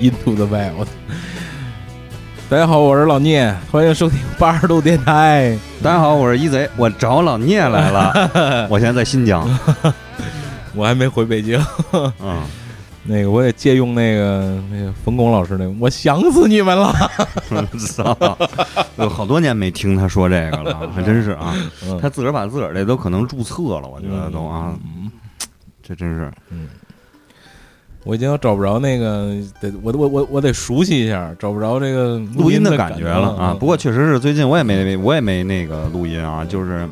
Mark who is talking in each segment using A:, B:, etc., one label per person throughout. A: Into the Wild。大家好，我是老聂，欢迎收听八十度电台。
B: 大家好，我是一贼，我找老聂 来了，我现在在新疆。
A: 我还没回北京，
B: 嗯，
A: 那个我得借用那个那个冯巩老师那个，我想死你们了。
B: 操，有好多年没听他说这 个了，还真是啊。
A: 嗯
B: 他自个儿把自个儿这都可能注册了，我觉得都啊，
A: 嗯
B: 这真是
A: 我已经找不着那个，得我我我我得熟悉一下，找不着这个
B: 录音
A: 的
B: 的感觉了啊。
A: 嗯
B: 不过确实是最近我也没我也没那个录音啊，就是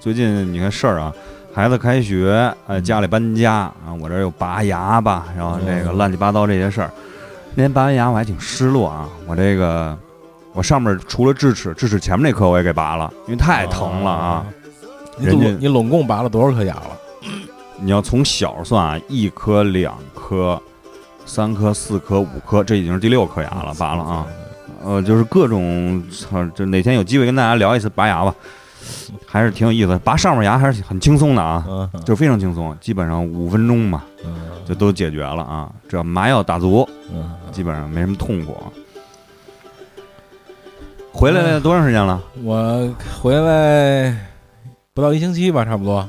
B: 最近你看事儿啊。孩子开学，呃，家里搬家啊，我这儿又拔牙吧，然后这个
A: 嗯
B: 乱七八糟这些事儿。那天拔完牙我还挺失落啊，我这个我上面除了智齿，智齿前面那颗我也给拔了，因为太疼了啊。！
A: 你总
B: 人家
A: 你拢共拔了多少颗牙了？
B: 你要从小算啊，一颗、两颗、三颗、四颗、五颗，这已经是第六颗牙了，拔了啊。！呃，就是各种，操，就哪天有机会跟大家聊一次拔牙吧，还是挺有意思的。拔上面牙还是很轻松的啊，
A: 嗯，
B: 就非常轻松，基本上五分钟嘛
A: 嗯
B: 就都解决了啊。只要麻药打足，
A: 嗯，
B: 基本上没什么痛苦。回来了多长时间了？
A: 我回来不到一星期吧，差不多。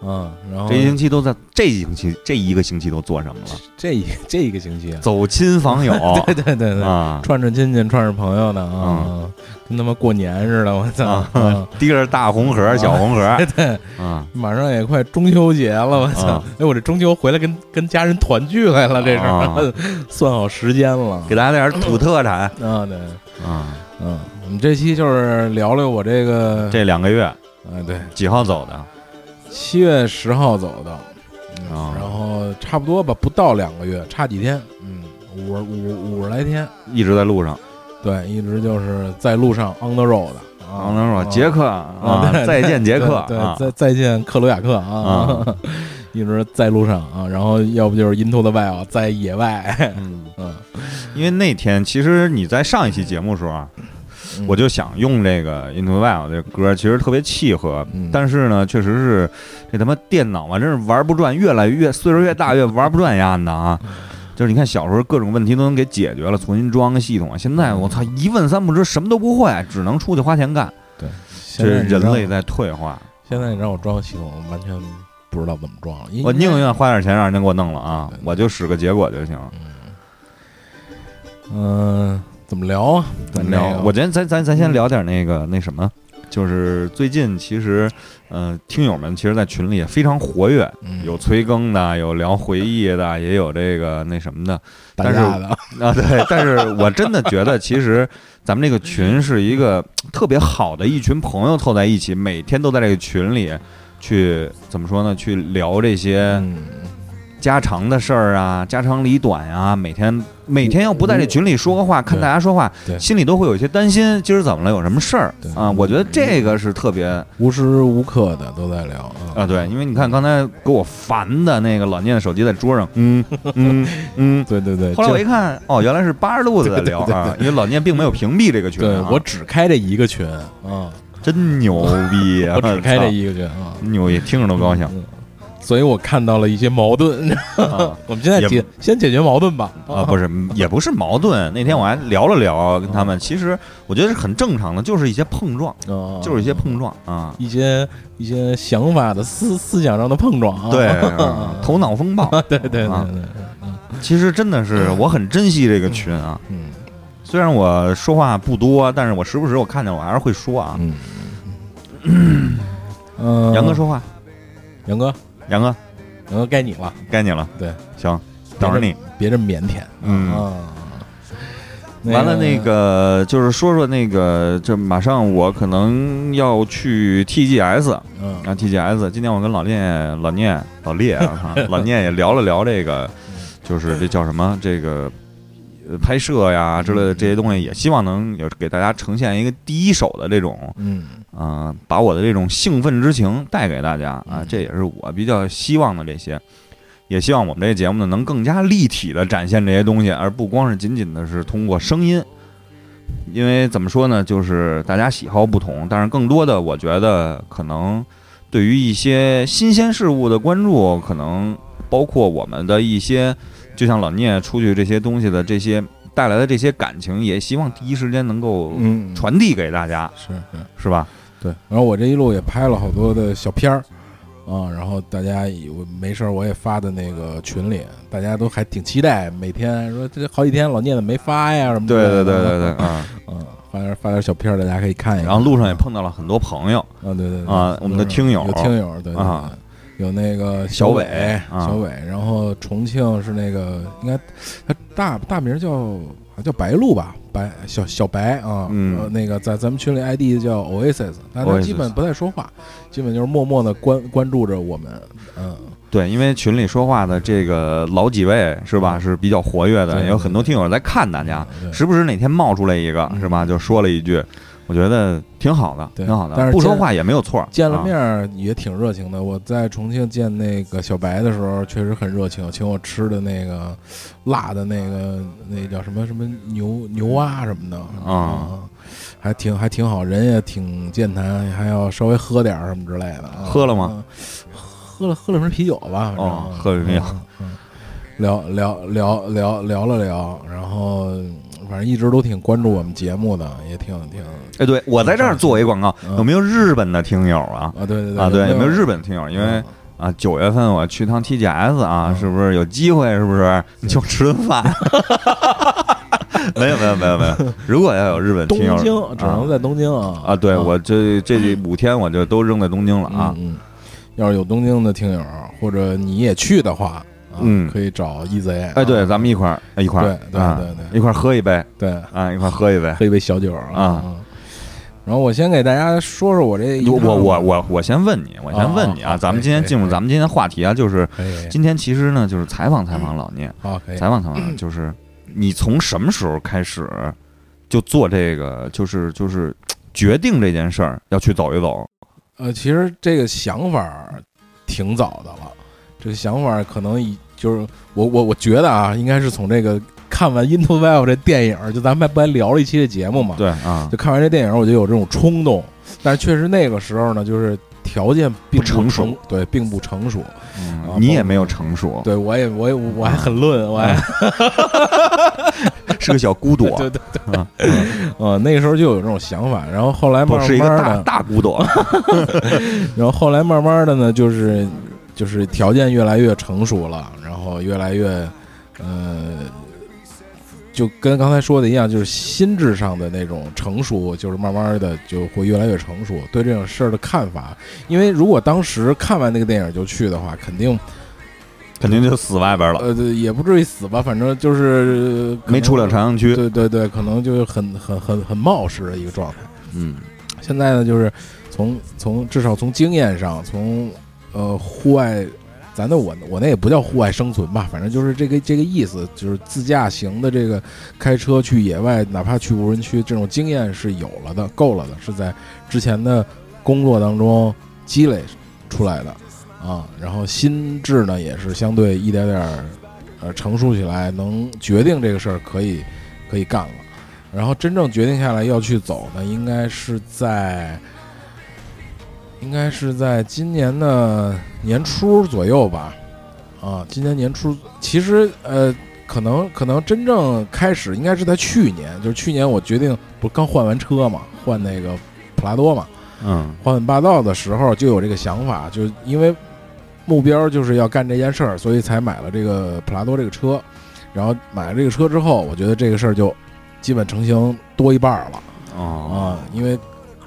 A: 嗯，然后
B: 这一星期都在，这一星期这一个星期都做什么了？
A: 这一 这一个星期啊，
B: 走亲访 友
A: 对对对对，
B: 啊，嗯
A: 串串亲戚，串串朋友的啊，跟他妈过年似的，我操！嗯
B: 啊，提着大红盒、小红盒，
A: 对，
B: 啊，
A: 马上也快中秋节了，我操
B: 啊！
A: 哎，我这中秋回来跟跟家人团聚来了，这
B: 啊
A: 是 算好时间了
B: 给大家点土特产
A: 啊！对，
B: 啊。
A: 嗯，我们这期就是聊聊我这个，
B: 这两个月
A: 啊，对，
B: 几号走的？
A: 七月十号走的，嗯
B: 啊
A: 然后差不多吧，不到两个月，差几天，嗯，五十五五十来天，
B: 一直在路上。
A: 对，一直就是在路上 on the road 的啊
B: 王能说：“
A: 啊
B: 杰克啊
A: 啊， 对
B: 再见杰克
A: 对，
B: 啊
A: 对再再见克鲁亚克啊， 一直在路上啊，然后要不就是 into the wild，在啊野 外，！”
B: 嗯，
A: 嗯，
B: 因为那天其实你在上一期节目的时候啊，
A: 嗯
B: 我就想用这个《Into the Wild》这歌，其实特别契合。
A: 嗯
B: 但是呢，确实是这他妈电脑啊，真是玩不转，越来越岁数越大越玩不转呀的啊！
A: 嗯
B: 就是你看小时候各种问题都能给解决了，重新装个系统啊，现在我操一问三不知，什么都不会，只能出去花钱干。这
A: 现在
B: 是
A: 你知
B: 人
A: 道
B: 类，在退化，
A: 现在你让我装系统，完全不知道怎么装了，因
B: 我宁愿花点钱让人家给我弄了啊
A: 对，
B: 我就使个结果就行。
A: 嗯，怎么聊啊？
B: 咱
A: 那
B: 聊，
A: 个
B: 我觉得咱咱咱先聊点那个那什么，就是最近其实，呃，听友们其实，在群里也非常活跃，
A: 嗯
B: 有催更的，有聊回忆的，也有这个那什么的
A: 打
B: 但是
A: 架的，
B: 啊。对，但是我真的觉得，其实咱们这个群是一个特别好的一群朋友凑在一起，每天都在这个群里去怎么说呢？去聊这些
A: 嗯。
B: 家常的事儿啊，家长里短呀、每天每天要不在这群里说个话，看大家说话
A: 对，
B: 心里都会有一些担心，今儿怎么了，有什么事儿
A: 对
B: 啊？我觉得这个是特别
A: 无时无刻的都在聊啊
B: 啊，对，因为你看刚才给我烦的那个老聂的手机在桌上，嗯嗯嗯。
A: 对对对，
B: 后来我
A: 就
B: 一看，哦，原来是八十度子在聊啊，因为老聂并没有屏蔽这个群
A: 对
B: 啊，
A: 我只开这一个群啊，
B: 真牛逼啊，
A: 我只开这
B: 操
A: 一个群啊，
B: 牛逼，听着都高兴。
A: 所以我看到了一些矛盾。
B: 啊
A: 我们现在
B: 也
A: 解先解决矛盾吧
B: 啊，不是，也不是矛盾。那天我还聊了聊跟他们，其实我觉得是很正常的，就是一些碰撞，
A: 啊
B: 就是一些碰撞啊。
A: 一些一些想法的思思想上的碰撞啊，
B: 对，啊头脑风暴。
A: 对对对
B: 啊
A: 对，
B: 其实真的是，我很珍惜这个群啊。
A: 嗯
B: 虽然我说话不多，但是我时不时我看见我还是会说啊。
A: 嗯嗯，
B: 杨哥，说话，
A: 杨哥，
B: 杨哥
A: 杨哥该你了，
B: 该你了。
A: 对，
B: 行，等着你。
A: 别这么腼腆
B: 嗯，
A: 啊。
B: 完了，那个就是说说那个，就马上我可能要去 TGS 啊
A: 嗯
B: ，TGS。今天我跟老聂、老聂、老聂啊，老聂也聊了聊这个，就是这叫什么这个。呃拍摄呀之类的这些东西，也希望能有给大家呈现一个第一手的这种
A: 嗯
B: 啊，把我的这种兴奋之情带给大家啊
A: 嗯，
B: 这也是我比较希望的这些，也希望我们这节目呢能更加立体的展现这些东西，而不光是仅仅的是通过声音。因为怎么说呢，就是大家喜好不同，但是更多的我觉得可能对于一些新鲜事物的关注，可能包括我们的一些就像老聂出去这些东西的这些带来的这些感情，也希望第一时间能够
A: 嗯，
B: 传递给大家，
A: 是是，
B: 是吧？
A: 对。然后我这一路也拍了好多的小片儿啊，然后大家也我没事儿我也发的那个群里，大家都还挺期待，每天说这好几天老聂怎么没发呀什么之类的。
B: 对对对 对对，嗯。
A: 嗯，发点发点小片儿，大家可以看一看。
B: 然后路上也碰到了很多朋友，
A: 啊，对对对
B: 啊我们的
A: 都是
B: 听友
A: 有听友，对对对
B: 啊
A: 有那个
B: 小
A: 伟
B: 伟，啊
A: 小伟，然后重庆是那个应该他大大名叫好像叫白鹿吧，白小小白啊，
B: 嗯
A: 呃那个在咱们群里 ID 叫 Oasis，但他
B: Oasis
A: 基本不太说话，基本就是默默的关关注着我们，嗯，
B: 对，因为群里说话的这个老几位是吧，是比较活跃
A: 嗯
B: 的，
A: 对
B: 也有很多听友在看大家，
A: 对
B: 时不时哪天冒出来一个
A: 嗯
B: 是吧，就说了一句，我觉得挺好的，
A: 对
B: 挺好
A: 但
B: 的，
A: 是
B: 不说
A: 见
B: 话也没有错儿。
A: 见了
B: 啊
A: 面儿也挺热情的。我在重庆见那个小白的时候，确实很热情，请我吃的那个辣的那个那叫什么什么牛牛蛙什么的
B: 啊，
A: 还挺还挺好，人也挺健谈，还要稍微喝点儿什么之类的啊。
B: 喝了吗
A: 嗯？喝了喝了瓶啤酒嗯吧，反正
B: 哦喝了瓶啤酒
A: 嗯嗯聊聊聊聊聊了聊，然后反正一直都挺关注我们节目的，也挺挺
B: 哎，对我在这儿做一广告，
A: 嗯
B: 有没有日本的听友啊？
A: 啊，对对对
B: 啊，对，有没有日
A: 本？
B: 本听友？因为啊，九月份我去趟 TGS 啊，
A: 嗯
B: 是不是有机会？是不是你请我吃顿 饭？没有没有没有没有，如果要有日本
A: 东
B: 听友，
A: 京只能
B: 啊
A: 在东京啊
B: 啊，对我这这五天我就都扔在东京了啊。
A: 嗯，嗯要是有东京的听友或者你也去的话，啊
B: 嗯
A: 可以找 EZ，
B: 哎，对，
A: 啊
B: 咱们一块儿哎一块儿，
A: 对对
B: 啊
A: 对对
B: 一块儿喝一杯
A: 对，
B: 啊，一块儿喝一杯。
A: 喝一杯小酒
B: 啊。
A: 嗯然后我先给大家说说我这一
B: 我我
A: 趟
B: 我我我先问你，我先问你
A: 啊啊
B: 啊，
A: 啊
B: 咱们今
A: 可
B: 天
A: 以
B: 进入
A: 可以
B: 咱们今天话题啊，就是
A: 可以
B: 今天其实呢就是采访采访老聂，
A: 啊哎可以
B: 采访采访，就是你从什么时候开始就做这个，就是就是决定这件事儿要去走一走？
A: 呃，其实这个想法儿挺早的了，这个想法儿可能已就是我我我觉得啊，应该是从这个看完《Into Wild》这电影儿，就咱们不还聊了一期这节目嘛，
B: 对啊，
A: 就看完这电影，我就有这种冲动，但是确实那个时候呢，就是条件并
B: 不成熟，
A: 对，并不成熟。
B: 嗯
A: 啊
B: 你
A: 包
B: 也
A: 括
B: 没有成熟，
A: 对我也，我也，我还很论，我还
B: 啊是个小孤朵，
A: 对对对，
B: 啊嗯
A: 呃，那个时候就有这种想法，然后后来慢
B: 不是一个
A: 慢
B: 大
A: 的，
B: 大孤啊 朵，
A: 然后后来慢慢的呢，就是就是条件越来越成熟了，然后越来越，呃。就跟刚才说的一样，就是心智上的那种成熟，就是慢慢的就会越来越成熟，对这种事儿的看法。因为如果当时看完那个电影就去的话，肯定
B: 肯定就死外边了，
A: 呃，对也不至于死吧，反正就是呃可能
B: 没出了朝阳区。
A: 对对对，可能就是很很很很冒失的一个状态。
B: 嗯，
A: 现在呢，就是从从至少从经验上，从呃户外，咱的我我那也不叫户外生存吧，反正就是这个这个意思，就是自驾行的这个开车去野外，哪怕去无人区，这种经验是有了的，够了的，是在之前的工作当中积累出来的啊。然后心智呢，也是相对一点点儿呃成熟起来，能决定这个事儿可以可以干了。然后真正决定下来要去走呢，应该是在，应该是在今年的年初左右吧，啊，今年年初，其实呃，可能可能真正开始应该是在去年，就是去年我决定不是刚换完车嘛，换那个普拉多嘛，
B: 嗯
A: 换霸道的时候就有这个想法，就因为目标就是要干这件事儿，所以才买了这个普拉多这个车。然后买了这个车之后，我觉得这个事儿就基本成型多一半儿了
B: 哦
A: 啊，因为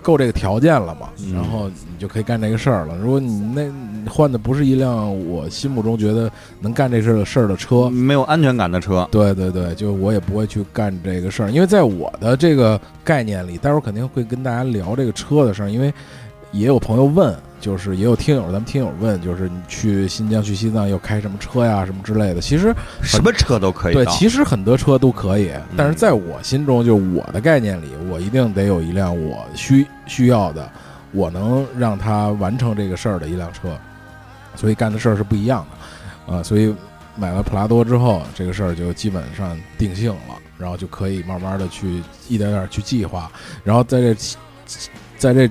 A: 够这个条件了嘛，
B: 嗯
A: 然后你就可以干这个事儿了。如果你那你换的不是一辆我心目中觉得能干这事儿的事儿的车，
B: 没有安全感的车，
A: 对对对，就我也不会去干这个事儿，因为在我的这个概念里，待会儿肯定会跟大家聊这个车的事儿，因为也有朋友问，就是也有听友，咱们听友问，就是你去新疆、去西藏要开什么车呀，什么之类的。其实
B: 什么车都可以
A: 对，
B: 到。嗯
A: 其实很多车都可以，但是在我心中，就我的概念里，我一定得有一辆我需需要的，我能让它完成这个事儿的一辆车，所以干的事儿是不一样的，啊、所以买了普拉多之后，这个事儿就基本上定性了，然后就可以慢慢的去一点点去计划，然后在这，在这，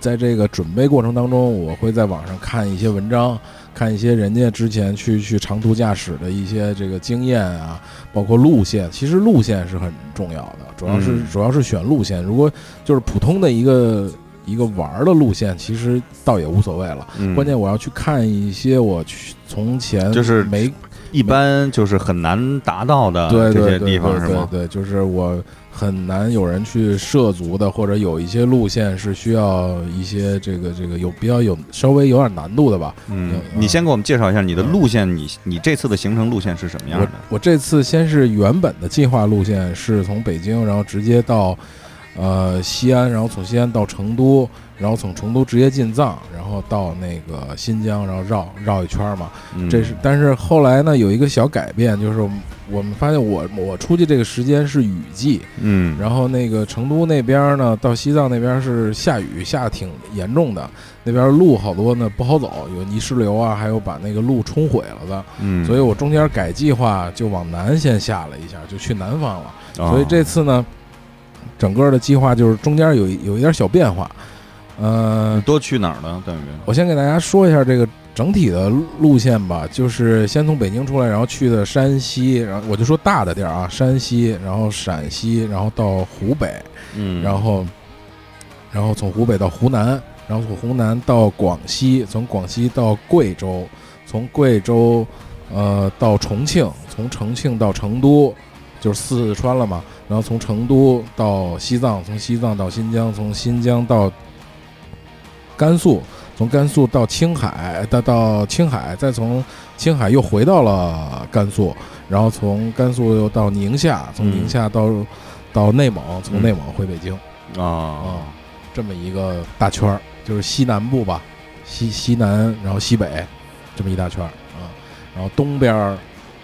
A: 在这个准备过程当中，我会在网上看一些文章，看一些人家之前去去长途驾驶的一些这个经验啊，包括路线，其实路线是很重要的，主要是、
B: 嗯
A: 主要是选路线。如果就是普通的一个一个玩儿的路线，其实倒也无所谓了。
B: 嗯
A: 关键我要去看一些我去从前
B: 就是
A: 没
B: 一般就是很难达到的
A: 对
B: 啊这
A: 对对
B: 些地
A: 对
B: 方是
A: 对
B: 吗？
A: 对，就是我很难有人去涉足的，或者有一些路线是需要一些这个这个有比较有稍微有点难度的吧。
B: 嗯
A: 嗯，
B: 你先给我们介绍一下你的路线，你你这次的行程路线是什么样
A: 我
B: 的？
A: 我这次先是原本的计划路线是从北京，然后直接到呃西安，然后从西安到成都，然后从成都直接进藏，然后到那个新疆，然后绕绕一圈儿嘛。
B: 嗯
A: 这是，但是后来呢，有一个小改变，就是我们发现我我出去这个时间是雨季，
B: 嗯，
A: 然后那个成都那边呢，到西藏那边是下雨，下得挺严重的，那边路好多呢不好走，有泥石流啊，还有把那个路冲毁了的，
B: 嗯，
A: 所以我中间改计划就往南先下了一下，就去南方了，
B: 哦
A: 所以这次呢，整个的计划就是中间有一有一点小变化，嗯、
B: 多去哪儿呢？等于
A: 我先给大家说一下这个整体的路线吧，就是先从北京出来，然后去的山西，然后我就说大的地儿啊，山西，然后陕西，然后到湖北，
B: 嗯，
A: 然后，然后从湖北到湖南，然后从湖南到广西，从广西到贵州，从贵州呃到重庆，从重庆到成都，就是四川了嘛。然后从成都到西藏，从西藏到新疆，从新疆到甘肃，从甘肃到青海，到到青海，再从青海又回到了甘肃，然后从甘肃又到宁夏，从宁夏到、到内蒙，从内蒙回北京。
B: 啊，
A: 哦这么一个大圈儿，就是西南部吧，西西南，然后西北，这么一大圈儿啊。然后东边儿、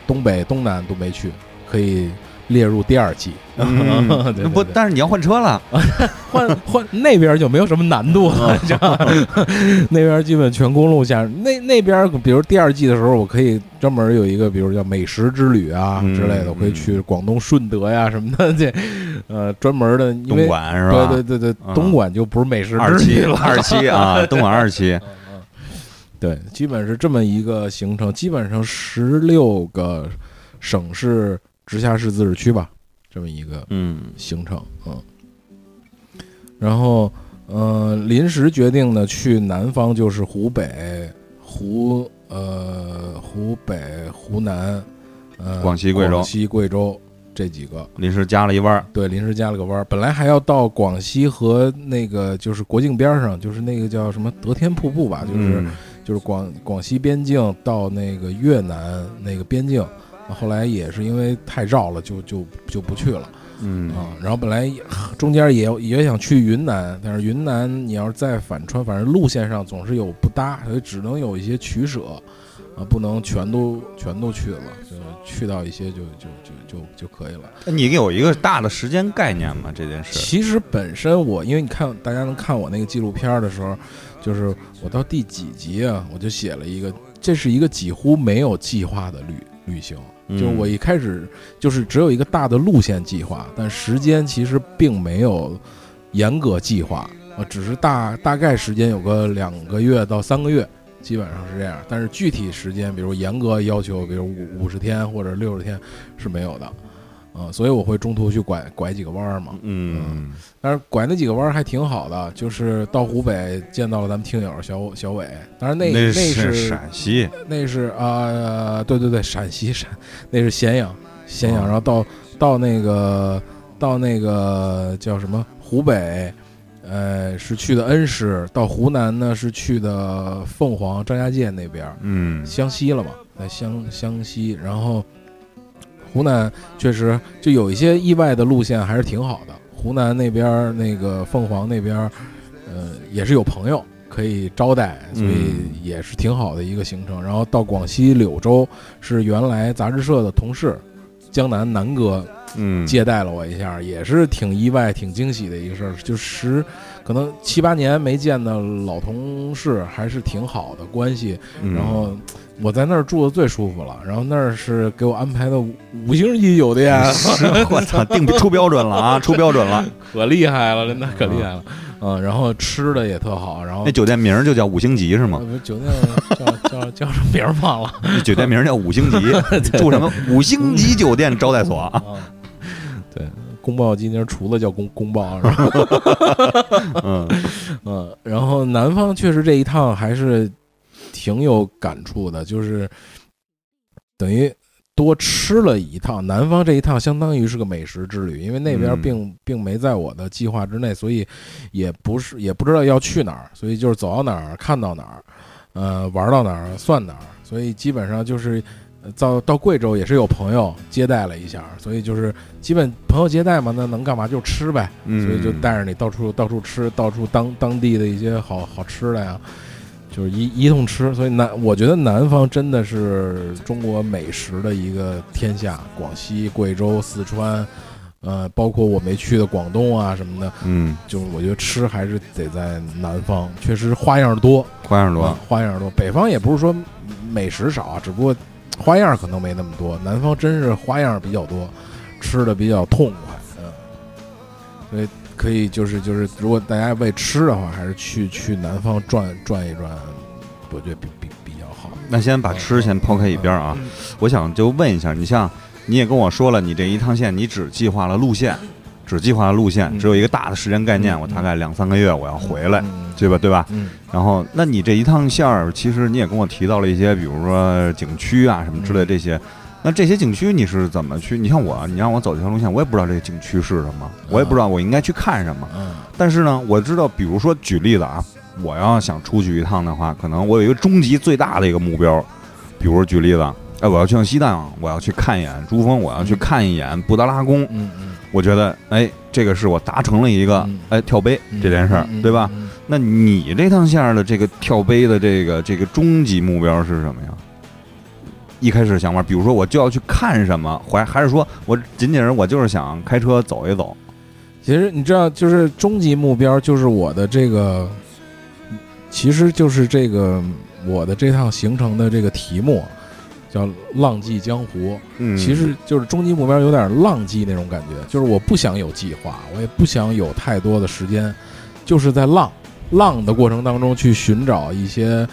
A: 东北、东南都没去，可以列入第二季。
B: 嗯
A: 对对
B: 那不，
A: 对
B: 但是你要换车了，
A: 换换那边儿就没有什么难度了，你知道吗 那边儿基本全公路下。那那边儿比如第二季的时候，我可以专门有一个，比如叫美食之旅啊
B: 嗯
A: 之类的，我可以
B: 嗯
A: 去广东顺德呀什么的， 这呃专门的，因
B: 东
A: 为
B: 莞是吧？
A: 对对对
B: 嗯
A: 对，东莞就不是美食
B: 二
A: 之
B: 期
A: 旅了，
B: 二期啊， 东莞二期，
A: 对，基本是这么一个行程，基本上十六个省市直辖市自治区吧，这么一个
B: 嗯
A: 行程，嗯。然后，呃，临时决定呢，去南方就是湖北、湖呃湖北、湖南，呃
B: 广西贵州
A: 广西、贵州这几个，
B: 临时加了一弯儿，
A: 对，临时加了个弯儿。本来还要到广西和那个就是国境边儿上，就是那个叫什么德天瀑布吧，就是、
B: 嗯
A: 就是广广西边境到那个越南那个边境，后来也是因为太绕了，就就就不去了
B: 嗯
A: 啊。然后本来也中间也也想去云南，但是云南你要是再反穿，反正路线上总是有不搭，所以只能有一些取舍啊，不能全都全都去了，就是去到一些就就就就就可以了。
B: 那你有一个大的时间概念吗？这件事，
A: 其实本身我，因为你看，大家能看我那个纪录片儿的时候，就是我到第几集啊，我就写了一个，这是一个几乎没有计划的旅旅行。
B: 嗯
A: 就是我一开始就是只有一个大的路线计划，但时间其实并没有严格计划，呃，只是大大概时间有个两个月到三个月，基本上是这样。但是具体时间，比如严格要求，比如五五十天或者六十天是没有的，呃，所以我会中途去拐拐几个弯儿嘛。
B: 嗯
A: 但是拐那几个弯儿还挺好的，就是到湖北见到了咱们听友小小伟，当然那那
B: 是
A: 是
B: 陕西，
A: 那是啊、呃对对对，陕西陕那是咸阳咸阳，
B: 哦
A: 然后到到那个到那个叫什么湖北，呃是去的恩施，到湖南呢是去的凤凰张家界那边儿，
B: 嗯
A: 湘西了嘛，在湘湘西，然后湖南确实就有一些意外的路线还是挺好的。湖南那边儿那个凤凰那边儿，呃，也是有朋友可以招待，所以
B: 嗯
A: 也是挺好的一个行程。然后到广西柳州是原来杂志社的同事江南南哥
B: 嗯，
A: 接待了我一下，也是挺意外、挺惊喜的一个事儿。就十可能七八年没见的老同事，还是挺好的关系。
B: 嗯
A: 然后我在那儿住的最舒服了，然后那儿是给我安排的五五星级酒店，
B: 是我操，定出标准了啊，出标准了。
A: 可厉害了，真的可厉害了，嗯嗯，然后吃的也特好，然后
B: 那酒店名儿就叫五星级是吗？
A: 呃不酒店叫叫
C: 叫叫什么名儿忘 了。
B: 那酒店名叫 五星级，住什么五星级酒店招待所啊？
A: 啊，对，宫爆鸡丁除了叫宫宫爆，然后
B: 嗯，
A: 嗯，然后南方确实这一趟还是挺有感触的，就是等于多吃了一趟。南方这一趟相当于是个美食之旅，因为那边
B: 嗯
A: 并、并没在我的计划之内，所以也不是也不知道要去哪儿，所以就是走到哪儿看到哪儿，呃，玩到哪儿算哪儿，所以基本上就是。呃到到贵州也是有朋友接待了一下，所以就是基本朋友接待嘛，那能干嘛就吃呗，所以就带着你到处到处吃，到处当当地的一些好好吃的呀，就是一一通吃。所以南，我觉得南方真的是中国美食的一个天下，广西、贵州、四川，呃，包括我没去的广东啊什么的，
B: 嗯，
A: 就是我觉得吃还是得在南方，确实花样多，
B: 花样多
A: 啊，花样多。北方也不是说美食少啊，只不过花样可能没那么多。南方真是花样比较多，吃的比较痛快，嗯。所以可以就是就是，如果大家为吃的话，还是去去南方转转一转，我觉得比比比较好。
B: 那先把吃先抛开一边啊，
A: 嗯
B: 我想就问一下，你像你也跟我说了，你这一趟线你只计划了路线，只计划了路线，
A: 嗯
B: 只有一个大的时间概念，
A: 嗯
B: 我大概两三个月我要回来，
A: 嗯，
B: 对吧？对吧？
A: 嗯，
B: 然后，那你这一趟线儿，其实你也跟我提到了一些，比如说景区啊什么之类的这些。那这些景区你是怎么去？你像我，你让我走这条路线，我也不知道这个景区是什么，我也不知道我应该去看什么。
A: 嗯
B: 但是呢，我知道，比如说举例子啊，我要想出去一趟的话，可能我有一个终极最大的一个目标，比如说举例子，哎，我要去趟西藏，我要去看一眼珠峰，我要去看一眼布达拉宫。
A: 嗯嗯
B: 我觉得，哎，这个是我达成了一个
A: 嗯
B: 哎跳碑
A: 嗯，
B: 这件事儿，对吧？？
A: 嗯嗯嗯
B: 那你这趟线儿的这个跳杯的这个这个终极目标是什么呀？一开始想法，比如说我就要去看什么，还还是说我仅仅是我就是想开车走一走，
A: 其实你知道，就是终极目标，就是我的这个，其实就是这个我的这趟行程的这个题目叫“浪迹江湖”。
B: 嗯
A: 其实就是终极目标有点浪迹那种感觉，就是我不想有计划，我也不想有太多的时间，就是在浪浪的过程当中去寻找一些，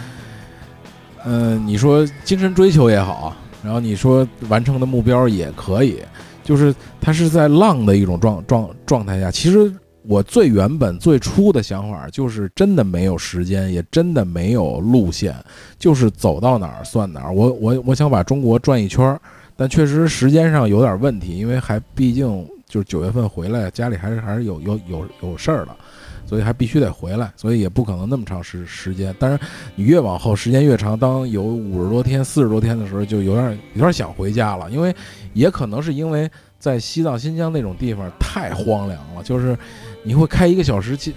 A: 嗯、你说精神追求也好，然后你说完成的目标也可以，就是它是在浪的一种状状状态下。其实我最原本最初的想法就是真的没有时间，也真的没有路线，就是走到哪儿算哪儿。我我我想把中国转一圈儿，但确实时间上有点问题，因为还毕竟就是九月份回来，家里还是还是有有有有事儿了。所以还必须得回来，所以也不可能那么长时时间。当然，你越往后时间越长，当有五十多天、四十多天的时候，就有点有点想回家了，因为也可能是因为在西藏、新疆那种地方太荒凉了，就是你会开一个小时去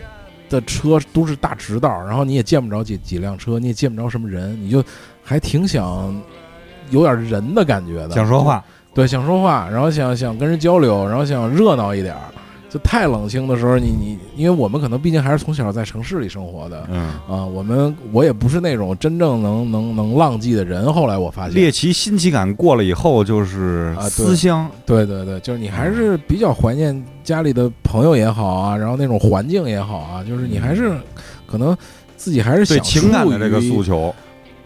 A: 的车，都是大直道，然后你也见不着几几辆车，你也见不着什么人，你就还挺想有点人的感觉的，
B: 想说话，
A: 对，想说话，然后想想跟人交流，然后想热闹一点儿。就太冷清的时候，你你，因为我们可能毕竟还是从小在城市里生活的
B: 嗯，
A: 啊，我们我也不是那种真正能能能浪迹的人。后来我发现
B: 猎，奇新奇感过了以后就是
A: 啊对
B: 思乡，
A: 对对对，就是你还是比较怀念家里的朋友也好啊，然后那种环境也好啊，就是你还是可能自己还是
B: 嗯对
A: 想
B: 情感的这个
A: 处于
B: 诉求，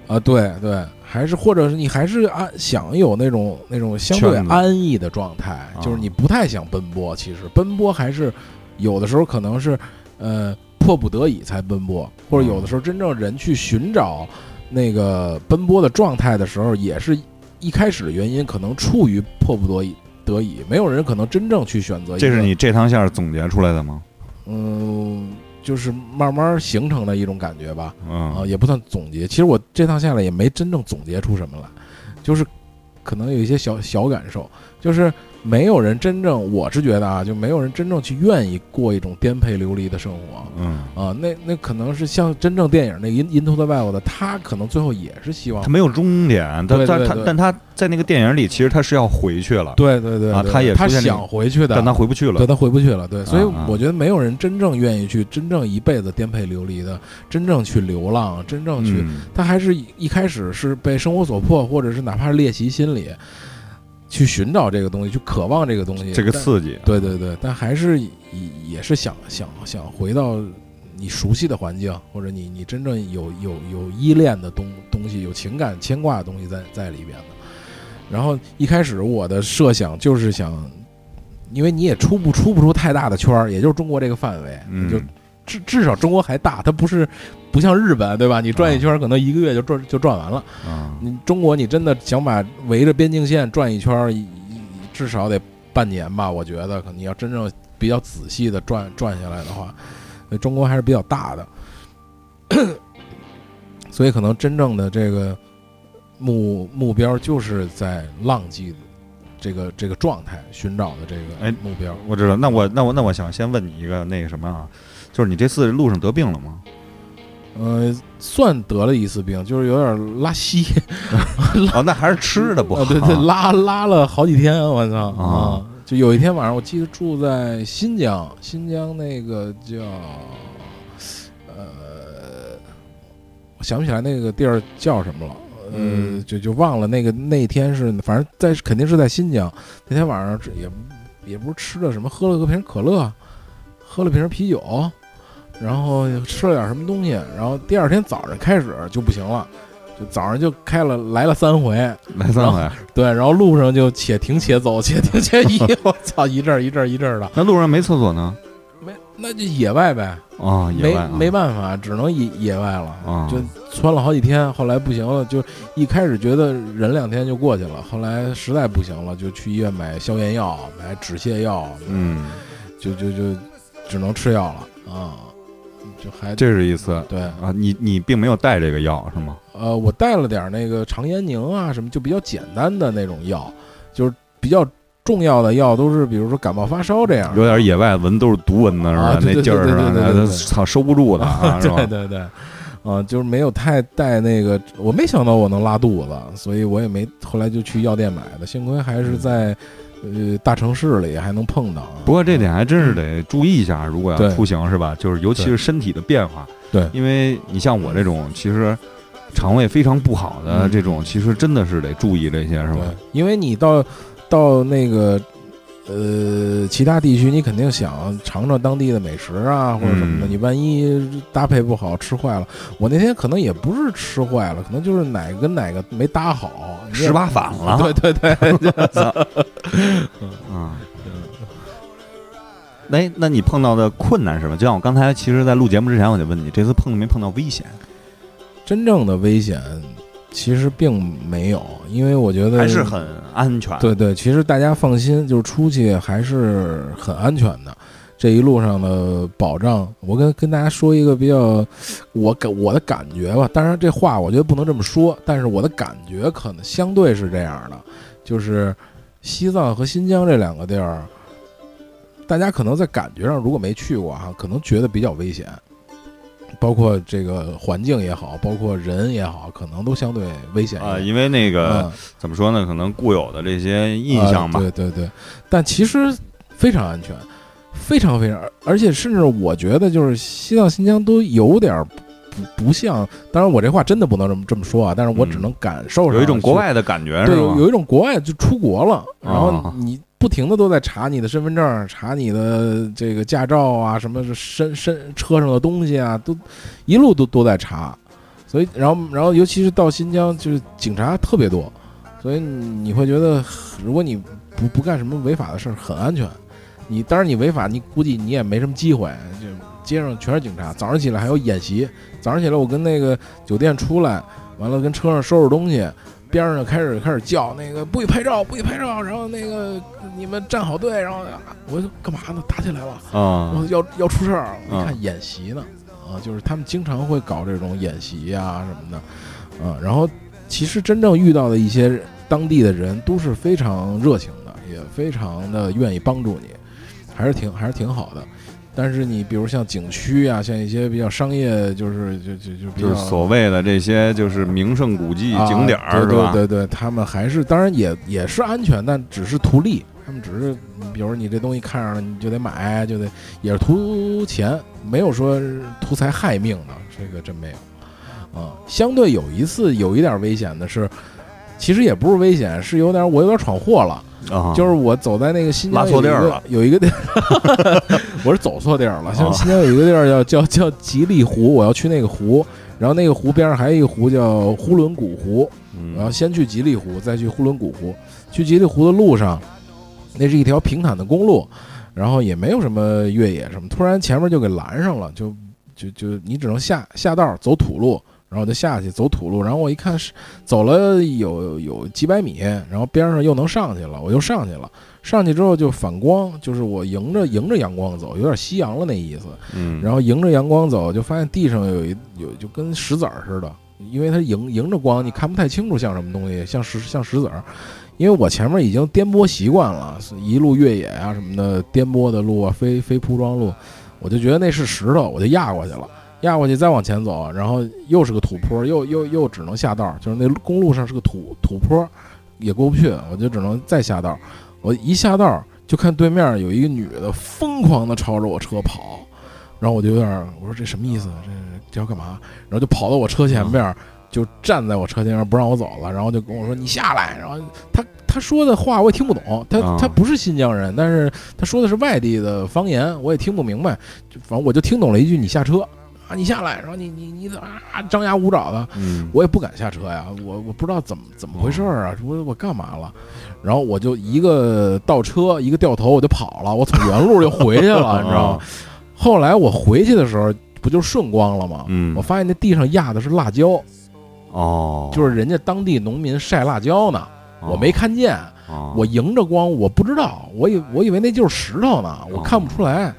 A: 啊，对对，还是或者是你还是安想有那种那种相对
B: 圈子啊
A: 安逸的状态，就是你不太想奔波。其实奔波还是有的时候可能是呃迫不得已才奔波，或者
B: 嗯
A: 有的时候真正人去寻找那个奔波的状态的时候，也是一开始的原因可能处于迫不得已得已，没有人可能真正去选呃择一个。
B: 这是你这趟线儿总结出来的吗？
A: 嗯，就是慢慢形成的一种感觉吧。啊，
B: 嗯，
A: 也不算总结。其实我这趟下来也没真正总结出什么来，就是可能有一些小小感受，就是没有人真正，我是觉得啊，就没有人真正去愿意过一种颠沛流离的生活
B: 嗯，
A: 啊。那那可能是像真正电影那《个 Into the Wild》，他可能最后也是希望
B: 他，没有终点，他
A: 对
B: 他
A: 对
B: 他
A: 对，
B: 但他在那个电影里其实他是要回去了，
A: 对对对
B: 啊
A: 对
B: 他也
A: 他
B: 出现那
A: 想
B: 种
A: 回去的，
B: 但他回不去了
A: 对，他回不去了，对，所以
B: 啊啊
A: 我觉得没有人真正愿意去真正一辈子颠沛流离的，真正去流浪，真正去
B: 嗯
A: 他还是一开始是被生活所迫，或者是哪怕是猎奇心理，去寻找这个东西，去渴望这个东西。
B: 这个
A: 但，
B: 刺激，
A: 对对对，但还是以也是想想想回到你熟悉的环境，或者你你真正有有有依恋的东东东西、有情感牵挂的东西在在里边的。然后一开始我的设想就是想，因为你也出不出不出太大的圈儿，也就是中国这个范围，
B: 嗯
A: 就至至少中国还大，它不是不像日本对吧？你转一圈儿可能一个月就转就转完了。
B: 啊，
A: 你中国你真的想把围着边境线转一圈儿，一一至少得半年吧。我觉得，可能你要真正比较仔细的转转下来的话，呃中国还是比较大的， 所以可能真正的这个目目标就是在浪迹这个这个状态寻找的这
B: 哎
A: 个目标。
B: 我知道。那
A: 啊
B: 我那我那我想先问你一个那个什么啊，就是你这次路上得病 了吗？
A: 呃，算得了一次病，就是有点拉稀，
B: 哦，那还是吃的不好。
A: 啊对对， 拉拉了好几天，我操
B: 啊！
A: 就有一天晚上，我记得住在新疆，新疆那个叫呃，我想不起来那个地儿叫什么了。呃
B: 嗯，
A: 就就忘了那个那天是，反正在肯定是在新疆。那天晚上吃也也不是吃了什么，喝了个瓶可乐，喝了瓶啤酒，然后吃了点什么东西，然后第二天早上开始就不行了，就早上就开了来了三回，
B: 来 三回。
A: 对，然后路上就且停且走，且停且 移，我操，一阵儿一阵儿一阵儿的，
B: 那路上没厕所呢？
A: 没那就野外呗，
B: 哦，野
A: 没
B: 外啊
A: 没办法，只能野野外了，
B: 啊
A: 就窜了好几天，后来不行了，就一开始觉得忍两天就过去了，后来实在不行了，就去医院买消炎药，买止泻药，，
B: 嗯，
A: 就就就只能吃药了啊，就还
B: 这是一次
A: 对，
B: 啊，你你并没有带这个药是吗？
A: 呃，我带了点儿那个肠炎宁啊什么，就比较简单的那种药，就是比较重要的药都是比如说感冒发烧这样的。
B: 有点野外闻都是毒蚊子是吧
A: 啊？对
B: 那
A: 对
B: 劲儿是吧
A: 对对对对对？对
B: 操，收不住的啊，是吧
A: 对？对对，啊、就是没有太带那个，我没想到我能拉肚子，所以我也没后来就去药店买的，幸亏还是在呃大城市里还能碰到啊。
B: 嗯不过这点还真是得注意一下，如果要
A: 嗯对
B: 出行是吧？就是尤其是身体的变化，
A: 对
B: 因为你像我这种其实肠胃非常不好的
A: 嗯
B: 这种，其实真的是得注意这些是
A: 对
B: 吧？，
A: 因为你到到那个呃其他地区，你肯定想尝尝当地的美食啊，或者什么的。
B: 嗯
A: 你万一搭配不好，吃坏了，我那天可能也不是吃坏了，可能就是哪个跟哪个没搭好，你也
B: 十八反了，
A: 对对对，
B: 啊。哎，那你碰到的困难是吧？就像我刚才，其实，在录节目之前，我就问你，这次碰没碰到危险？
A: 真正的危险其实并没有，因为我觉得
B: 还是很安全？
A: 对对，其实大家放心，就是出去还是很安全的。这一路上的保障，我跟跟大家说一个比较，我感我的感觉吧。当然，这话我觉得不能这么说，但是我的感觉可能相对是这样的，就是西藏和新疆这两个地儿，大家可能在感觉上如果没去过哈、可能觉得比较危险，包括这个环境也好，包括人也好，可能都相对危险一
B: 啊、
A: 点
B: 因为那个、
A: 嗯
B: 怎么说呢？可能固有的这些印象
A: 啊
B: 吧。
A: 对对对，但其实非常安全，非常非常，而而且甚至我觉得就是西藏、新疆都有点儿不不像，当然我这话真的不能这么这么说啊，但是我只
B: 嗯
A: 能感受上
B: 有一种
A: 是
B: 国外的感觉
A: 对
B: 是
A: 有
B: 吗？
A: 有一种国外就出国了，然后
B: 啊
A: 你不停的都在查你的身份证，查你的这个驾照啊，什么是身身车上的东西啊，都一路都都在查，所以然后然后尤其是到新疆，就是警察特别多，所以你会觉得如果你不不干什么违法的事儿，很安全。你当然你违法，你估计你也没什么机会，就街上全是警察。早上起来还有演习，早上起来我跟那个酒店出来，完了跟车上收拾东西，边上就开始开始叫那个不许拍照，不许拍照，然后那个你们站好队，然后啊我说干嘛呢？打起来了，
B: 啊、
A: 我要要出事儿了。
B: 嗯
A: 我一看演习呢，啊，就是他们经常会搞这种演习呀、什么的，啊，然后其实真正遇到的一些当地的人都是非常热情的，也非常的愿意帮助你，还是挺还是挺好的。但是你比如像景区啊，像一些比较商业，就是就就就比
B: 就
A: 较
B: 是所谓的这些就是名胜古迹、
A: 啊
B: 景点儿、
A: 对
B: 是吧？
A: 对对对，他们还是当然也也是安全，但只是图利。他们只是，比如你这东西看上了，你就得买，就得也是图钱，没有说图财害命的，这个真没有。啊、相对有一次有一点危险的是，其实也不是危险，是有点我有点闯祸了。
B: 啊，
A: 就是我走在那个新疆
B: 拉错地儿了
A: 有一个，有一个地 儿，我是走错地儿了。像
B: 哦
A: 新疆有一个地儿叫叫叫吉利湖，我要去那个湖，然后那个湖边上还有一湖叫呼伦古湖，然后
B: 嗯
A: 先去吉利湖，再去呼伦古湖。去吉利湖的路上，那是一条平坦的公路，然后也没有什么越野什么，突然前面就给拦上了，就就就你只能下下道走土路，然后我就下去走土路，然后我一看是走了有有几百米，然后边上又能上去了，我又上去了。上去之后就反光，就是我迎着迎着阳光走，有点夕阳了那意思。
B: 嗯，
A: 然后迎着阳光走，就发现地上有一有就跟石子儿似的，因为它迎迎着光，你看不太清楚像什么东西，像石像石子儿。因为我前面已经颠簸习惯了，是一路越野啊什么的颠簸的路啊，非非铺装路，我就觉得那是石头，我就压过去了。压过去再往前走，然后又是个土坡，又又又只能下道，就是那公路上是个土土坡，也过不去，我就只能再下道。我一下道就看对面有一个女的疯狂的朝着我车跑，然后我就有点儿，我说这什么意思？这这要干嘛？然后就跑到我车前边儿，就站在我车前面不让我走了，然后就跟我说你下来。然后他他说的话我也听不懂，他
B: 啊
A: 他不是新疆人，但是他说的是外地的方言，我也听不明白。就反正我就听懂了一句你下车啊，你下来。然后你你你怎么啊张牙舞爪的，
B: 嗯，
A: 我也不敢下车呀，我我不知道怎
B: 哦
A: 么怎么回事儿啊，我我干嘛了？然后我就一个倒车，一个掉头，我就跑了，我从原路就回去 了，你知道吗？后来我回去的时候，不就顺光了吗？
B: 嗯
A: 我发现那地上压的是辣椒，
B: 哦，
A: 就是人家当地农民晒辣椒呢，我没看见，
B: 哦，
A: 我迎着光，我不知道，我以我以为那就是石头
B: 哦
A: 呢，我看不出来，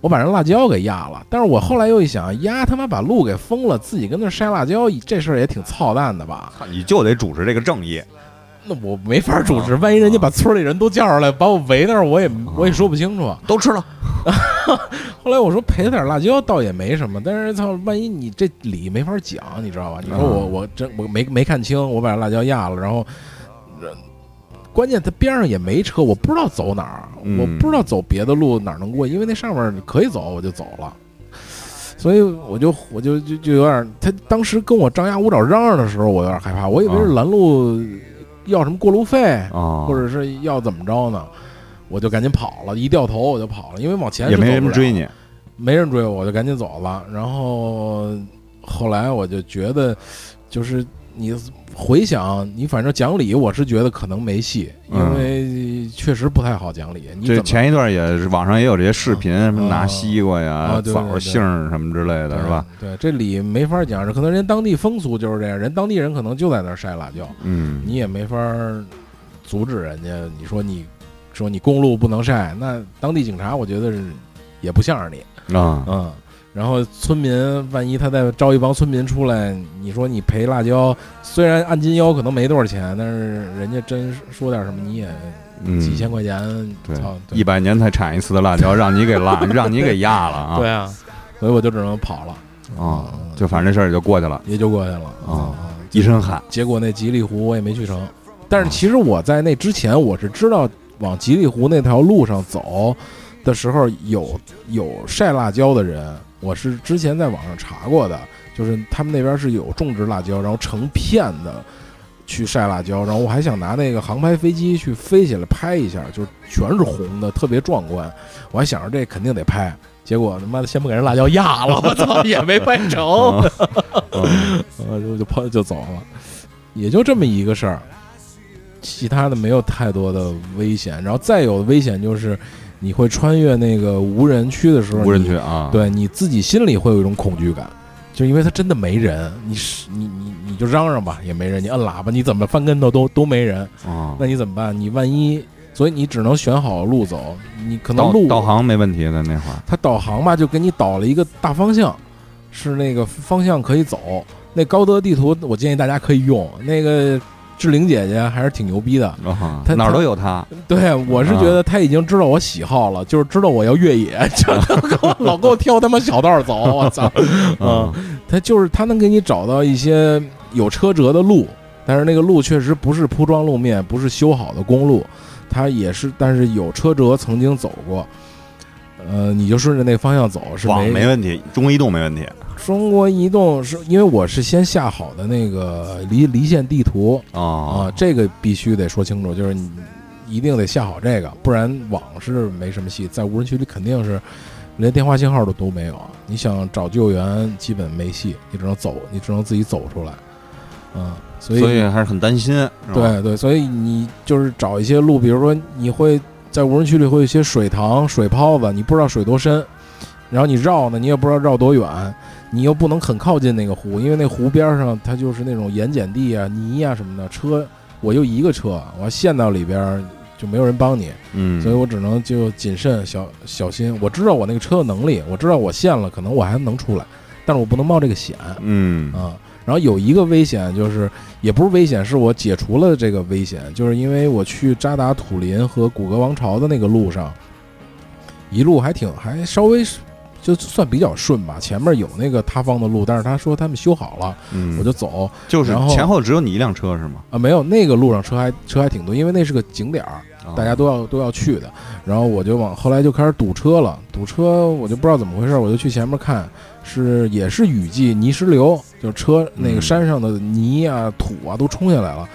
A: 我把人辣椒给压了。但是我后来又一想，压他妈把路给封了，自己跟那晒辣椒，这事儿也挺操蛋的吧？
B: 哦你就得主持这个正义，
A: 那我没法主持，万一人家把村里人都叫上来，把我围那儿，我也我也说不清楚。
B: 都吃了，
A: 后来我说赔他点辣椒倒也没什么，但是操，万一你这理没法讲，你知道吧？你说我我真我没没看清，我把辣椒压了，然后，呃关键它边上也没车，我不知道走哪儿，
B: 嗯
A: 我不知道走别的路哪儿能过，因为那上面你可以走，我就走了。所以我就我就就就有点儿，他当时跟我张牙舞爪嚷嚷的时候，我有点害怕，我以为是拦路要什么过路费，
B: 哦，
A: 或者是要怎么着呢，我就赶紧跑了，一掉头我就跑了，因为往前
B: 也
A: 是
B: 没
A: 走
B: 人
A: 不了
B: 追，你，
A: 没人追我，我就赶紧走了。然后后来我就觉得，就是你回想，你反正讲理，我是觉得可能没戏，因
B: 嗯
A: 为确实不太好讲理。你怎
B: 这
A: 么
B: 前一段也是网上也有这些视频，什么拿西瓜
A: 啊
B: 呀、
A: 对对
B: 枣
A: 对
B: 杏儿什么之类的，是吧？？
A: 对，这理没法讲，可能人当地风俗就是这样，人当地人可能就在那儿晒辣椒，
B: 嗯，
A: 你也没法儿阻止人家。你说你说你公路不能晒，那当地警察我觉得是也不向着你，
B: 啊，
A: 嗯。然后村民万一他再招一帮村民出来，你说你赔辣椒，虽然按斤腰可能没多少钱，但是人家真说点什么你也
B: 嗯，
A: 几千块钱，
B: 对
A: 操，啊对
B: 一百年才产一次的辣椒，让你 给辣，让你给压了啊！
A: 对啊，所以我就只能跑了，
B: 啊
A: 嗯，
B: 就反正这事儿也就过去了，
A: 也就过去了
B: 啊
A: 嗯
B: 一身汗。
A: 结果那吉利湖我也没去成。但是其实我在那之前，我是知道往吉利湖那条路上走的时候有有晒辣椒的人，我是之前在网上查过的，就是他们那边是有种植辣椒，然后成片的去晒辣椒，然后我还想拿那个航拍飞机去飞起来拍一下，就是全是红的，特别壮观。我还想着这肯定得拍，结果他妈的先不给人辣椒压了，我操，也没拍成。
B: 啊嗯
A: 呃，就就跑就走了，也就这么一个事儿，其他的没有太多的危险。然后再有的危险就是，你会穿越那个无人区的时候，
B: 无人
A: 你
B: 区啊，，
A: 对你自己心里会有一种恐惧感，就因为它真的没人，你是你你你就嚷嚷吧，也没人，你摁喇叭，你怎么翻跟头都都没人，
B: 啊，
A: 那你怎么办？你万一，所以你只能选好路走，你可能
B: 导
A: 路
B: 导航没问题的那会儿，
A: 它导航吧就给你导了一个大方向，是那个方向可以走。那高德地图我建议大家可以用，那个志玲姐姐还是挺牛逼的。
B: 啊
A: 他
B: 哪儿都有他，
A: 对我是觉得她已经知道我喜好了，就是知道我要越野， 就给我老给我挑他妈小道走，我操！
B: 啊
A: 她就是她能给你找到一些有车辙的路，但是那个路确实不是铺装路面，不是修好的公路，它也是，但是有车辙曾经走过。呃，你就顺着那方向走是
B: 网
A: 没
B: 没问题，中国移动没问题，
A: 中国移动是因为我是先下好的那个离离线地图啊，
B: 哦，
A: 这个必须得说清楚，就是你一定得下好这个，不然网是没什么戏，在无人区里肯定是连电话信号都都没有啊！你想找救援，基本没戏，你只能走，你只能自己走出来，嗯，所以
B: 所以还是很担心。是吧，
A: 对对，所以你就是找一些路，比如说你会在无人区里会有一些水塘、水泡子，你不知道水多深，然后你绕呢，你也不知道绕多远，你又不能很靠近那个湖，因为那湖边儿上它就是那种盐碱地啊、泥啊什么的，车我就一个车，我要陷到里边儿就没有人帮你，
B: 嗯，
A: 所以我只能就谨慎、小小心。我知道我那个车的能力，我知道我陷了，可能我还能出来，但是我不能冒这个险。
B: 嗯
A: 啊。然后有一个危险就是，也不是危险，是我解除了这个危险，就是因为我去扎达土林和古格王朝的那个路上，一路还挺还稍微是就算比较顺吧，前面有那个塌方的路，但是他说他们修好了，
B: 嗯，
A: 我就走
B: 就是
A: 然后
B: 前后只有你一辆车是吗？
A: 啊，没有那个路上车还车还挺多，因为那是个景点儿，
B: 啊
A: 大家都要都要去的。然后我就往后来就开始堵车了，堵车我就不知道怎么回事，我就去前面看，是也是雨季泥石流，就是车那个
B: 嗯
A: 山上的泥啊土啊都冲下来了，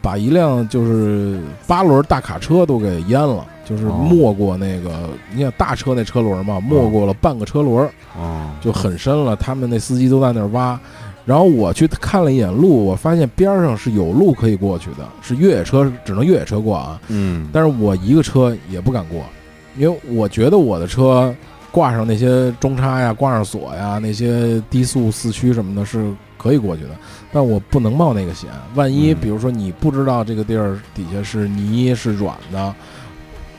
A: 把一辆就是八轮大卡车都给淹了，就是
B: 哦
A: 没过那个、你想大车那车轮嘛，没过了半个车轮，
B: 哦，
A: 就很深了，他们那司机都在那儿挖。然后我去看了一眼路，我发现边儿上是有路可以过去的，是越野车，只能越野车过啊。
B: 嗯，
A: 但是我一个车也不敢过，因为我觉得我的车挂上那些中叉呀、挂上锁呀、那些低速四驱什么的是可以过去的，但我不能冒那个险。万一
B: 嗯
A: 比如说你不知道这个地儿底下是泥是软的，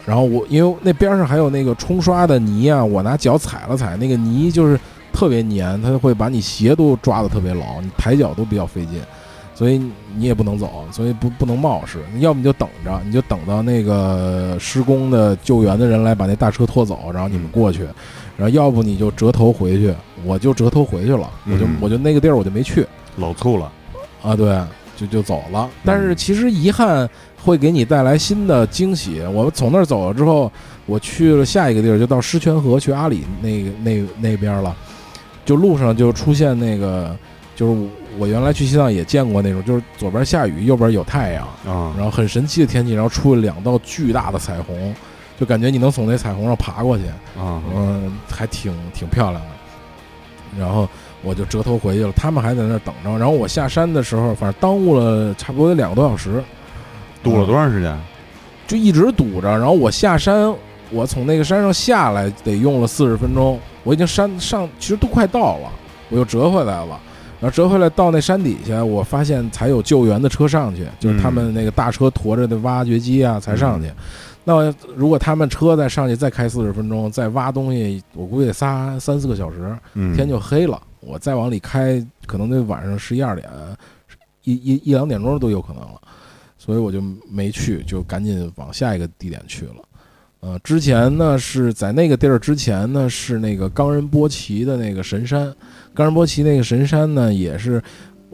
A: 然后我因为那边上还有那个冲刷的泥啊，我拿脚踩了踩，那个泥就是特别粘，它会把你鞋都抓得特别牢，你抬脚都比较费劲。所以你也不能走，所以不不能冒失，要么你就等着，你就等到那个施工的救援的人来把那大车拖走，然后你们过去，然后要不你就折头回去，我就折头回去了，我就
B: 嗯
A: 我就那个地儿我就没去
B: 老醋了，
A: 啊，对，就就走了。但是其实遗憾会给你带来新的惊喜。我从那儿走了之后，我去了下一个地儿，就到狮泉河去阿里那个那那边了，就路上就出现那个，就是我我原来去西藏也见过那种，就是左边下雨，右边有太阳，
B: 啊，
A: 然后很神奇的天气，然后出了两道巨大的彩虹，就感觉你能从那彩虹上爬过去。
B: 啊，
A: 嗯，还挺挺漂亮的。然后我就折头回去了，他们还在那儿等着。然后我下山的时候，反正耽误了差不多得两个多小时，
B: 堵了多长时间？
A: 就一直堵着。然后我下山，我从那个山上下来得用了四十分钟，我已经山上其实都快到了，我又折回来了。然后折回来到那山底下，我发现才有救援的车上去，就是他们那个大车驮着的挖掘机啊才上去。那如果他们车再上去再开四十分钟，再挖东西，我估计得仨三四个小时。
B: 嗯，
A: 天就黑了，我再往里开，可能得晚上十一二点，一一一两点钟都有可能了，所以我就没去，就赶紧往下一个地点去了。呃，之前呢是在那个地儿之前呢是那个冈仁波齐的那个神山，冈仁波齐那个神山呢也是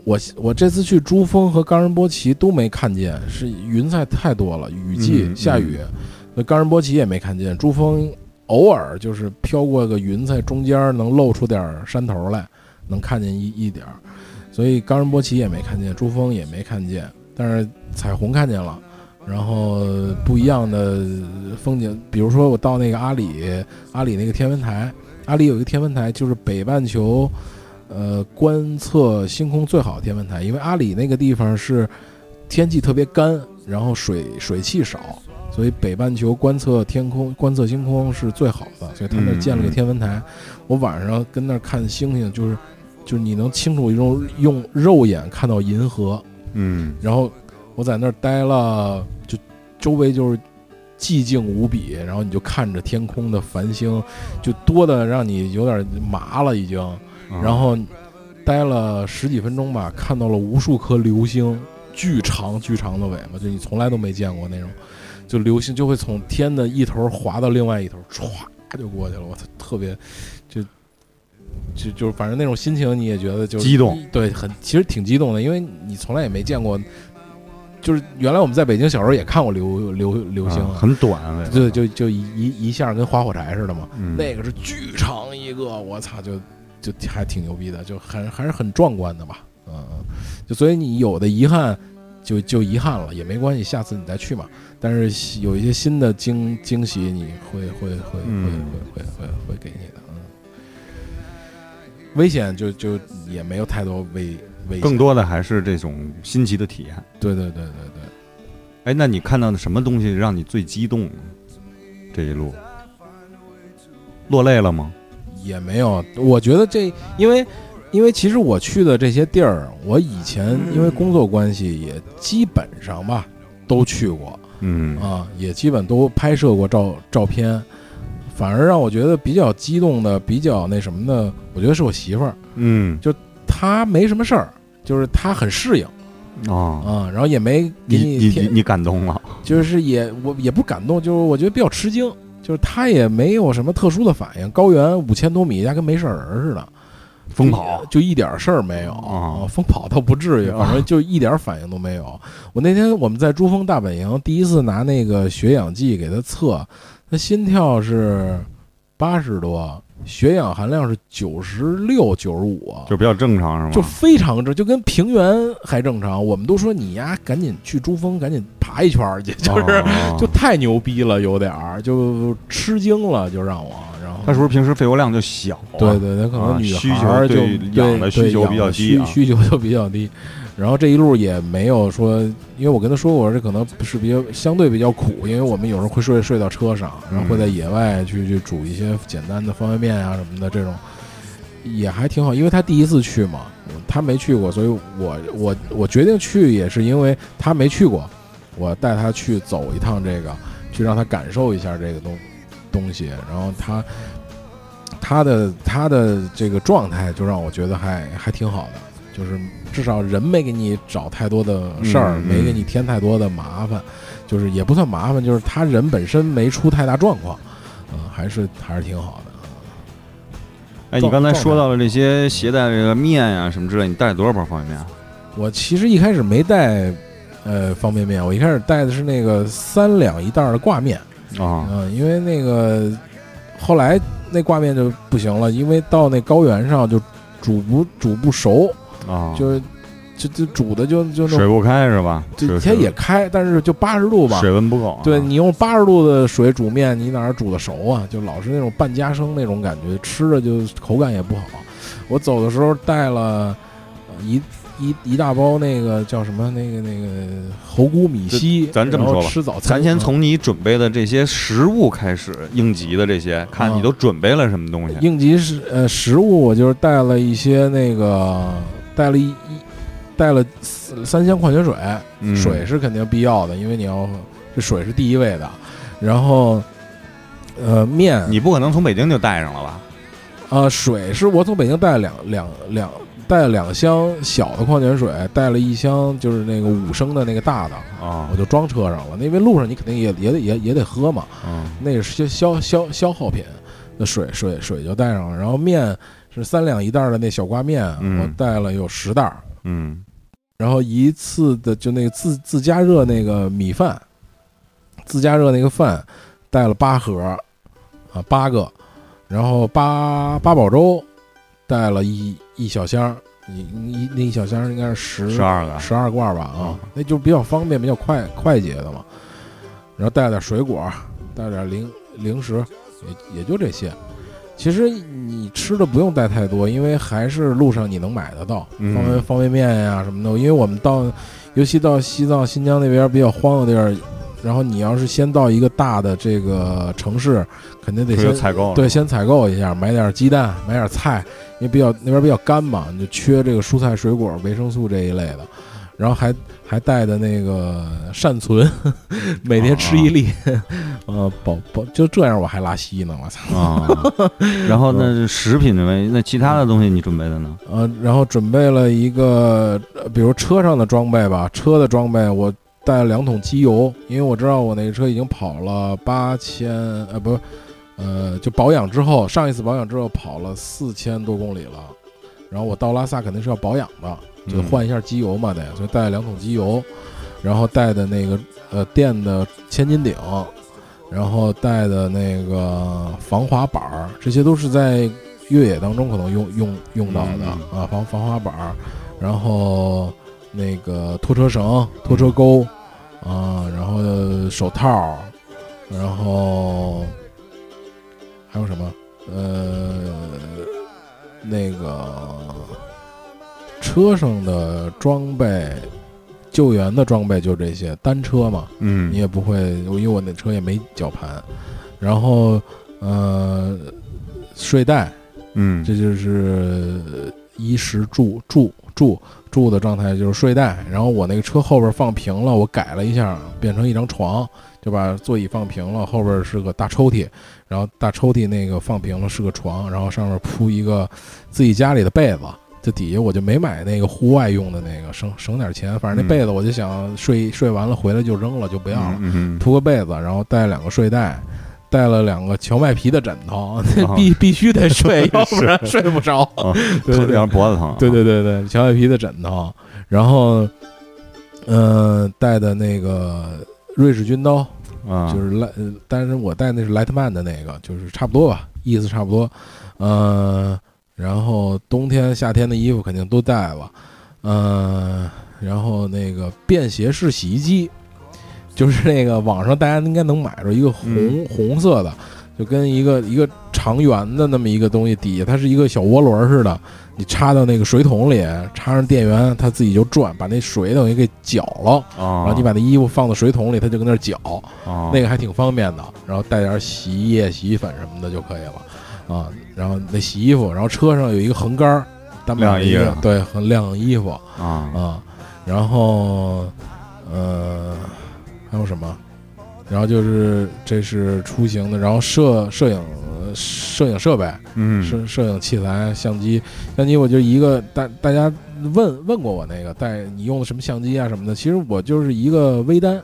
A: 我我这次去珠峰和冈仁波齐都没看见，是云彩太多了，雨季、
B: 嗯
A: 下雨，那冈仁波齐也没看见，珠峰偶尔就是飘过个云彩，中间能露出点儿山头来，能看见一一点儿，所以冈仁波齐也没看见，珠峰也没看见，但是彩虹看见了。然后不一样的风景，比如说我到那个阿里，阿里那个天文台，阿里有一个天文台，就是北半球，呃，观测星空最好的天文台，因为阿里那个地方是天气特别干，然后水水汽少，所以北半球观测天空、观测星空是最好的，所以他那儿建了个天文台。我晚上跟那儿看星星，就是就是你能清楚用用肉眼看到银河，
B: 嗯
A: 然后我在那儿待了，就周围就是寂静无比，然后你就看着天空的繁星，就多的让你有点麻了已经。
B: 啊
A: 然后待了十几分钟吧，看到了无数颗流星，巨长巨长的尾巴，就你从来都没见过那种，就流星就会从天的一头滑到另外一头，唰就过去了。我操，特别就就就反正那种心情你也觉得就是
B: 激动，
A: 对，很其实挺激动的，因为你从来也没见过，就是原来我们在北京小时候也看过流流流星
B: 啊
A: 啊，
B: 很短，尾巴
A: 对，就就一一一下跟划火柴似的嘛。
B: 嗯
A: 那个是巨长一个，我操，就就嗯还挺牛逼的，就还还是很壮观的吧，嗯，就所以你有的遗憾，就就遗憾了，也没关系，下次你再去嘛。但是有一些新的惊惊喜，你会会会会
B: 嗯
A: 会会会会给你的。嗯，危险就就也没有太多危危险，
B: 更多的还是这种新奇的体验。
A: 对对对对对，
B: 哎，那你看到的什么东西让你最激动呢？这一路落泪了吗？
A: 也没有。我觉得这因为因为其实我去的这些地儿，我以前
B: 嗯
A: 因为工作关系也基本上吧都去过，
B: 嗯
A: 啊，也基本都拍摄过照照片。反而让我觉得比较激动的、比较那什么的，我觉得是我媳妇儿，
B: 嗯
A: 她没什么事儿，就是她很适应
B: 哦，
A: 啊，然后也没给
B: 你你你
A: 添，哦
B: 你感动了，
A: 就是也我也不感动，就是我觉得比较吃惊，就是她也没有什么特殊的反应，高原五千多米，压跟没事儿人似的，
B: 疯跑
A: 就一点事儿没有
B: 啊
A: 啊，疯跑倒不至于，
B: 啊
A: 反正就一点反应都没有。我那天我们在珠峰大本营第一次拿那个血氧计给他测，他心跳是八十多，血氧含量是九十六、九十五，
B: 就比较正常是
A: 就
B: 吗？
A: 非常正，就跟平原还正常。我们都说你呀，赶紧去珠峰，赶紧爬一圈儿去， 就是
B: 哦
A: 就太牛逼了，有点儿就吃惊了，就让我。然后
B: 他是不是平时肺活量就小啊？
A: 对对，对，可
B: 啊
A: 能女
B: 需
A: 孩
B: 求
A: 儿就
B: 对氧
A: 对
B: 的需求
A: 氧
B: 比较
A: 的
B: 低啊
A: 需需求就比较低。然后这一路也没有说，因为我跟他说过，这可能是比较相对比较苦，因为我们有时候会睡睡到车上，然后会在野外去去煮一些简单的方便面啊什么的，这种也还挺好。因为他第一次去嘛，嗯他没去过，所以我我我决定去也是因为他没去过，我带他去走一趟这个，去让他感受一下这个东东西，然后他他的他的这个状态就让我觉得还还挺好的，就是至少人没给你找太多的事儿，
B: 嗯嗯
A: 没给你添太多的麻烦，就是也不算麻烦，就是他人本身没出太大状况，嗯、还是还是挺好的。
B: 哎，你刚才说到了这些携带这个面呀、什么之类，你带了多少包方便面啊？
A: 我其实一开始没带呃方便面，我一开始带的是那个三两一袋儿的挂面。
B: 啊，
A: 嗯，因为那个后来那挂面就不行了，因为到那高原上就煮不煮不熟，
B: 啊，
A: 就是就就煮的就就
B: 水
A: 那
B: 不开是吧？
A: 就
B: 水
A: 它也开，但是就八十度吧。
B: 水温不够、啊。
A: 对你用八十度的水煮面，你哪儿煮的熟啊？就老是那种半夹生那种感觉，吃着就口感也不好。我走的时候带了呃一一一大包那个叫什么那个那个猴菇米稀，
B: 咱咱这么
A: 然后
B: 说吧
A: 吃早餐啊
B: 咱先从你准备的这些食物开始，应急的这些，看你都准备了什么东西。
A: 嗯应急食呃食物，我就是带了一些那个，带了一一带了四三箱矿泉水，
B: 嗯
A: 水是肯定必要的，因为你要这水是第一位的。然后，呃，面
B: 你不可能从北京就带上了吧？
A: 呃水是我从北京带了两两两带了两箱小的矿泉水，带了一箱就是那个五升的那个大的，
B: 啊
A: 我，就装车上了。因为路上你肯定也也得也也得喝嘛，
B: 嗯，
A: 那是消消消消耗品，那水水水就带上了，然后面是三两一袋儿的那小挂面，
B: 嗯
A: 我带了有十袋儿，
B: 嗯，
A: 然后一次的就那个自自加热那个米饭，自加热那个饭带了八盒，啊八个，然后八八宝粥带了一一小箱儿，一一那一小箱儿应该是十
B: 十二个，
A: 十二罐吧
B: 嗯
A: 啊，那就比较方便，比较快快捷的嘛。然后带点水果，带点零零食，也也就这些。其实你吃的不用带太多，因为还是路上你能买得到
B: 嗯
A: 方便方便面呀、什么的。因为我们到，尤其到西藏、新疆那边比较荒的地儿，然后你要是先到一个大的这个城市，肯定得
B: 就
A: 先
B: 采购了。
A: 对，先采购一下，买点鸡蛋，买点菜，因为比较那边比较干嘛，你就缺这个蔬菜、水果、维生素这一类的。然后还还带的那个善存， 每天吃一粒， 呃，保保就这样我还拉稀呢，我操！
B: 啊，然后呢，食品准备，那其他的东西你准备的呢？
A: 呃，然后准备了一个，呃比如车上的装备吧，车的装备我带了两桶机油，因为我知道我那个车已经跑了八千，呃，不是，呃，就保养之后，上一次保养之后跑了四千多公里了，然后我到拉萨肯定是要保养的，就
B: 嗯
A: 换一下机油嘛得，所以带了两桶机油，然后带的那个呃电的千斤顶，然后带的那个防滑板儿，这些都是在越野当中可能用用用到的
B: 嗯
A: 啊，防防滑板儿，然后那个拖车绳、拖车钩啊，然后手套，然后还有什么？呃，那个车上的装备。救援的装备就这些，单车嘛，
B: 嗯
A: 你也不会，因为我那车也没绞盘，然后呃，睡袋，
B: 嗯
A: 这就是呃衣食住住住住的状态，就是睡袋。然后我那个车后边放平了，我改了一下，变成一张床，就把座椅放平了，后边是个大抽屉，然后大抽屉那个放平了是个床，然后上面铺一个自己家里的被子。这底下我就没买那个户外用的那个，省省点钱。反正那被子我就想睡睡完了回来就扔了，就不要了。
B: 嗯嗯
A: 铺个被子，然后带两个睡袋，带了两个荞麦皮的枕头，
B: 啊
A: 那必必须 得睡，要不然睡不着。
B: 啊
A: 对
B: 嗯，
A: 对
B: 让脖子疼，
A: 对对对对，荞麦皮的枕头，然后，呃，带的那个瑞士军刀，
B: 啊，
A: 就是莱，呃但是我带那是莱特曼的那个，就是差不多吧，意思差不多。呃，然后冬天、夏天的衣服肯定都带了，呃，然后那个便携式洗衣机，就是那个网上大家应该能买着一个红、
B: 嗯
A: 红色的，就跟一个一个长圆的那么一个东西，底下它是一个小涡轮似的，你插到那个水桶里，插上电源，它自己就转，把那水等于给搅了。
B: 啊，
A: 然后你把那衣服放到水桶里，它就跟那儿搅，
B: 啊
A: 那个还挺方便的，然后带点洗衣液、洗衣粉什么的就可以了，啊，然后那洗衣服，然后车上有一个横杆儿，单买了一
B: 晾
A: 个
B: 衣服
A: 对，很晾衣服
B: 啊
A: 啊，然后呃还有什么？然后就是这是出行的，然后摄摄影摄影设备，
B: 嗯
A: 摄摄影器材、相机，相机我就一个大大家问问过我那个，带你用的什么相机啊什么的，其实我就是一个微单，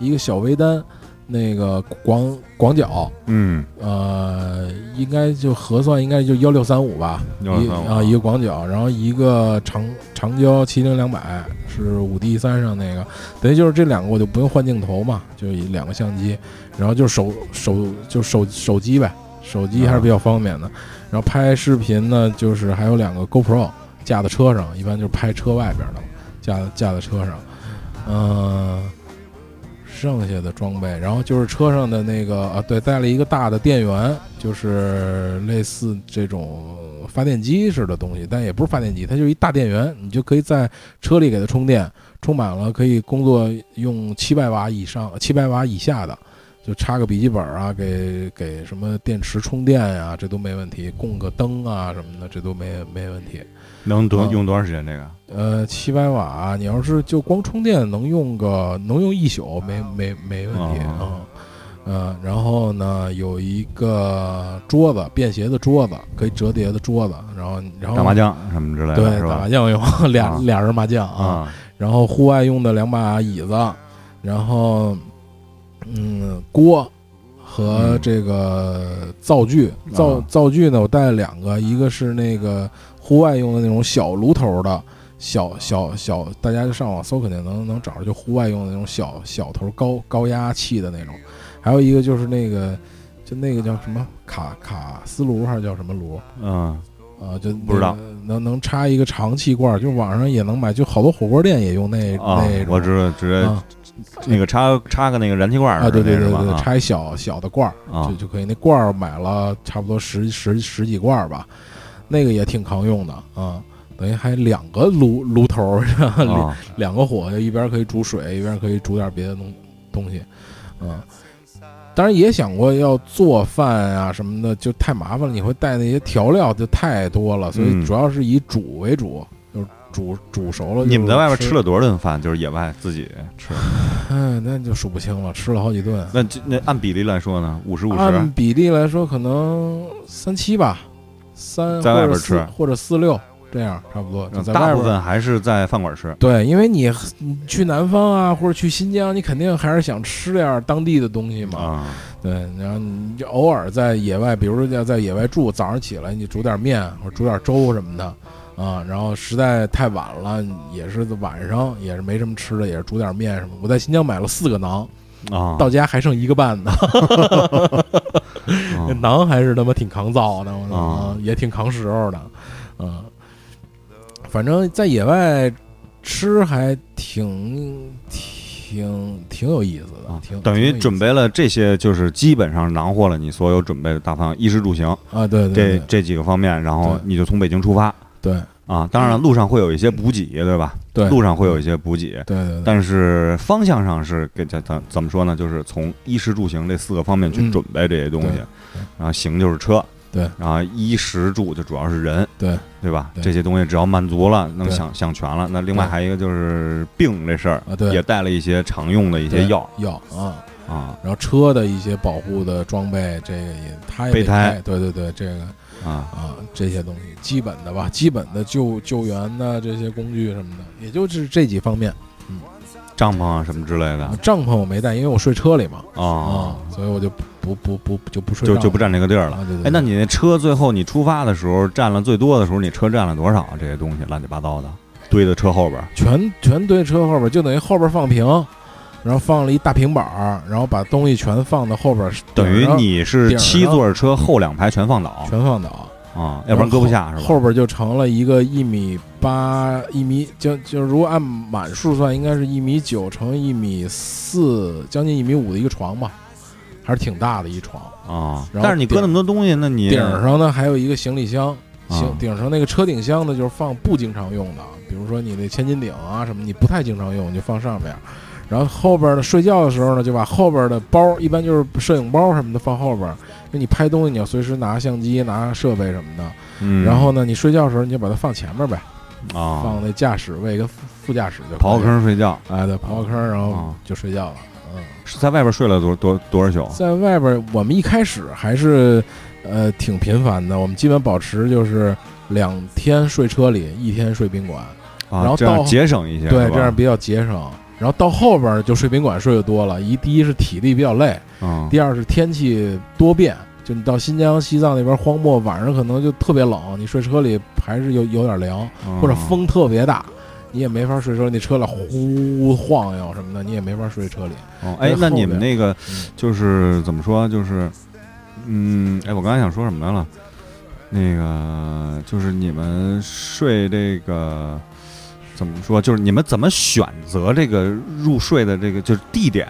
A: 一个小微单，那个广广角，
B: 嗯
A: 呃，应该就核算应该就幺六三五吧，
B: 16335
A: 一啊一个广角，然后一个长长焦七零两百是五 D 三上那个，等于就是这两个我就不用换镜头嘛，就一两个相机，然后就手手就手手机呗，手机还是比较方便的。然后拍视频呢，就是还有两个 GoPro 架在车上，一般就是拍车外边的，架架在车上，嗯、剩下的装备，然后就是车上的那个啊，对，带了一个大的电源，就是类似这种发电机似的东西，但也不是发电机，它就是一大电源，你就可以在车里给它充电，充满了可以工作用七百瓦以上、七百瓦以下的，就插个笔记本啊，给给什么电池充电呀、这都没问题，供个灯啊什么的，这都没没问题。
B: 能多
A: 啊
B: 用多长时间这个？
A: 呃，七百瓦，你要是就光充电能用个能用一宿，
B: 啊
A: 没没没问题啊、
B: 哦
A: 嗯。呃，然后呢，有一个桌子，便携的桌子，可以折叠的桌子，然后然后
B: 打麻将什么之类的
A: 对
B: 是
A: 打麻
B: 吧？
A: 将用俩、
B: 啊
A: 俩人麻将啊，
B: 啊
A: 然后户外用的两把椅子，然后嗯锅和
B: 嗯
A: 这个灶具，灶
B: 啊
A: 灶具呢我带了两个，一个是那个户外用的那种小炉头的。小小小，大家就上网搜，肯定能能找着，就户外用的那种小小头高高压气的那种。还有一个就是那个，就那个叫什么卡卡斯炉还是叫什么炉？
B: 嗯
A: 啊，就
B: 不知道
A: 那个能能插一个长气罐，就网上也能买，就好多火锅店也用那、
B: 啊
A: 那，种
B: 我知道，直接
A: 啊
B: 那个插插个那个燃气罐儿
A: 啊，对对
B: 那
A: 对
B: 是吧
A: 对，
B: 啊
A: 插一小小的罐儿、
B: 啊
A: 就就可以。那罐儿买了差不多十十十几罐儿吧，那个也挺扛用的啊。等于还两个炉炉头儿， 两
B: 啊
A: 两个火，就一边可以煮水，一边可以煮点别的东东西，嗯。当然也想过要做饭啊什么的，就太麻烦了。你会带那些调料就太多了，所以
B: 嗯
A: 主要是以煮为主，就是煮煮熟了。
B: 你们在外边吃
A: 了，
B: 了多少顿饭？就是野外自己吃，
A: 哎，那就数不清了，吃了好几顿。
B: 那啊这那按比例来说呢，五十五
A: 按
B: 十
A: 比例来说，可能三七吧，三
B: 在
A: 或
B: 外
A: 者
B: 边
A: 四
B: 吃嗯
A: 或者四六这样差不多，就，在
B: 大
A: 外
B: 部
A: 边啊
B: 分还是在饭馆吃。
A: 对，因为你你去南方啊，或者去新疆，你肯定还是想吃点儿当地的东西嘛。
B: 啊，
A: 对，然后你就偶尔在野外，比如说要在野外住，早上起来你煮点面或者煮点粥什么的，啊，然后实在太晚了，也是晚上也是没什么吃的，也是煮点面什么。我在新疆买了四个馕，
B: 啊，
A: 到家还剩一个半 呢，
B: 啊
A: 馕还是他妈挺抗造的，我操
B: 啊
A: 啊，也挺扛时嗯候的，嗯、反正在野外吃还挺挺挺挺有意思的，
B: 啊
A: 挺
B: 等
A: 挺
B: 于
A: 有意思
B: 准备了这些，就是基本上囊括了你所有准备的大方向，衣食住行
A: 啊，对
B: 这
A: 对
B: 这几个方面，然后
A: 对
B: 你就从北京出发
A: 对
B: 啊。当然了，路上会有一些补给，对吧？
A: 对，
B: 路上会有一些补给，
A: 对对对
B: 但是方向上是给咱咱怎么说呢？就是从衣食住行这四个方面去
A: 嗯
B: 准备这些东西
A: 对对，
B: 然后行就是车，
A: 对，
B: 然后衣食住就主要是人，
A: 对
B: 对吧？
A: 对
B: 这些东西只要满足了，能
A: 对
B: 想想全了。那另外
A: 对
B: 还有一个就是病这事儿，
A: 啊，对
B: 也带了一些常用的一些
A: 对
B: 药
A: 药啊，
B: 啊
A: 然后车的一些保护的装备，这个也他也
B: 备
A: 得
B: 胎
A: 开，对对对，这个
B: 啊，
A: 啊这些东西基本的吧，基本的救救援的这些工具什么的，也就是这几方面。
B: 帐篷啊什么之类的
A: 帐篷我没带，因为我睡车里嘛，
B: 啊
A: 啊，，所以我就不不不不就不睡
B: 就
A: 帐
B: 就不
A: 篷
B: 占这个地儿了。
A: 啊，对对。
B: 哎，
A: 对
B: 那你那车最后你出发的时候占了最多的时候，你车占了多少啊？这些东西乱七八糟的堆在车后边儿
A: 全全堆车后边儿，就等于后边儿放平，然后放了一大平板儿，然后把东西全放到后边儿，
B: 等于
A: 顶上
B: 你是
A: 顶上
B: 七座车后两排全放倒
A: 全放倒，
B: 啊，要不然搁不下是吧？
A: 后边儿就成了一个一米八一米，就就如果按满数算，应该是一米九乘一米四，将近一米五的一个床吧，还是挺大的一床。
B: 啊，
A: 然后
B: 但是你搁那么多东西，那你
A: 顶上呢还有一个行李箱，
B: 啊
A: 行顶上那个车顶箱呢就是放不经常用的，比如说你那千斤顶啊什么，你不太经常用，你就放上面。然后后边呢睡觉的时候呢，就把后边的包，一般就是摄影包什么的放后边，因为你拍东西你要随时拿相机、拿设备什么的。
B: 嗯，
A: 然后呢，你睡觉的时候你就把它放前面呗，
B: 啊
A: 放，那驾驶位跟副副驾驶就可以
B: 刨个。坑睡觉，
A: 哎，对，刨个坑，然后
B: 啊哦
A: 就睡觉了。嗯。
B: 是在外边睡了多多多少宿？
A: 在外边儿，我们一开始还是呃挺频繁的，我们基本保持就是两天睡车里，一天睡宾馆，
B: 啊，
A: 然后
B: 这样
A: 到
B: 节省一些，
A: 对
B: 是，吧
A: 这样比较节省。然后到后边儿就睡宾馆睡得多了，一第一是体力比较累，
B: 嗯
A: 第二是天气多变，就你到新疆、西藏那边荒漠，晚上可能就特别冷，你睡车里还是有有点凉，
B: 嗯
A: 或者风特别大。你也没法睡车，你车里呼晃悠什么的，你也没法睡车里。
B: 哦，哎
A: 在，
B: 那
A: 后
B: 你
A: 边
B: 们那个
A: 嗯
B: 就是怎么说？就是，嗯，哎，我刚才想说什么来了？那个就是你们睡这个怎么说？就是你们怎么选择这个入睡的这个就是地点？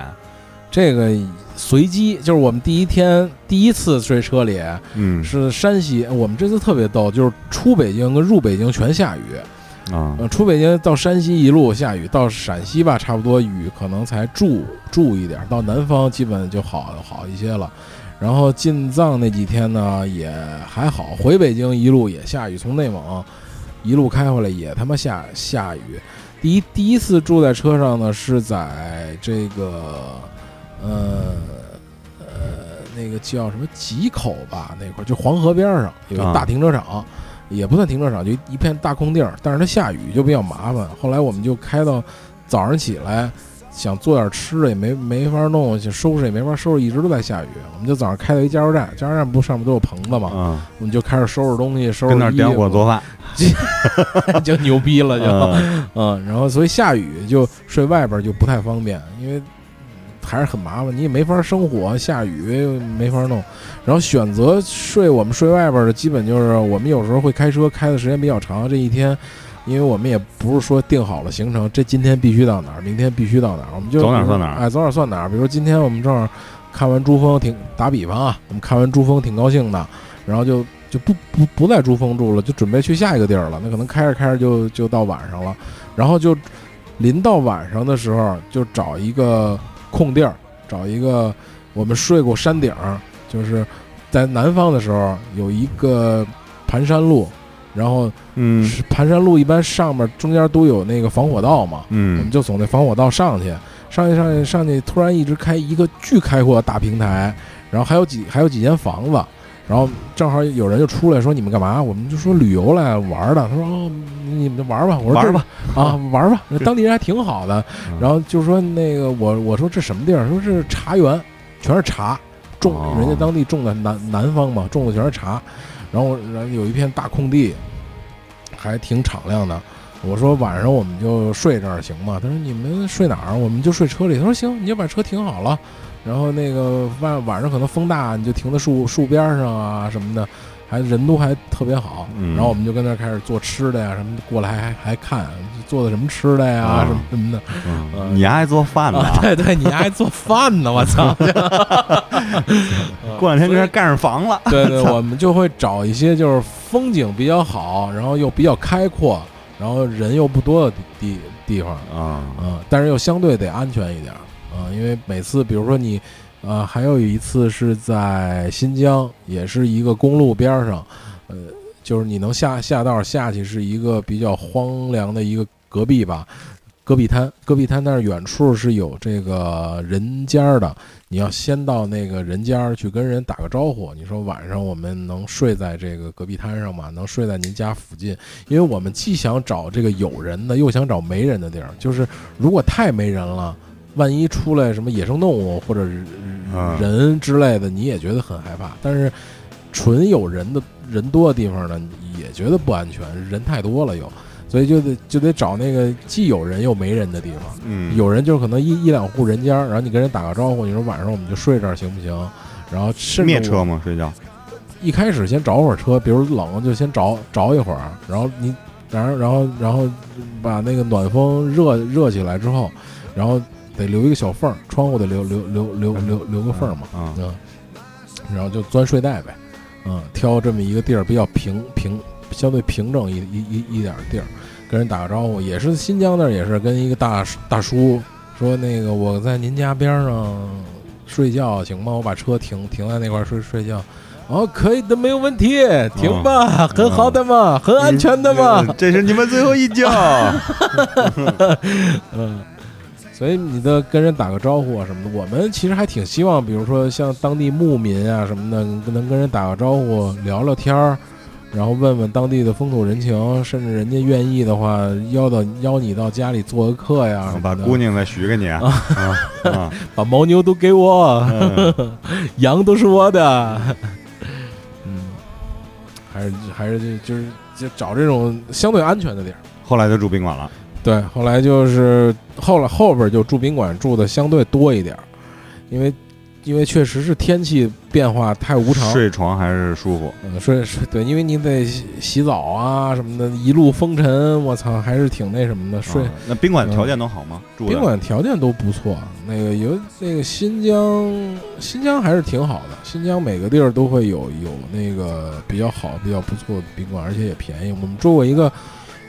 A: 这个随机，就是我们第一天第一次睡车里
B: 嗯
A: 是山西，我们这次特别逗，就是出北京跟入北京全下雨，
B: 啊
A: 呃，出北京到山西一路下雨，到陕西吧差不多雨可能才住住一点，到南方基本就好好一些了。然后进藏那几天呢也还好，回北京一路也下雨，从内蒙一路开回来也他妈下下雨。第一第一次住在车上呢是在这个呃呃那个叫什么吉口吧那块儿，就黄河边儿上有
B: 啊
A: 一大停车场。也不算停车场，就一片大空地儿，但是它下雨就比较麻烦。后来我们就开到早上起来，想做点吃的也没没法弄，想收拾也没法收拾，一直都在下雨。我们就早上开到一加油站，加油站不上面都有棚子嘛，
B: 啊，
A: 我们就开始收拾东西，收拾
B: 跟那儿 点火做饭，
A: 衣服就牛逼了就，
B: 嗯
A: 嗯，然后所以下雨就睡外边就不太方便，因为嗯还是很麻烦，你也没法生火，下雨没法弄。然后选择睡我们睡外边的，基本就是我们有时候会开车，开的时间比较长，这一天。因为我们也不是说定好了行程，这今天必须到哪儿，明天必须到哪儿，我们就
B: 走哪儿算哪儿
A: 哎，走哪儿算哪儿。比如说今天我们正好看完珠峰挺，打比方啊，我们看完珠峰挺高兴的，然后就就不不不在珠峰住了，就准备去下一个地儿了。那可能开着开着就就到晚上了，然后就临到晚上的时候，就找一个空地儿，找一个我们睡过山顶儿，就是在南方的时候有一个盘山路，然后
B: 嗯
A: 是盘山路一般上面中间都有那个防火道嘛，我们
B: 嗯
A: 就从那防火道上去，上去上去上去，突然一直开一个巨开阔的大平台，然后还有几还有几间房子，然后正好有人就出来说你们干嘛？我们就说旅游来玩儿的。他说哦，你们就玩儿吧。我说
B: 玩儿
A: 这
B: 吧
A: 啊，玩儿吧，当地人还挺好的
B: 嗯。
A: 然后就说那个我我说这什么地儿？说是茶园，全是茶，种
B: 哦
A: 人家当地种的南南方嘛，种的全是茶。然后然后有一片大空地，还挺敞亮的。我说晚上我们就睡这儿行吗？他说你们睡哪儿？我们就睡车里。他说行，你就把车停好了。然后那个晚晚上可能风大，你就停在树树边上啊什么的。还人都还特别好。
B: 嗯
A: 然后我们就跟那儿开始做吃的呀什么的，过来还还还看做的什么吃的呀、
B: 啊
A: 什么什么的。
B: 嗯你还爱做饭呢？
A: 啊，对 对，你还做饭呢，我操！
B: 过两天就
A: 所以
B: 是盖上房了。
A: 对对，我们就会找一些就是风景比较好，然后又比较开阔，然后人又不多的地地地方，
B: 啊
A: 嗯，但是又相对得安全一点，啊，因为每次比如说你，呃，还有一次是在新疆，也是一个公路边儿上，呃，就是你能下下道下去是一个比较荒凉的一个戈壁吧。戈壁滩，戈壁滩，但是远处是有这个人家儿的，你要先到那个人家儿去跟人打个招呼。你说晚上我们能睡在这个戈壁滩上吗？能睡在您家附近？因为我们既想找这个有人的，又想找没人的地儿。就是如果太没人了，万一出来什么野生动物或者是
B: 啊
A: 人之类的，你也觉得很害怕。但是纯有人的人多的地方呢，也觉得不安全，人太多了又，所以就得就得找那个既有人又没人的地方。
B: 嗯，
A: 有人就是可能一一两户人家，然后你跟人打个招呼，你说晚上我们就睡这儿行不行？然后甚至
B: 灭
A: 我
B: 车吗？睡觉？
A: 一开始先找会儿车，比如冷就先找找一会儿，啊然后你，然后然后然后把那个暖风热热起来之后，然后得留一个小缝儿，窗户得留留留留留留个缝儿嘛，
B: 啊
A: 嗯，然后就钻睡袋呗，嗯，挑这么一个地儿比较平平，相对平整一一一一点儿地儿，跟人打个招呼，也是新疆那儿也是跟一个大叔大叔说那个我在您家边上睡觉行吗？我把车停停在那块儿睡睡觉。哦，可以的，没有问题，停吧，很好的嘛，很安全的嘛，
B: 这是你们最后一 觉。
A: 嗯，所以你的跟人打个招呼啊什么的，我们其实还挺希望，比如说像当地牧民啊什么的，能跟人打个招呼，聊聊天儿，然后问问当地的风土人情，甚至人家愿意的话，邀到邀你到家里做个客呀什么的，
B: 嗯把姑娘再许给 你啊啊！
A: 把牦牛都给我，
B: 嗯
A: 羊都是我的，嗯，还是还是就就是就找这种相对安全的地儿。
B: 后来就住宾馆了。
A: 对，后来就是后来后边就住宾馆住的相对多一点，儿，因为因为确实是天气变化太无常。
B: 睡床还是舒服。
A: 嗯，睡睡对，因为你得洗洗澡啊什么的，一路风尘，我操，还是挺那什么的。睡、
B: 啊那宾馆条件能好吗？住的
A: 宾馆条件都不错，那个有那个新疆，新疆还是挺好的。新疆每个地儿都会有有那个比较好、比较不错的宾馆，而且也便宜。我们住过一个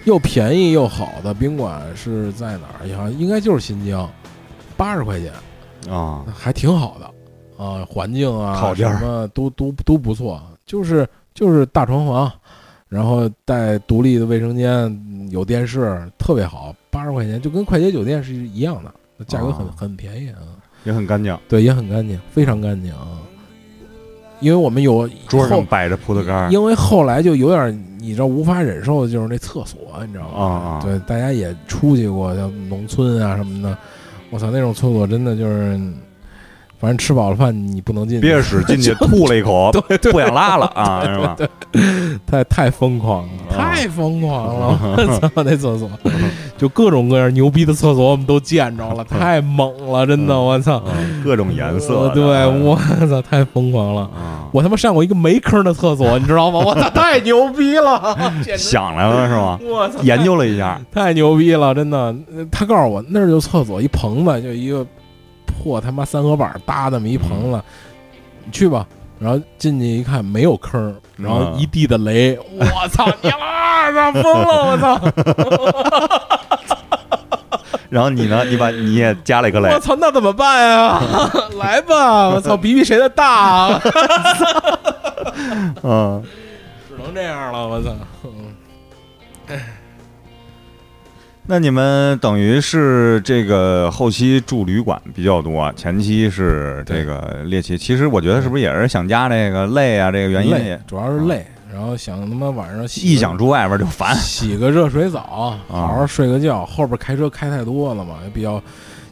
A: 又便宜又好的宾馆是在哪儿？好像应该就是新疆，八十块钱，
B: 啊，
A: 还挺好的啊、环境啊，
B: 靠
A: 什
B: 垫儿
A: 么都都都不错，就是就是大床房，然后带独立的卫生间，嗯有电视，特别好，八十块钱就跟快捷酒店是一样的，价格很、
B: 哦
A: 很便宜啊，
B: 也很干净，
A: 对，也很干净，非常干净啊。因为我们有
B: 桌上
A: 后
B: 摆着葡萄干儿。
A: 因为后来就有点你知道无法忍受的就是那厕所，你知道吗？
B: 啊啊
A: 对，大家也出去过，像农村啊什么的，我操，那种厕所真的就是，反正吃饱了饭你不能进去，
B: 憋着屎进去吐了一口，不想拉了啊，是吧？
A: 太太疯狂了，
B: 啊
A: 太疯狂了！我操，那厕所就各种各样牛逼的厕所我们都见着 了，太猛了，真的，
B: 嗯
A: 我操！
B: 嗯各种颜色
A: 呃
B: 的，
A: 对，我操，太疯狂了。
B: 啊
A: 我他妈上过一个没坑的厕所，你知道吗？ 我操，太牛逼了！ 简直
B: 想来了是吗？
A: 我操，
B: 研究了一下，
A: 太牛逼了，真的。呃他告诉我那儿就厕所，一棚子，就一个破他妈三合板搭那么一棚子，你去吧。然后进去一看没有坑儿，然后一地的雷，我操你妈的，疯了！我 操，
B: 然后你呢？你把你也加了一个雷
A: 我，操，那怎么办呀？ 来吧， 我操，比比谁的大啊，
B: 嗯，
A: 只能这样了，我操。嗯
B: 那你们等于是这个后期住旅馆比较多，啊前期是这个猎奇。其实我觉得是不是也是想家这个累啊，这个原因
A: 累
B: 也
A: 主要是累，然后想他妈晚上洗
B: 一
A: 个
B: 想住外边就烦。
A: 洗个热水澡，好好睡个觉。后边开车开太多了嘛，也比较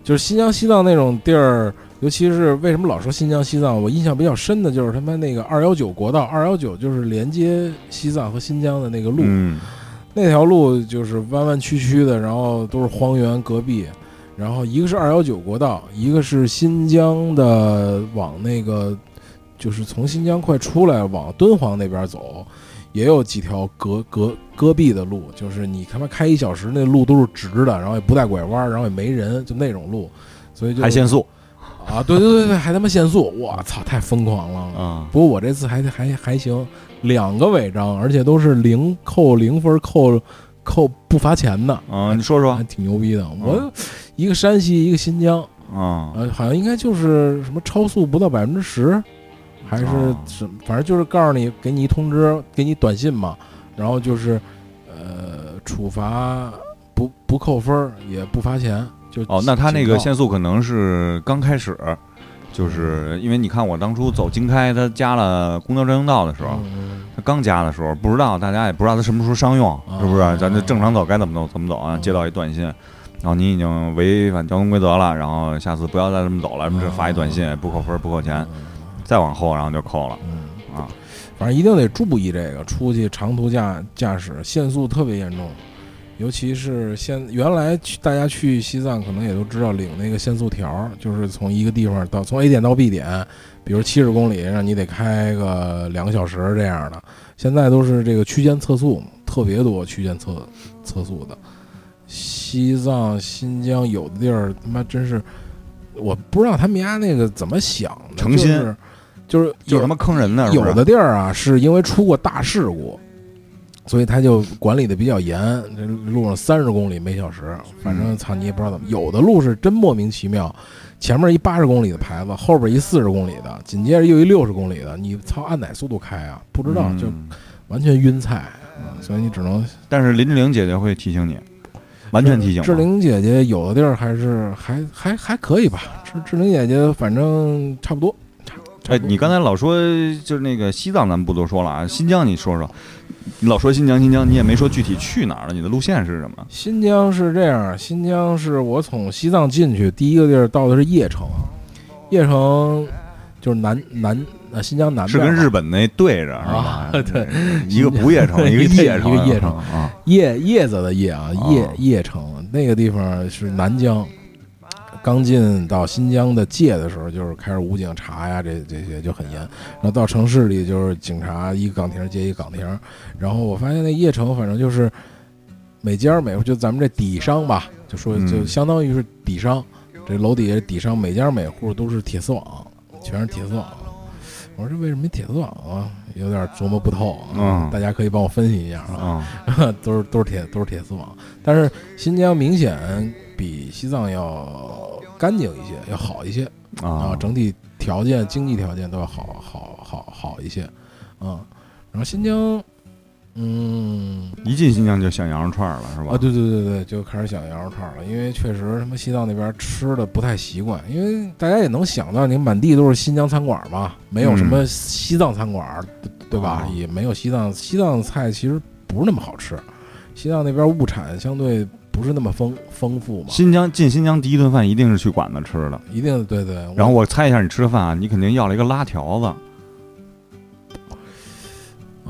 A: 就是新疆、西藏那种地儿，尤其是为什么老说新疆、西藏，我印象比较深的就是他妈那个二幺九国道，二幺九就是连接西藏和新疆的那个路，
B: 嗯，
A: 那条路就是弯弯曲曲的，然后都是荒原戈壁。然后一个是二幺九国道，一个是新疆的往那个就是从新疆快出来往敦煌那边走，也有几条隔隔戈壁的路，就是你他妈开一小时那路都是直的，然后也不带拐弯，然后也没人，就那种路，所以就
B: 还限速
A: 啊，对对对对，还他妈限速，我操，太疯狂了。
B: 啊，
A: 不过我这次还还还行，两个违章，而且都是零扣零分扣扣不罚钱的，
B: 嗯，你说说
A: 还挺牛逼的。我一个山西，一个新疆，
B: 啊，
A: 呃，好像应该就是什么超速不到百分之十，还是
B: 哦
A: 什么，反正就是告诉你，给你一通知，给你短信嘛，然后就是呃处罚不不扣分儿也不罚钱，就
B: 哦，那他那个
A: 警告
B: 限速可能是刚开始，
A: 嗯
B: 就是因为你看我当初走经开，他加了公交专用道的时候，
A: 嗯
B: 他刚加的时候不知道，大家也不知道他什么时候商用，是不
A: 啊
B: 是？咱就正常走，该怎么走怎么走啊？
A: 嗯
B: 接到一短信，然后你已经违反交通规则了，然后下次不要再这么走了，什么这发一短
A: 哦
B: 信，不扣分不扣钱，再往后然后就扣了
A: 嗯，
B: 啊。
A: 反正一定得注意这个，出去长途驾驾驶限速特别严重，尤其是现原来去大家去西藏可能也都知道领那个限速条儿，就是从一个地方到从 A 点到 B 点，比如七十公里，让你得开个两个小时这样的。现在都是这个区间测速，特别多区间测测速的。西藏、新疆有的地儿他妈真是，我不知道他们家那个怎么想的，
B: 诚心
A: 就是就是
B: 就是
A: 有
B: 他妈坑人的，是不
A: 有
B: 是
A: 的地儿啊，是因为出过大事故，所以他就管理的比较严。这路上三十公里每小时，反正操你也不知道
B: 嗯
A: 怎么。有的路是真莫名其妙，前面一八十公里的牌子，后边一四十公里的，紧接着又一六十公里的，你操按哪速度开啊？不知道，就
B: 嗯
A: 完全晕菜。啊所以你只能
B: 但是林志玲姐姐会提醒你，完全提醒我。
A: 志玲姐姐有的地儿还是还还还可以吧，志志玲姐姐反正差不多。差差
B: 哎，
A: 不多
B: 你刚才老说就是那个西藏，咱们不多说了啊。
A: 嗯
B: 新疆，你说说，你老说新疆，新疆，你也没说具体去哪儿了，你的路线是什么？
A: 新疆是这样，新疆是我从西藏进去第一个地儿到的是叶城，叶城就是南南呃新疆南
B: 是
A: 边吧
B: 跟日本那对着是吧
A: 啊？ 对，
B: 一个不夜城，
A: 一
B: 一
A: 个
B: 个夜城，
A: 一个夜城
B: 啊。
A: 叶叶子的叶啊，
B: 啊
A: 叶叶城那个地方是南疆。刚进到新疆的界的时候，就是开始武警查呀，这这些就很严。然后到城市里，就是警察一个岗亭接一个岗亭。然后我发现那叶城，反正就是每家每户，就咱们这底商吧，就说
B: 嗯
A: 就相当于是底商，这楼底下底商每家每户都是铁丝网，全是铁丝网。我说这为什么没铁丝网啊？有点琢磨不透啊。
B: 嗯
A: 大家可以帮我分析一下啊。
B: 啊，
A: 都是都是铁都是铁丝网，但是新疆明显比西藏要干净一些，要好一些啊，
B: 啊啊！
A: 整体条件、经济条件都要好好好好一些，啊，然后新疆，嗯
B: 一进新疆就想羊肉串了是吧？
A: 啊，对对对对，就开始想羊肉串了，因为确实他妈西藏那边吃的不太习惯，因为大家也能想到，你满地都是新疆餐馆嘛，没有什么西藏餐馆，对对吧？
B: 嗯哦
A: 也没有西藏西藏菜其实不是那么好吃，西藏那边物产相对不是那么丰丰富嘛，
B: 新疆进新疆第一顿饭一定是去馆子吃的。
A: 一定对对。
B: 然后我猜一下你吃的饭啊，你肯定要了一个拉条子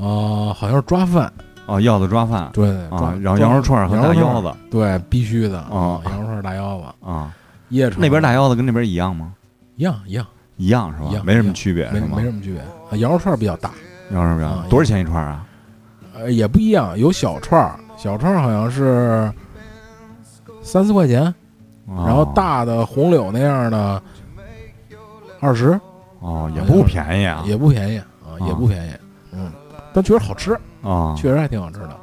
A: 啊、好像是抓饭，
B: 啊，要的抓饭
A: 对抓
B: 啊，然后羊肉串和
A: 羊肉
B: 大
A: 串
B: 腰子
A: 对必须的
B: 哦
A: 羊肉串大腰子，
B: 啊，
A: 叶城
B: 那边大腰子跟这边一样吗？
A: 一样一样，
B: 一样是
A: 一
B: 吧？
A: 样
B: 没什
A: 一
B: 么
A: 样
B: 区别
A: 没
B: 是吗
A: 没？什么区别啊，羊肉串比较大。
B: 要什么
A: 啊
B: 呀？
A: 一
B: 多少钱一串啊？
A: 呃，也不一样，有小串儿，小串儿好像是三四块钱，然后
B: 哦
A: 大的红柳那样的二十，
B: 哦，也不便宜啊，哦
A: 也不便宜啊，也不便宜，嗯，但确实好吃，
B: 啊，
A: 确实还挺好吃的。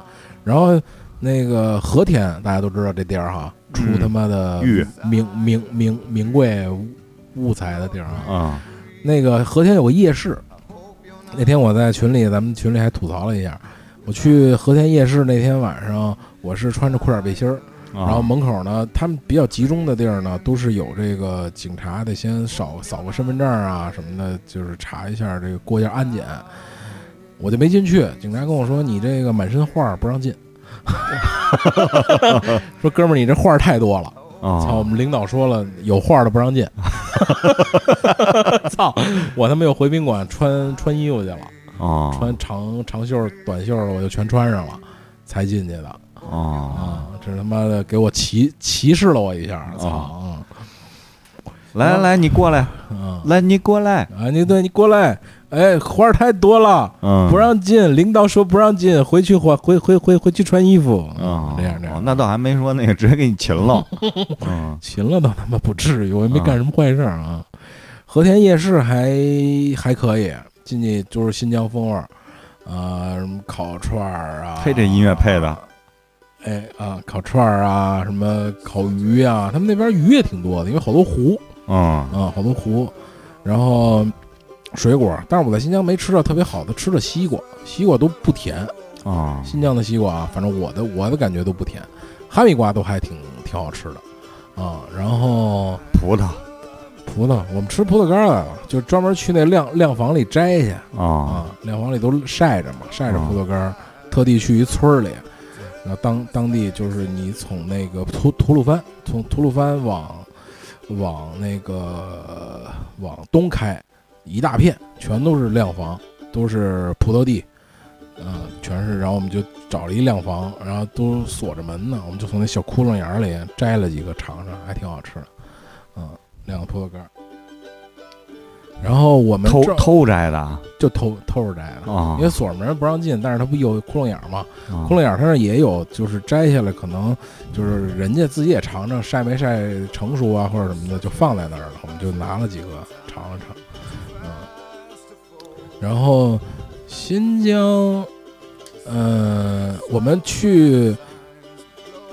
A: 然后那个和田，大家都知道这地儿哈，出
B: 嗯
A: 他妈的
B: 玉
A: 名名名名贵物材的地儿啊，
B: 啊
A: 那个和田有个夜市，那天我在群里，咱们群里还吐槽了一下。我去和田夜市那天晚上，我是穿着裤衩背心儿，然后
B: 啊
A: 门口呢，他们比较集中的地儿呢，都是有这个警察得先扫扫个身份证啊什么的，就是查一下这个过一下安检。我就没进去，警察跟我说你这个满身画儿不让进， 说哥们儿你这画儿太多了。操，我
B: 啊，
A: 们领导说了，有画的不让 进。操，我他妈又回宾馆穿穿衣服去了，
B: 啊
A: 穿长长袖短袖的我就全穿上了，才进去的
B: 啊！
A: 啊！这他妈的给我歧歧视了我一下，操！嗯
B: 来来来，你过来，
A: 啊
B: 来你过来，
A: 啊！你对你过来，哎，花儿太多了，
B: 嗯，
A: 不让进，领导说不让进，回去换回回回回去穿衣服
B: 啊，
A: 这样这
B: 哦
A: 样，
B: 那倒还没说那个，直接给你 擒了。嗯
A: 勤了倒他妈不至于，我也没
B: 啊
A: 干什么坏事儿啊。和田夜市还还可以，进去就是新疆风味儿，啊，什么烤串儿啊，
B: 配这音乐配的，
A: 哎啊，烤串儿啊，什么烤鱼啊，他们那边鱼也挺多的，因为好多湖
B: 嗯
A: 啊，好多湖，然后水果，但是我在新疆没吃到特别好的，吃了西瓜，西瓜都不甜，
B: 啊，
A: 新疆的西瓜啊，反正我的我的感觉都不甜，哈密瓜都还挺挺好吃的啊，然后
B: 葡萄
A: 葡萄，我们吃葡萄干儿啊，就专门去那晾晾房里摘去，
B: 啊，
A: 啊，两房里都晒着嘛，晒着
B: 啊嗯
A: 葡萄干儿，特地去一村儿里，然后当当地就是你从那个吐吐鲁番，从吐鲁番往往那个往东开一大片，全都是晾房，都是葡萄地，嗯，全是。然后我们就找了一晾房，然后都锁着门呢，我们就从那小窟窿眼儿里摘了几个尝尝，还挺好吃的，嗯，两个葡萄干儿。然后我们
B: 偷
A: 正
B: 偷摘的啊
A: 就偷偷着摘的，
B: 啊
A: 因为锁着门不让进，但是它不有窟窿眼儿嘛？
B: 啊
A: 窟窿眼儿它那儿也有，就是摘下来可能就是人家自己也尝尝晒没晒成熟啊，或者什么的，就放在那儿了。我们就拿了几个尝了尝，嗯，然后新疆，呃，我们去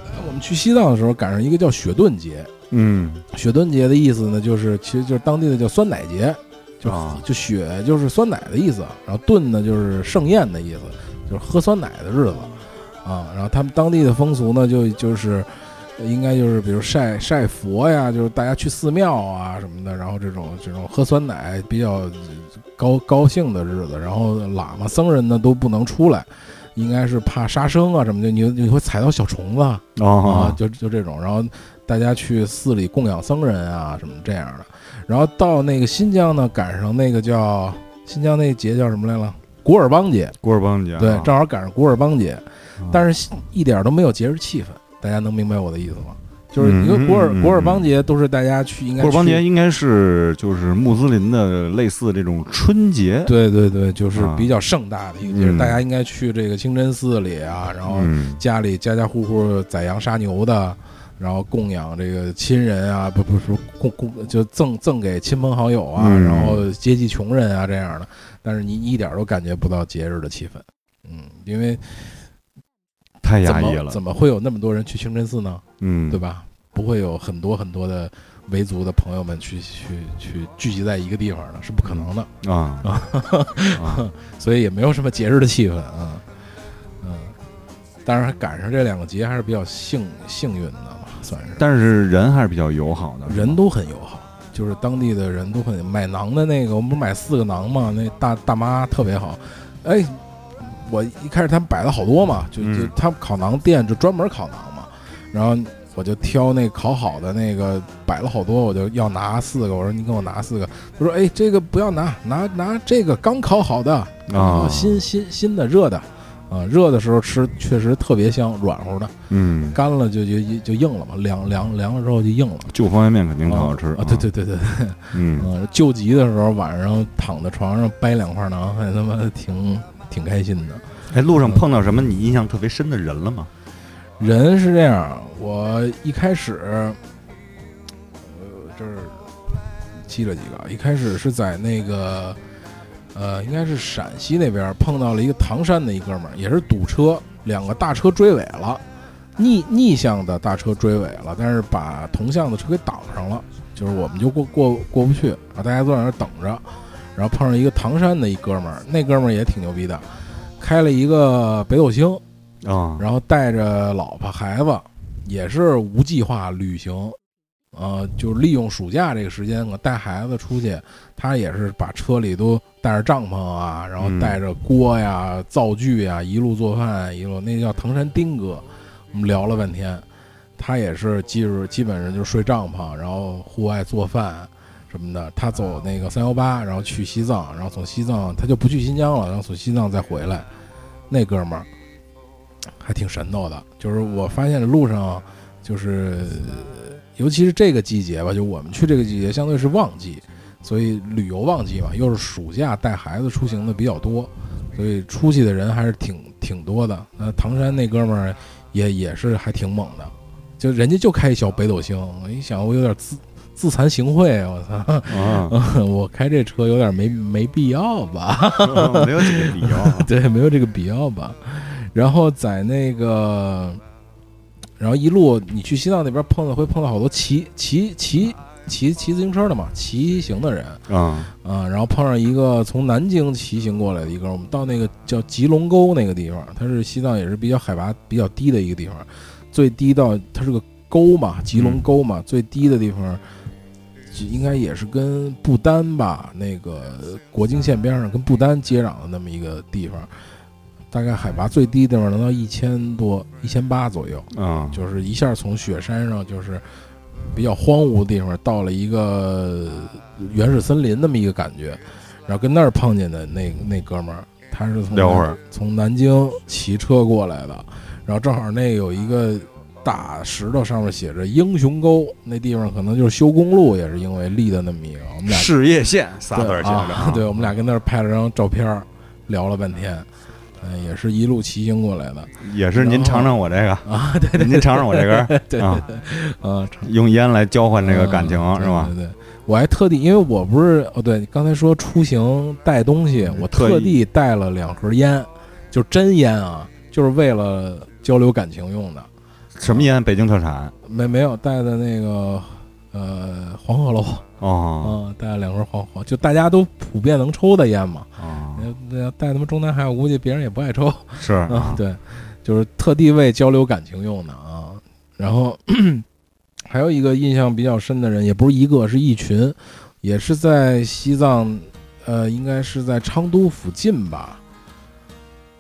A: 呃我们去西藏的时候赶上一个叫雪顿节，
B: 嗯
A: 雪顿节的意思呢，就是其实就是当地的叫酸奶节，就、
B: 啊
A: 就雪就是酸奶的意思，然后顿呢就是盛宴的意思，就是喝酸奶的日子啊。然后他们当地的风俗呢，就就是呃应该就是比如晒晒佛呀，就是大家去寺庙啊什么的，然后这种这种喝酸奶比较呃高高兴的日子，然后喇嘛僧人呢都不能出来。应该是怕杀生啊什么的，你你会踩到小虫子啊，啊
B: 啊，
A: 就就这种，然后大家去寺里供养僧人啊，什么这样的。然后到那个新疆呢，赶上那个叫新疆那节叫什么来了？古尔邦节，
B: 郭尔邦姐啊，
A: 对，正好赶上古尔邦节，
B: 啊
A: 但是一点都没有节日气氛，大家能明白我的意思吗？就是
B: 嗯
A: 因为古尔
B: 嗯嗯
A: 古尔邦节都是大家去，应该
B: 郭尔邦节
A: 去，
B: 应该是就是穆斯林的类似这种春节，
A: 对对对，就是
B: 啊
A: 比较盛大的一个节日，
B: 嗯
A: 大家应该去这个清真寺里啊，然后
B: 嗯
A: 家里家家户户宰羊杀牛的，然后供养这个亲人啊，不不不供供就赠赠给亲朋好友啊，
B: 嗯
A: 然后接济穷人啊这样的，但是你一点都感觉不到节日的气氛，嗯，因为
B: 太
A: 怎
B: 压抑
A: 么
B: 了，
A: 怎么会有那么多人去清真寺呢？
B: 嗯，
A: 对？吧？不会有很多很多的维族的朋友们去去去聚集在一个地方的，是不可能的，
B: 啊
A: 啊
B: 啊
A: 所以也没有什么节日的气氛啊，嗯。当然赶上这两个节还是比较幸幸运的吧，算是。
B: 但是人还是比较友好的，
A: 人都很友好，就是当地的人都很买馕的那个，我们不是买四个馕嘛，那大大妈特别好，哎，我一开始他们摆了好多嘛，就就
B: 嗯
A: 他们烤馕店就专门烤馕嘛，然后我就挑那烤好的那个摆了好多，我就要拿四个，我说你给我拿四个，他说哎这个不要拿，拿拿这个刚烤好的
B: 啊，
A: 新新新的热的。啊，热的时候吃确实特别香，软乎的，
B: 嗯，
A: 干了就就就就硬了嘛，凉凉凉了之后就硬了。
B: 就方便面肯定特好吃
A: 啊！对，对对对，
B: 嗯
A: 嗯，救急的时候晚上躺在床上掰两块馕，还他妈挺挺开心的。
B: 哎，路上碰到什么你印象特别深的人了吗？
A: 人是这样，我一开始，呃，这儿记了几个，一开始是在那个，呃，应该是陕西那边碰到了一个唐山的一哥们儿，也是堵车，两个大车追尾了，逆逆向的大车追尾了，但是把同向的车给挡上了，就是我们就过过过不去，啊，大家都在那儿等着，然后碰上一个唐山的一哥们儿，那哥们儿也挺牛逼的，开了一个北斗星。
B: 啊
A: 然后带着老婆孩子，也是无计划旅行，呃，就是利用暑假这个时间，我带孩子出去，他也是把车里都带着帐篷啊，然后
B: 嗯
A: 带着锅呀、灶具呀，一路做饭，一路那叫唐山丁哥，我们聊了半天，他也是基本基本上就是睡帐篷，然后户外做饭。什么的，他走那个三幺八，然后去西藏，然后从西藏他就不去新疆了，然后从西藏再回来。那哥们儿还挺神叨的，就是我发现路上就是尤其是这个季节吧，就我们去这个季节相对是旺季，所以旅游旺季嘛，又是暑假带孩子出行的比较多，所以出去的人还是挺挺多的。那唐山那哥们儿也也是还挺猛的，就人家就开一小北斗星，我一想我有点自自惭形秽，我操，
B: 啊，
A: 我开这车有点没没必要吧。
B: 没有这个理由啊。
A: 对，没有这个必要吧。然后在那个，然后一路你去西藏那边碰到会碰到好多骑骑骑骑骑自行车的嘛，骑行的人
B: 啊，
A: 啊。然后碰上一个从南京骑行过来的一哥，我们到那个叫吉隆沟那个地方，它是西藏也是比较海拔比较低的一个地方，最低到它是个沟嘛，吉隆沟嘛，最低的地方。就应该也是跟不丹吧，那个国境线边上跟不丹接壤的那么一个地方，大概海拔最低地方能到一千多、一千八左右，
B: 啊，
A: 就是一下从雪山上就是比较荒芜的地方到了一个原始森林那么一个感觉，然后跟那儿碰见的那那哥们儿，他是从
B: 聊会儿
A: 从南京骑车过来的，然后正好那有一个大石头，上面写着英雄沟，那地方可能就是修公路，也是因为立的那么一个。我们俩
B: 事业线仨字
A: 对
B: 儿写着
A: 啊
B: 啊，
A: 对，我们俩跟那儿拍了张照片儿，聊了半天，嗯、也是一路骑行过来的
B: 也是您尝尝我这个，
A: 啊，对对
B: 您尝尝我这根，
A: 对
B: 啊
A: 对对，啊，
B: 用烟来交换这个感情
A: 嗯
B: 是吧？
A: 对对对，我还特地，因为我不是哦，对，你刚才说出行带东西，我
B: 嗯特意
A: 特地带了两盒烟，就真烟啊，就是为了交流感情用的，
B: 什么烟？北京特产
A: 没没有带的那个呃黄鹤楼
B: 哦
A: 啊，带了两盒黄黄，就大家都普遍能抽的烟嘛，
B: 哦，
A: 那那带他妈中南海，我估计别人也不爱抽。
B: 是
A: 啊，对，就是特地为交流感情用的啊。然后 还有一个印象比较深的人，也不是一个，是一群，也是在西藏，呃，应该是在昌都附近吧，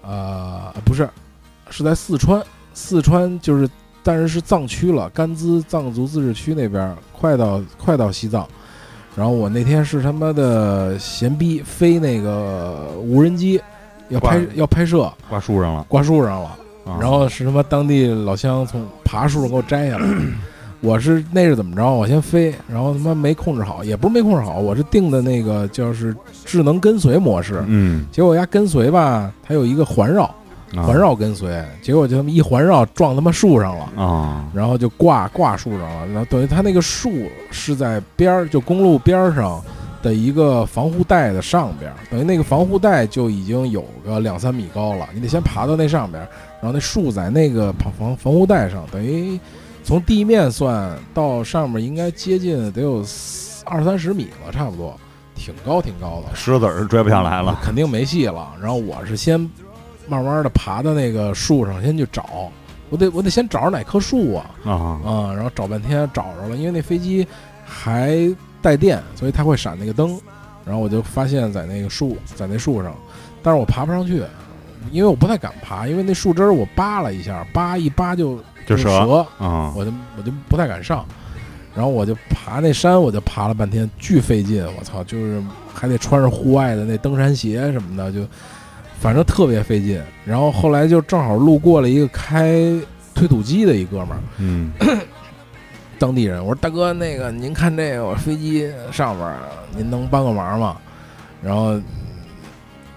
A: 啊、不是，是在四川，四川就是，但是是藏区了，甘孜藏族自治区那边儿，快到快到西藏。然后我那天是他妈的闲逼飞那个无人机，要拍
B: 挂
A: 要拍摄，
B: 挂树上了，
A: 挂树上了，
B: 啊
A: 然后是他妈当地老乡从爬树上给我摘下来。 我是那是怎么着？我先飞，然后他妈没控制好，也不是没控制好，我是定的那个就是智能跟随模式。
B: 嗯，
A: 结果呀，跟随吧，它有一个环绕，
B: 啊
A: 环绕跟随，结果就他妈一环绕撞他妈树上了，
B: 啊
A: 然后就挂挂树上了。然后等于它那个树是在边儿，就公路边儿上的一个防护带的上边儿，等于那个防护带就已经有个两三米高了。你得先爬到那上边儿，然后那树在那个防防防护带上，等于从地面算到上面应该接近得有四二三十米了，差不多，挺高挺高的。
B: 石子儿追不下来了，
A: 肯定没戏了。然后我是先慢慢的爬到那个树上，先去找，我得我得先找着哪棵树啊
B: 啊
A: 啊、然后找半天找着了，因为那飞机还带电，所以它会闪那个灯。然后我就发现，在那个树，在那树上，但是我爬不上去，因为我不太敢爬，因为那树枝儿我扒了一下，扒一扒就
B: 就
A: 折，
B: 折啊
A: 嗯我就我就不太敢上，然后我就爬那山，我就爬了半天，巨费劲，我操，就是还得穿上户外的那登山鞋什么的，就反正特别费劲。然后后来就正好路过了一个开推土机的一哥们儿，
B: 嗯
A: 当地人，我说大哥，那个您看这个我飞机上边儿，您能帮个忙吗？然后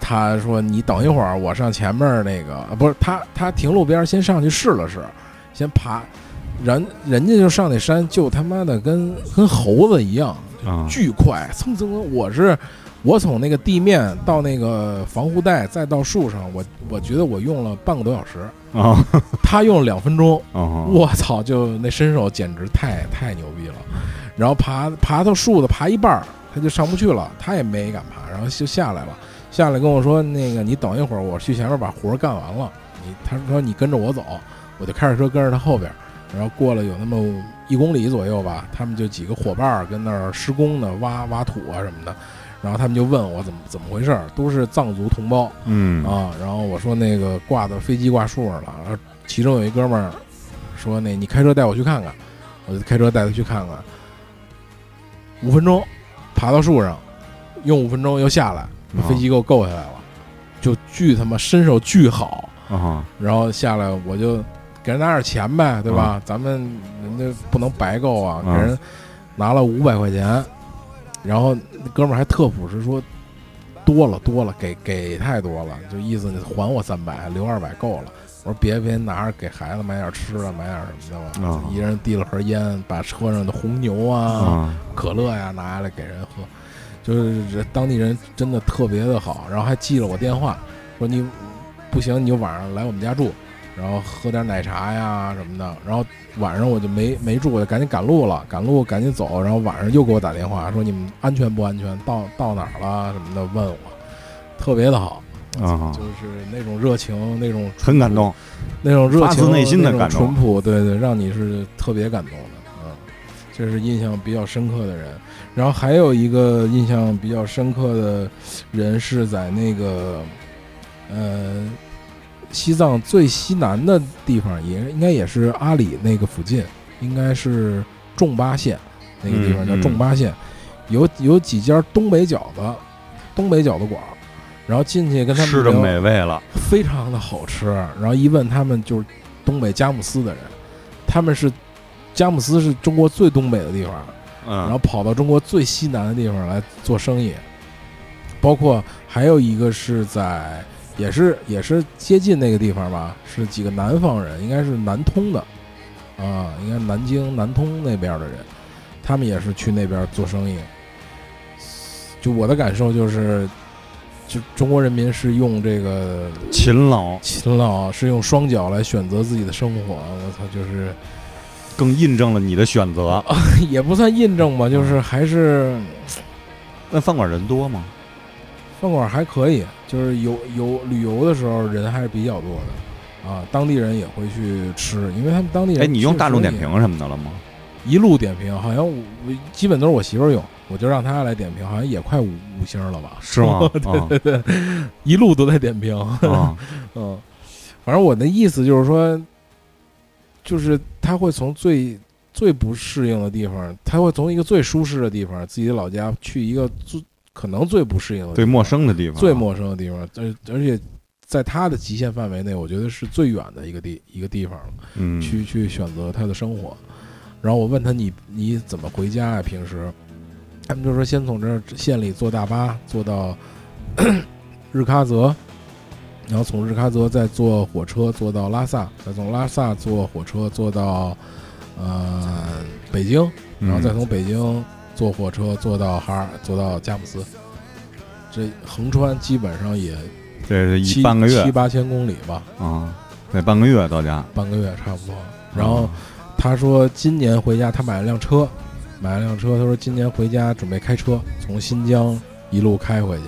A: 他说你等一会儿，我上前面儿那个，啊不是他他停路边儿先上去试了试，先爬，人人家就上那山，就他妈的跟跟猴子一样，
B: 啊
A: 巨快，蹭蹭蹭！我是我从那个地面到那个防护带，再到树上，我我觉得我用了半个多小时，
B: 啊
A: 他用了两分钟。
B: 啊
A: 我操，就那身手简直太太牛逼了。然后爬爬到树的爬一半儿，他就上不去了，他也没敢爬，然后就下来了。下来跟我说：“那个，你等一会儿，我去前面把活儿干完了。你”他说：“你跟着我走。”我就开着车跟着他后边儿，然后过了有那么一公里左右吧，他们就几个伙伴儿跟那儿施工呢，挖挖土啊什么的。然后他们就问我怎么怎么回事儿，都是藏族同胞。
B: 嗯
A: 啊，然后我说那个挂的飞机挂树上了，然后其中有一哥们儿说那你开车带我去看看，我就开车带他去看看，五分钟爬到树上，用五分钟又下来，把飞机给我够下来了，就巨他妈身手巨好，
B: 啊
A: 然后下来我就给人拿点钱呗，对吧？咱们人家不能白够啊，给人拿了五百块钱，然后那哥们儿还特朴实说，多了多了，给给太多了，就意思你还我三百，留二百够了。我说别别拿着给孩子买点吃的，买点什么的吧
B: 啊，
A: 一人递了盒烟，把车上的红牛啊、
B: 啊
A: 可乐呀拿下来给人喝，就是这当地人真的特别的好，然后还记了我电话，说你不行你就晚上来我们家住，然后喝点奶茶呀什么的，然后晚上我就没没住，我就赶紧赶路了，赶路赶紧走，然后晚上又给我打电话说你们安全不安全，到到哪儿了什么的问我，特别的好。
B: 啊
A: 就是那种热情，那种
B: 很感动，
A: 那种热
B: 发
A: 情、
B: 自内心的
A: 那种
B: 感动
A: 淳朴，对对，让你是特别感动的，嗯，这是印象比较深刻的人。然后还有一个印象比较深刻的人是在那个，呃，西藏最西南的地方，也应该也是阿里那个附近，应该是仲巴县那个地方
B: 嗯
A: 叫
B: 嗯
A: 仲巴县，有有几家东北饺子，东北饺子馆儿，然后进去跟他们
B: 吃的
A: 聊
B: 美味了，
A: 非常的好吃。然后一问他们就是东北佳木斯的人，他们是佳木斯是中国最东北的地方，然后
B: 嗯，
A: 跑到中国最西南的地方来做生意。包括还有一个是在也是也是接近那个地方吧，是几个南方人，应该是南通的啊，应该南京南通那边的人，他们也是去那边做生意。就我的感受就是，就中国人民是用这个
B: 勤劳
A: 勤劳是用双脚来选择自己的生活，我操，就是
B: 更印证了你的选择。
A: 也不算印证吧，就是还是
B: 那饭馆人多吗？
A: 饭馆还可以，就是游游旅游的时候人还是比较多的，啊，当地人也会去吃，因为他们当地人
B: 哎，你用大众
A: 确实
B: 点
A: 也
B: 评什么的了吗？
A: 一路点评，好像我我基本都是我媳妇儿用，我就让她来点评，好像也快五五星了吧，
B: 是吗？
A: 对对对， 一路都在点评，
B: 啊 啊，
A: 嗯，反正我的意思就是说，就是他会从最最不适应的地方，他会从一个最舒适的地方，自己的老家，去一个最可能最不适应的地
B: 对
A: 方、
B: 陌生的地方，
A: 最陌生的地方，而而且在他的极限范围内，我觉得是最远的一个地一个地方了。
B: 嗯，
A: 去去选择他的生活。然后我问他你你怎么回家呀、啊平时他们就说先从这儿县里坐大巴坐到 日喀则，然后从日喀则再坐火车坐到拉萨，再从拉萨坐火车坐到呃北京，
B: 嗯，
A: 然后再从北京坐火车坐到哈尔坐到佳木斯。这横穿基本上也
B: 这是
A: 七
B: 一半个
A: 七
B: 月
A: 八千公里吧，
B: 啊，得半个月到家，
A: 半个月差不多。然后他说今年回家他买了辆车，买了辆车。他说今年回家准备开车，从新疆一路开回去。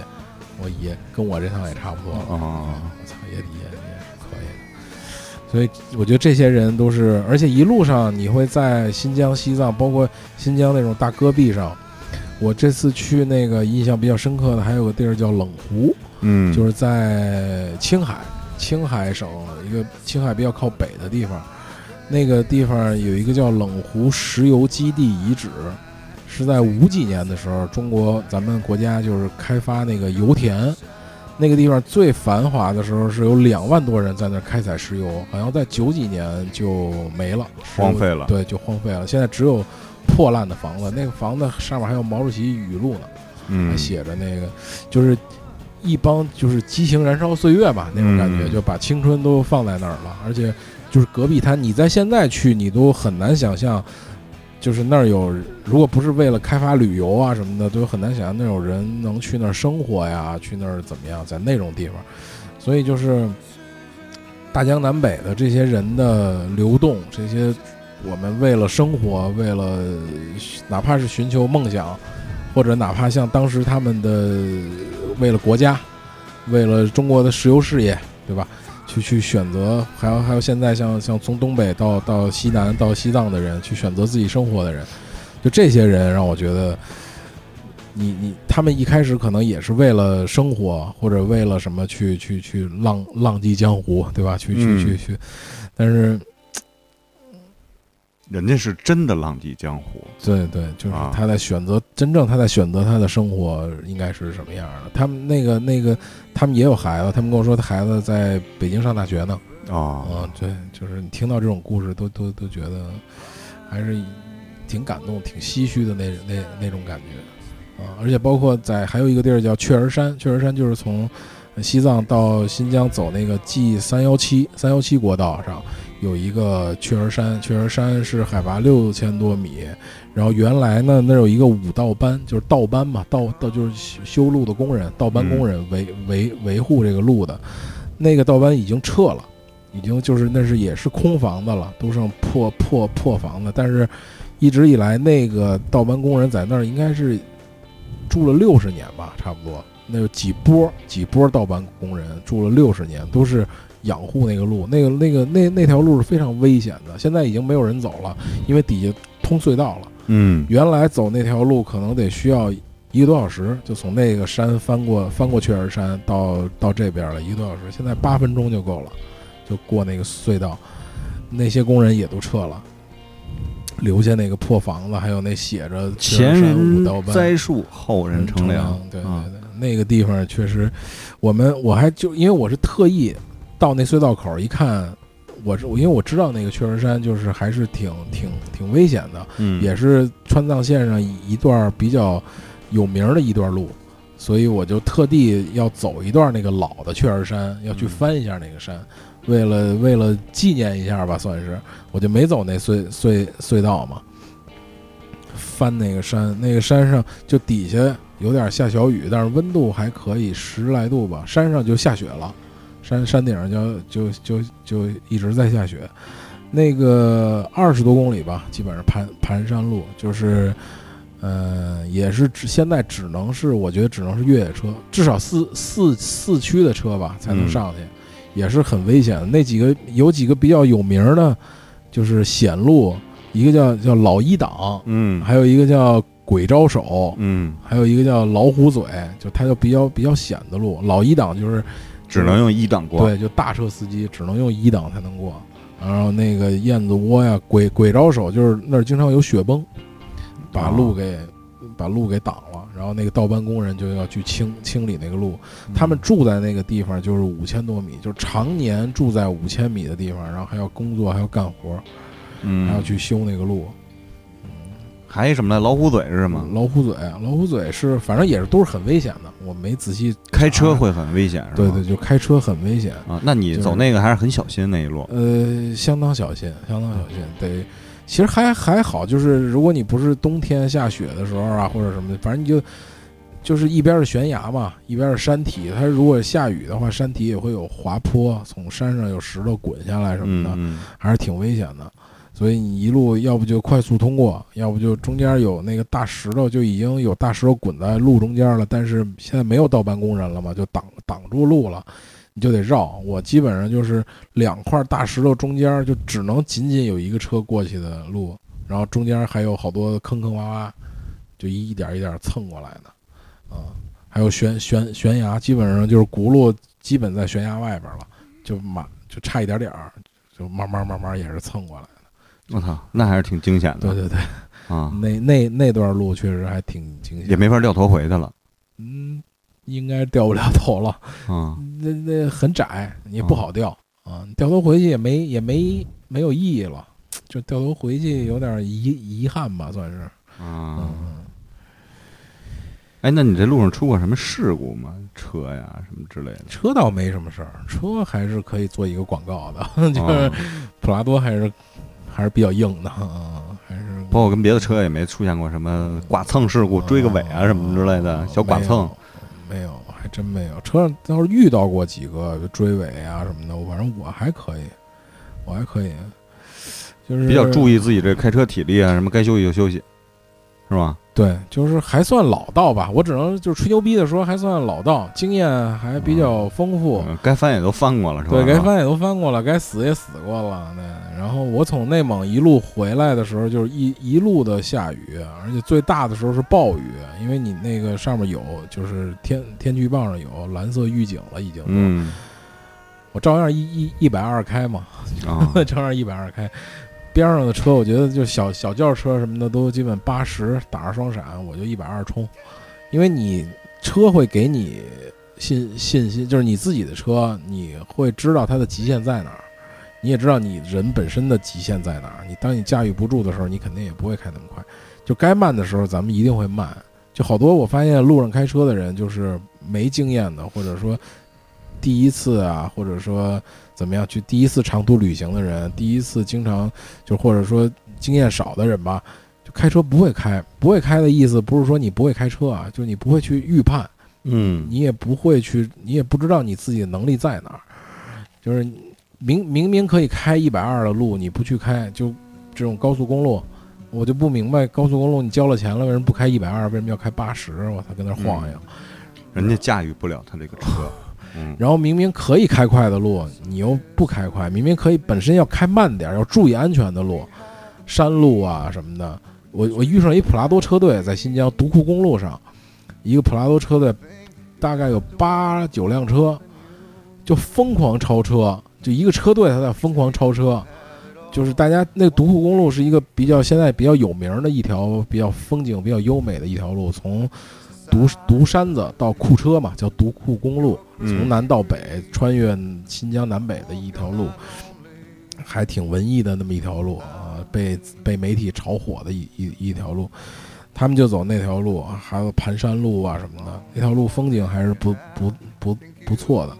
A: 我也跟我这趟也差不多
B: 啊
A: 了，
B: 啊，
A: 我操，也也也是可以的。所以我觉得这些人都是，而且一路上你会在新疆、西藏，包括新疆那种大戈壁上。我这次去那个印象比较深刻的，还有个地儿叫冷湖，
B: 嗯，
A: 就是是在青海，青海省一个青海比较靠北的地方，那个地方有一个叫冷湖石油基地遗址，是在五几年的时候，中国咱们国家就是开发那个油田，那个地方最繁华的时候是有两万多人在那儿开采石油，好像在九几年就没了，石油
B: 荒废了
A: 对，就荒废了，现在只有破烂的房子，那个房子上面还有毛主席语录呢。还
B: 嗯，
A: 写着那个，就是一帮就是激情燃烧岁月吧那种感觉，
B: 嗯
A: 就把青春都放在那儿了。而且就是戈壁滩，你在现在去，你都很难想象，就是那儿有，如果不是为了开发旅游啊什么的，都很难想象那有人能去那儿生活呀，去那儿怎么样，在那种地方。所以就是大江南北的这些人的流动，这些我们为了生活，为了哪怕是寻求梦想，或者哪怕像当时他们的为了国家，为了中国的石油事业，对吧？去去选择，还有还有现在像像从东北到到西南到西藏的人，去选择自己生活的人，就这些人让我觉得。你你他们一开始可能也是为了生活或者为了什么去去去浪浪迹江湖，对吧？去去
B: 嗯
A: 去去，但是
B: 人家是真的浪迹江湖，
A: 对对，就是
B: 啊
A: 他在选择、真正他在选择他的生活应该是什么样的。他们那个那个，他们也有孩子，他们跟我说他孩子在北京上大学呢，
B: 哦，
A: 啊，对，就是你听到这种故事都都都觉得还是挺感动、挺唏嘘的那那那种感觉啊。而且包括在还有一个地儿叫雀儿山，雀儿山就是从西藏到新疆走那个 G 三幺七三幺七国道上有一个雀儿山，雀儿山是海拔六千多米，然后原来呢那儿有一个武道班，就是道班嘛，道道就是修修路的工人，道班工人维维维护这个路的，那个道班已经撤了。已经就是那是也是空房子了，都剩破破破房子。但是，一直以来那个盗班工人在那儿应该是住了六十年吧，差不多。那有几波几波盗班工人住了六十年，都是养护那个路，那个那个那那条路是非常危险的。现在已经没有人走了，因为底下通隧道了。
B: 嗯
A: 原来走那条路可能得需要一个多小时，就从那个山翻过翻过雀儿山到到这边了，一个多小时。现在八分钟就够了，就过那个隧道。那些工人也都撤了，留下那个破房子，还有那写着“雀儿
B: 前
A: 山五道
B: 人
A: 班”
B: 栽树，后人乘凉。
A: 嗯对对
B: 啊
A: 对，那个地方确实，我们我还就因为我是特意到那隧道口一看，我是因为我知道那个雀儿山就是还是挺挺挺危险的，
B: 嗯，
A: 也是川藏线上一段比较有名儿的一段路，所以我就特地要走一段那个老的雀儿山，要去
B: 嗯
A: 翻一下那个山，为了为了纪念一下吧，算是我就没走那隧隧隧道嘛，翻那个山，那个山上就底下有点下小雨，但是温度还可以，十来度吧，山上就下雪了。山山顶上就就就就一直在下雪，那个二十多公里吧，基本上盘盘山路，就是，呃，也是只现在只能是我觉得只能是越野车，至少四四四驱的车吧才能
B: 嗯
A: 上去，也是很危险的。那几个有几个比较有名儿的，就是险路，一个叫叫老一档，
B: 嗯
A: 还有一个叫鬼招手，
B: 嗯，
A: 还有一个叫老虎嘴，就它就比较比较险的路。老一档就是
B: 只能用一档过。
A: 对，就大车司机只能用一档才能过。然后那个燕子窝呀、鬼鬼招手，就是那儿经常有雪崩，把路给、把路给挡了。然后那个倒班工人就要去清清理那个路。
B: 嗯
A: 他们住在那个地方就是五千多米，就是常年住在五千米的地方，然后还要工作，还要干活，还要
B: 嗯，
A: 去修那个路。
B: 还有什么来？老虎嘴是吗？
A: 老虎嘴，老虎嘴是反正也是都是很危险的，我没仔细
B: 开车
A: 查
B: 会很危险，是吧？
A: 对对，就开车很危险。
B: 啊，那你
A: 就是
B: 走那个还是很小心那一路。
A: 呃，相当小心，相当小心，得。其实还还好，就是如果你不是冬天下雪的时候啊，或者什么的，反正你就就是一边是悬崖嘛，一边是山体。它如果下雨的话，山体也会有滑坡，从山上有石头滚下来什么
B: 嗯
A: 的，
B: 嗯
A: 还是挺危险的。所以你一路要不就快速通过，要不就中间有那个大石头，就已经有大石头滚在路中间了。但是现在没有倒班工人了嘛，就挡挡住路了，你就得绕。我基本上就是两块大石头中间就只能仅仅有一个车过去的路，然后中间还有好多坑坑洼洼，就一点一点蹭过来的，啊，还有悬悬悬崖，基本上就是轱辘基本在悬崖外边了，就马就差一点点儿，就慢慢慢慢也是蹭过来。
B: 我操，那还是挺惊险
A: 对对
B: 的
A: 对，
B: 啊，
A: 那那那段路确实还挺惊
B: 也
A: 险，
B: 没法掉头回去了
A: 嗯，应该掉不了头了。
B: 啊。
A: 那那很窄，你也不好掉啊，你掉头回去也没也没没有意义了，就掉头回去有点遗遗憾吧，算是。
B: 啊，
A: 嗯，
B: 哎，那你这路上出过什么事故吗？车呀，什么之类的？
A: 车倒没什么事儿，车还是可以做一个广告的， 就是
B: 啊
A: 普拉多还是还是比较硬的，嗯，还是
B: 包括跟别的车也没出现过什么剐蹭事故、追个尾啊什么之类的小剐蹭。
A: 没有，没有，还真没有。车上倒是遇到过几个追尾啊什么的，反正我还可以，我还可以，就是
B: 比较注
A: 意。
B: 意自己这开车体力啊，什么该休息就休息，是吧？
A: 对，就是还算老道吧，我只能就是吹牛逼的说，还算老道，经验还比较丰富。
B: 嗯该翻也都翻过了，是吧？
A: 对，该翻也都翻过了，该死也死过了。对，然后我从内蒙一路回来的时候，就是一一路的下雨，而且最大的时候是暴雨，因为你那个上面有，就是天天气预报上有蓝色预警了，已经。
B: 嗯
A: 我照样一一一百二开嘛，
B: 啊
A: 照样一百二开。边上的车，我觉得就小小轿车什么的都基本八十，打着双闪，我就一百二冲，因为你车会给你信信息，就是你自己的车，你会知道它的极限在哪儿。你也知道你人本身的极限在哪儿。你当你驾驭不住的时候，你肯定也不会开那么快。就该慢的时候，咱们一定会慢。就好多我发现路上开车的人，就是没经验的，或者说第一次啊，或者说怎么样去第一次长途旅行的人，第一次经常就或者说经验少的人吧，就开车不会开，不会开的意思不是说你不会开车啊，就是你不会去预判。
B: 嗯，
A: 你也不会去，你也不知道你自己的能力在哪儿。就是明明明可以开一百二的路，你不去开，就这种高速公路，我就不明白高速公路你交了钱了，为什么不开一百二？为什么要开八十？我操，跟那儿晃悠。
B: 人家驾驭不了他这个车，嗯，
A: 然后明明可以开快的路，你又不开快；明明可以本身要开慢点儿，要注意安全的路，山路啊什么的。我我遇上一普拉多车队在新疆独库公路上，一个普拉多车队大概有八九辆车，就疯狂超车，就一个车队他在疯狂超车。就是大家那独库公路是一个比较现在比较有名的一条比较风景比较优美的一条路，从独独山子到库车嘛，叫独库公路。从
B: 嗯
A: 南到北，穿越新疆南北的一条路，还挺文艺的那么一条路啊，被被媒体炒火的一一一条路，他们就走那条路，还有盘山路啊什么的，那条路风景还是不不不不错的，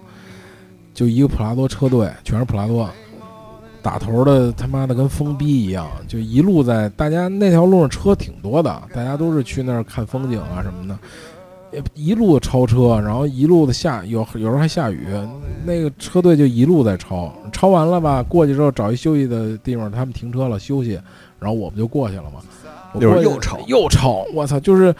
A: 就一个普拉多车队，全是普拉多。打头的他妈的跟疯逼一样，就一路在大家那条路上车挺多的，大家都是去那儿看风景啊什么的，也一路超车，然后一路的下有有时候还下雨，那个车队就一路在超，超完了吧，过去之后找一休息的地方，他们停车了休息，然后我们就过去了嘛。我
B: 就是
A: 过去
B: 又超
A: 又超，我操！就是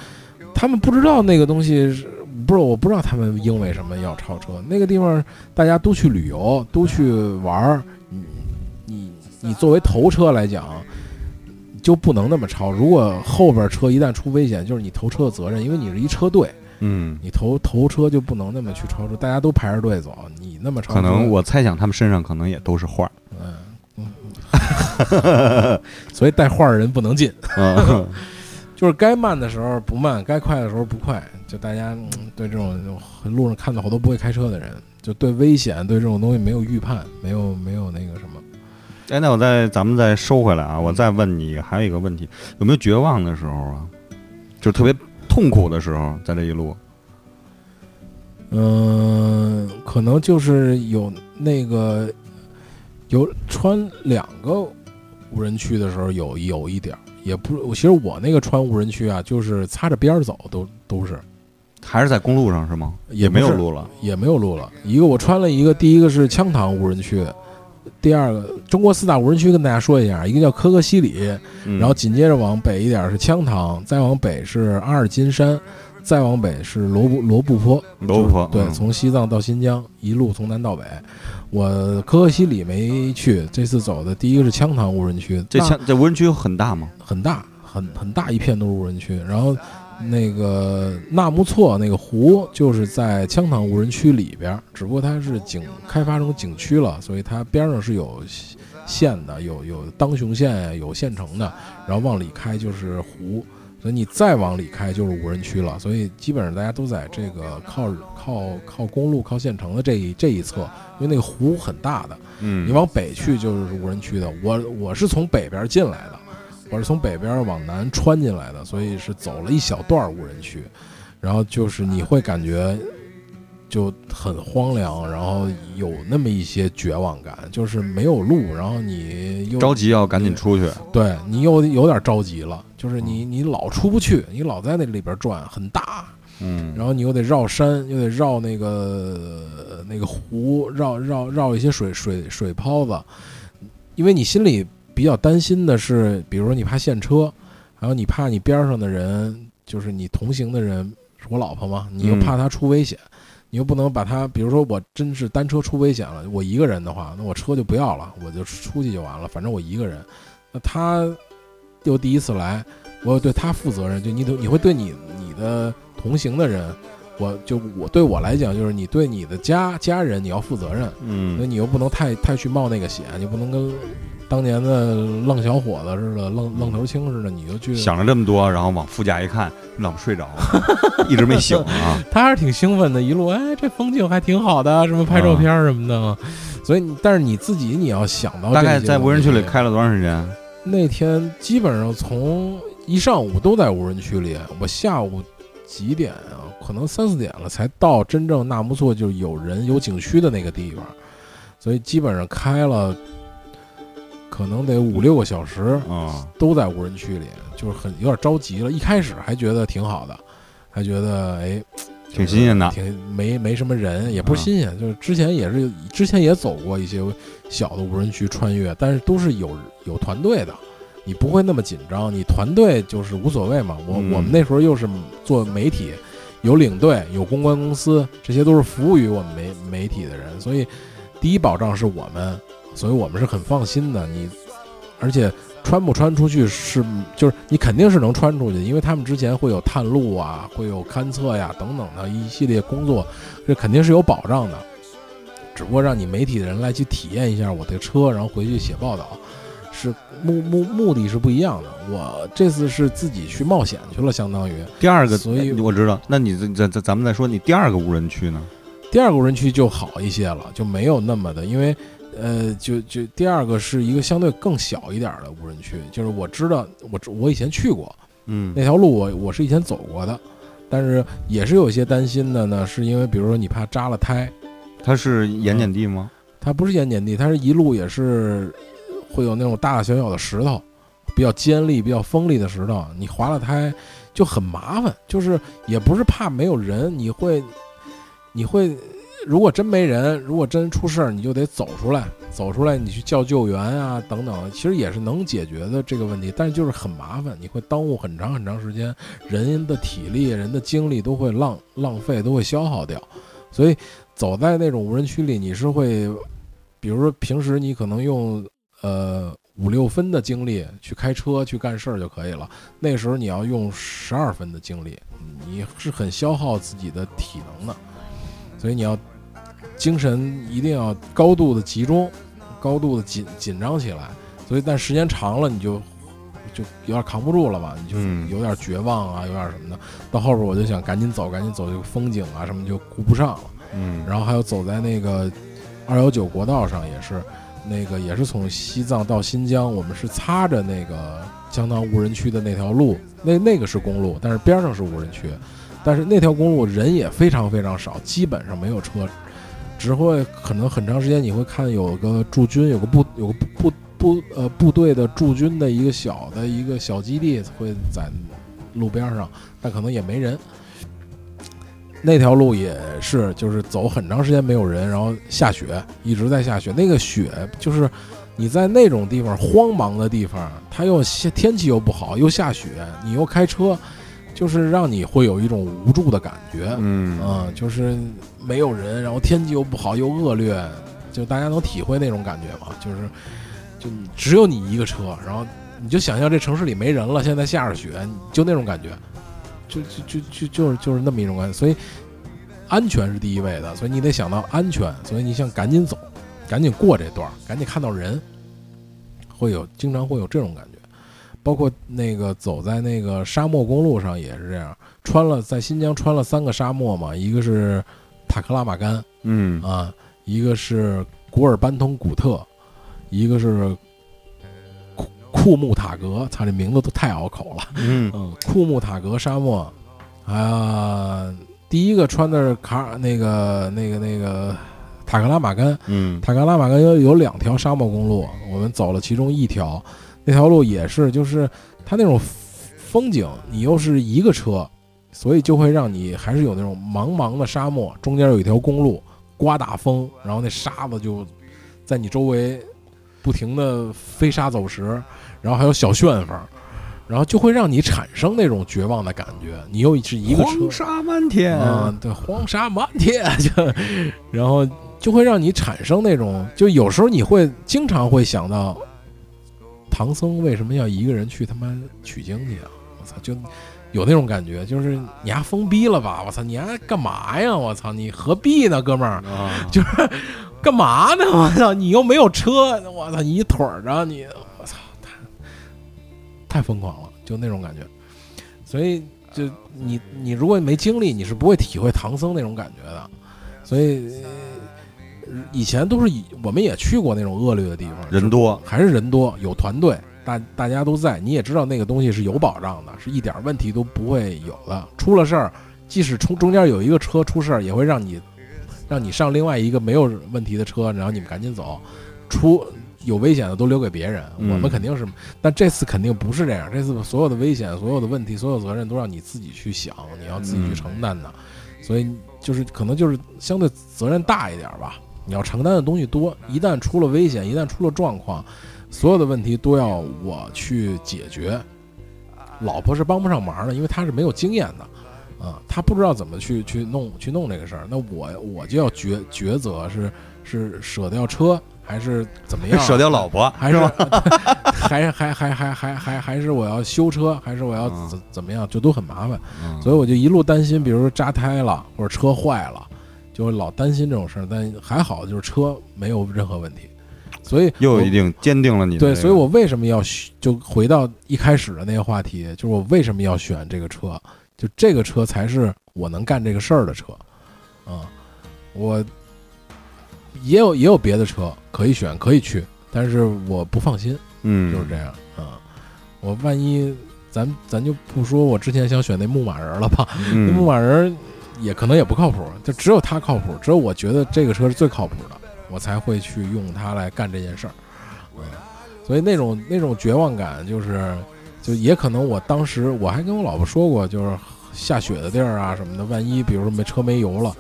A: 他们不知道那个东西是，不是我不知道他们因为什么要超车。那个地方大家都去旅游，都去玩儿，你你你作为头车来讲。就不能那么超。如果后边车一旦出危险，就是你头车的责任，因为你是一车队，
B: 嗯，
A: 你头头车就不能那么去超车，大家都排着队走，你那么超车，
B: 可能我猜想他们身上可能也都是画儿，
A: 嗯，嗯所以带画的人不能进，
B: 嗯，
A: 就是该慢的时候不慢，该快的时候不快。就大家、嗯对这种路上看到好多不会开车的人，就对危险、对这种东西没有预判，没有没有那个什么，
B: 哎，那我再咱们再收回来啊，我再问你还有一个问题，有没有绝望的时候啊？就是特别痛苦的时候，在这一路，
A: 嗯、可能就是有那个有穿两个无人区的时候有有一点儿，也不是，其实我那个穿无人区啊，就是擦着边儿走都都是，
B: 还是在公路上是吗？
A: 也不
B: 没有
A: 是
B: 路了，
A: 也没有路了。一个我穿了一个，第一个是羌塘无人区的，第二个中国四大无人区跟大家说一下，一个叫科克西里，
B: 嗯
A: 然后紧接着往北一点是羌塘，再往北是阿尔金山，再往北是罗布罗布泊，
B: 罗布泊
A: 就是对，
B: 嗯
A: 从西藏到新疆，一路从南到北。我科克西里没去，这次走的第一个是羌塘无人区，
B: 这
A: 那
B: 像这无人区很大吗？
A: 很大，很很大一片都是无人区。然后那个纳木错那个湖就是在羌塘无人区里边儿，只不过它是景开发成景区了，所以它边上是有县的，有有当雄县呀，有县城的，然后往里开就是湖。所以你再往里开就是无人区了，所以基本上大家都在这个靠靠靠公路、靠县城的这一这一侧，因为那个湖很大的，
B: 嗯，
A: 你往北去就是无人区的。我我是从北边进来的，我是从北边往南穿进来的，所以是走了一小段无人区，然后就是你会感觉就很荒凉，然后有那么一些绝望感，就是没有路，然后你又
B: 着急要赶紧出去，
A: 对你又有点着急了，就是你你老出不去，你老在那里边转，很大，
B: 嗯，
A: 然后你又得绕山，又得绕那个那个湖，绕绕绕一些水水水泡子，因为你心里比较担心的是，比如说你怕陷车，还有你怕你边上的人，就是你同行的人，是我老婆嘛，你又
B: 嗯
A: 怕她出危险，你又不能把她，比如说我真是单车出危险了，我一个人的话，那我车就不要了，我就出去就完了，反正我一个人，那她又第一次来，我要对她负责任，就你得你会对你你的同行的人。我就我对我来讲，就是你对你的家家人你要负责任，所以
B: 嗯，
A: 你又不能太太去冒那个险，你不能跟当年的愣小伙子似的、愣愣头青似的，你就去。
B: 想了这么多，然后往副驾一看，老婆睡着了， 一直没醒啊，
A: 他还是挺兴奋的，一路哎，这风景还挺好的，什么拍照片什么的。啊所以你，但是你自己哦你要想到这些
B: 大
A: 东西，
B: 概在无人区里开了多长时间？
A: 那天基本上从一上午都在无人区里，我下午几点啊？可能三四点了才到真正纳木错，就是有人有景区的那个地方，所以基本上开了，可能得五六个小时，
B: 嗯，
A: 都在无人区里，就是很有点着急了。一开始还觉得挺好的，还觉得哎
B: 挺新鲜的。
A: 挺没没什么人，也不是
B: 啊
A: 新鲜，就是之前也是之前也走过一些小的无人区穿越，但是都是有有团队的，你不会那么紧张，你团队就是无所谓嘛。我、
B: 嗯
A: 我们那时候又是做媒体，有领队，有公关公司，这些都是服务于我们媒媒体的人，所以第一保障是我们，所以我们是很放心的。你而且穿不穿出去是就是你肯定是能穿出去，因为他们之前会有探路啊，会有勘测呀等等的一系列工作，这肯定是有保障的。只不过让你媒体的人来去体验一下我的车，然后回去写报道，是目目目的是不一样的。我这次是自己去冒险去了，相当于
B: 第二个，
A: 所以
B: 我知道。那你咱咱咱们再说你第二个无人区呢？
A: 第二个无人区就好一些了，就没有那么的，因为呃，就就第二个是一个相对更小一点的无人区，就是我知道我我以前去过，
B: 嗯
A: 那条路我我是以前走过的，但是也是有一些担心的呢，是因为比如说你怕扎了胎，
B: 它是盐碱地吗？
A: 它不是盐碱地，它是一路也是会有那种大大小小的石头，比较尖利、比较锋利的石头，你划了胎就很麻烦。就是也不是怕没有人，你会你会如果真没人，如果真出事儿，你就得走出来，走出来你去叫救援啊等等，其实也是能解决的这个问题，但是就是很麻烦，你会耽误很长很长时间，人的体力、人的精力都会浪浪费，都会消耗掉，所以走在那种无人区里，你是会，比如说平时你可能用呃五六分的精力去开车去干事儿就可以了，那时候你要用十二分的精力，你是很消耗自己的体能的，所以你要精神一定要高度的集中，高度的紧紧张起来，所以但时间长了你就。就有点扛不住了吧，你就
B: 嗯
A: 有点绝望啊，有点什么的。到后边我就想赶紧走，赶紧走，这个风景啊什么就顾不上了。
B: 嗯，
A: 然后还有走在那个二幺九国道上，也是那个也是从西藏到新疆，我们是擦着那个相当无人区的那条路，那那个是公路，但是边上是无人区，但是那条公路人也非常非常少，基本上没有车，只会可能很长时间你会看有个驻军，有个部有个部部呃部队的驻军的一个小的一个小基地会在路边上，但可能也没人。那条路也是，就是走很长时间没有人，然后下雪，一直在下雪。那个雪就是你在那种地方荒茫的地方，它又下天气又不好，又下雪，你又开车，就是让你会有一种无助的感觉。
B: 嗯
A: 嗯，就是没有人，然后天气又不好又恶劣，就大家能体会那种感觉吗？就是，就你只有你一个车，然后你就想象这城市里没人了，现在下着雪，你就那种感觉，就就就就就是就是那么一种感觉。所以安全是第一位的，所以你得想到安全，所以你想赶紧走，赶紧过这段儿，赶紧看到人，会有经常会有这种感觉。包括那个走在那个沙漠公路上也是这样，穿了在新疆穿了三个沙漠嘛，一个是塔克拉玛干
B: 嗯
A: 啊，一个是古尔班通古特，一个是库库木塔格，操这名字都太拗口了。
B: 嗯
A: 嗯，库木塔格沙漠啊，第一个穿的是卡尔那个那个那个塔克拉玛干，
B: 嗯
A: 塔克拉玛干有有两条沙漠公路，我们走了其中一条，那条路也是，就是它那种风景，你又是一个车，所以就会让你还是有那种茫茫的沙漠，中间有一条公路，刮大风，然后那沙子就在你周围不停的飞沙走石，然后还有小旋风，然后就会让你产生那种绝望的感觉，你又是一个车，
B: 黄沙漫天。
A: 嗯，对，黄沙满天，就然后就会让你产生那种，就有时候你会经常会想到，唐僧为什么要一个人去他妈取经去啊？我操，就有那种感觉，就是你丫疯逼了吧？我操，你丫干嘛呀？我操，你何必呢，哥们儿？
B: 啊，
A: 就是干嘛呢？ 我操，你又没有车，我操，你一腿儿着你，我操，太太疯狂了，就那种感觉。所以，就你你如果没经历，你是不会体会唐僧那种感觉的。所以，呃以前都是以我们也去过那种恶劣的地方，
B: 人多，
A: 还是人多，有团队，大大家都在，你也知道那个东西是有保障的，是一点问题都不会有的。出了事儿，即使中中间有一个车出事儿，也会让你让你上另外一个没有问题的车，然后你们赶紧走。出有危险的都留给别人，
B: 嗯
A: 我们肯定是，但这次肯定不是这样。这次所有的危险、所有的问题、所有责任都让你自己去想，你要自己去
B: 嗯
A: 承担的。所以就是可能就是相对责任大一点吧，你要承担的东西多，一旦出了危险，一旦出了状况，所有的问题都要我去解决。老婆是帮不上忙的，因为她是没有经验的，啊、她不知道怎么去去弄去弄这个事儿。那我我就要抉抉择是是舍掉车还是怎么样？
B: 舍掉老婆，
A: 还是 还还还还还还还是我要修车，还是我要
B: 嗯
A: 怎怎么样，就都很麻烦。
B: 嗯
A: 所以我就一路担心，比如说扎胎了或者车坏了，就老担心这种事儿。但还好就是车没有任何问题，所以
B: 又
A: 我
B: 一定坚定了你的
A: 对，
B: 这个
A: 所以我为什么要选就回到一开始的那个话题，就是我为什么要选这个车？就这个车才是我能干这个事儿的车，啊、我也有也有别的车可以选可以去，但是我不放心，
B: 嗯
A: 就是这样啊、我万一咱咱就不说我之前想选那牧马人了吧，那牧
B: 嗯
A: 马人也可能也不靠谱，就只有它靠谱，只有我觉得这个车是最靠谱的，我才会去用它来干这件事儿。嗯，所以那种那种绝望感，就是就也可能我当时我还跟我老婆说过，就是下雪的地儿啊什么的，万一比如说没车没油了。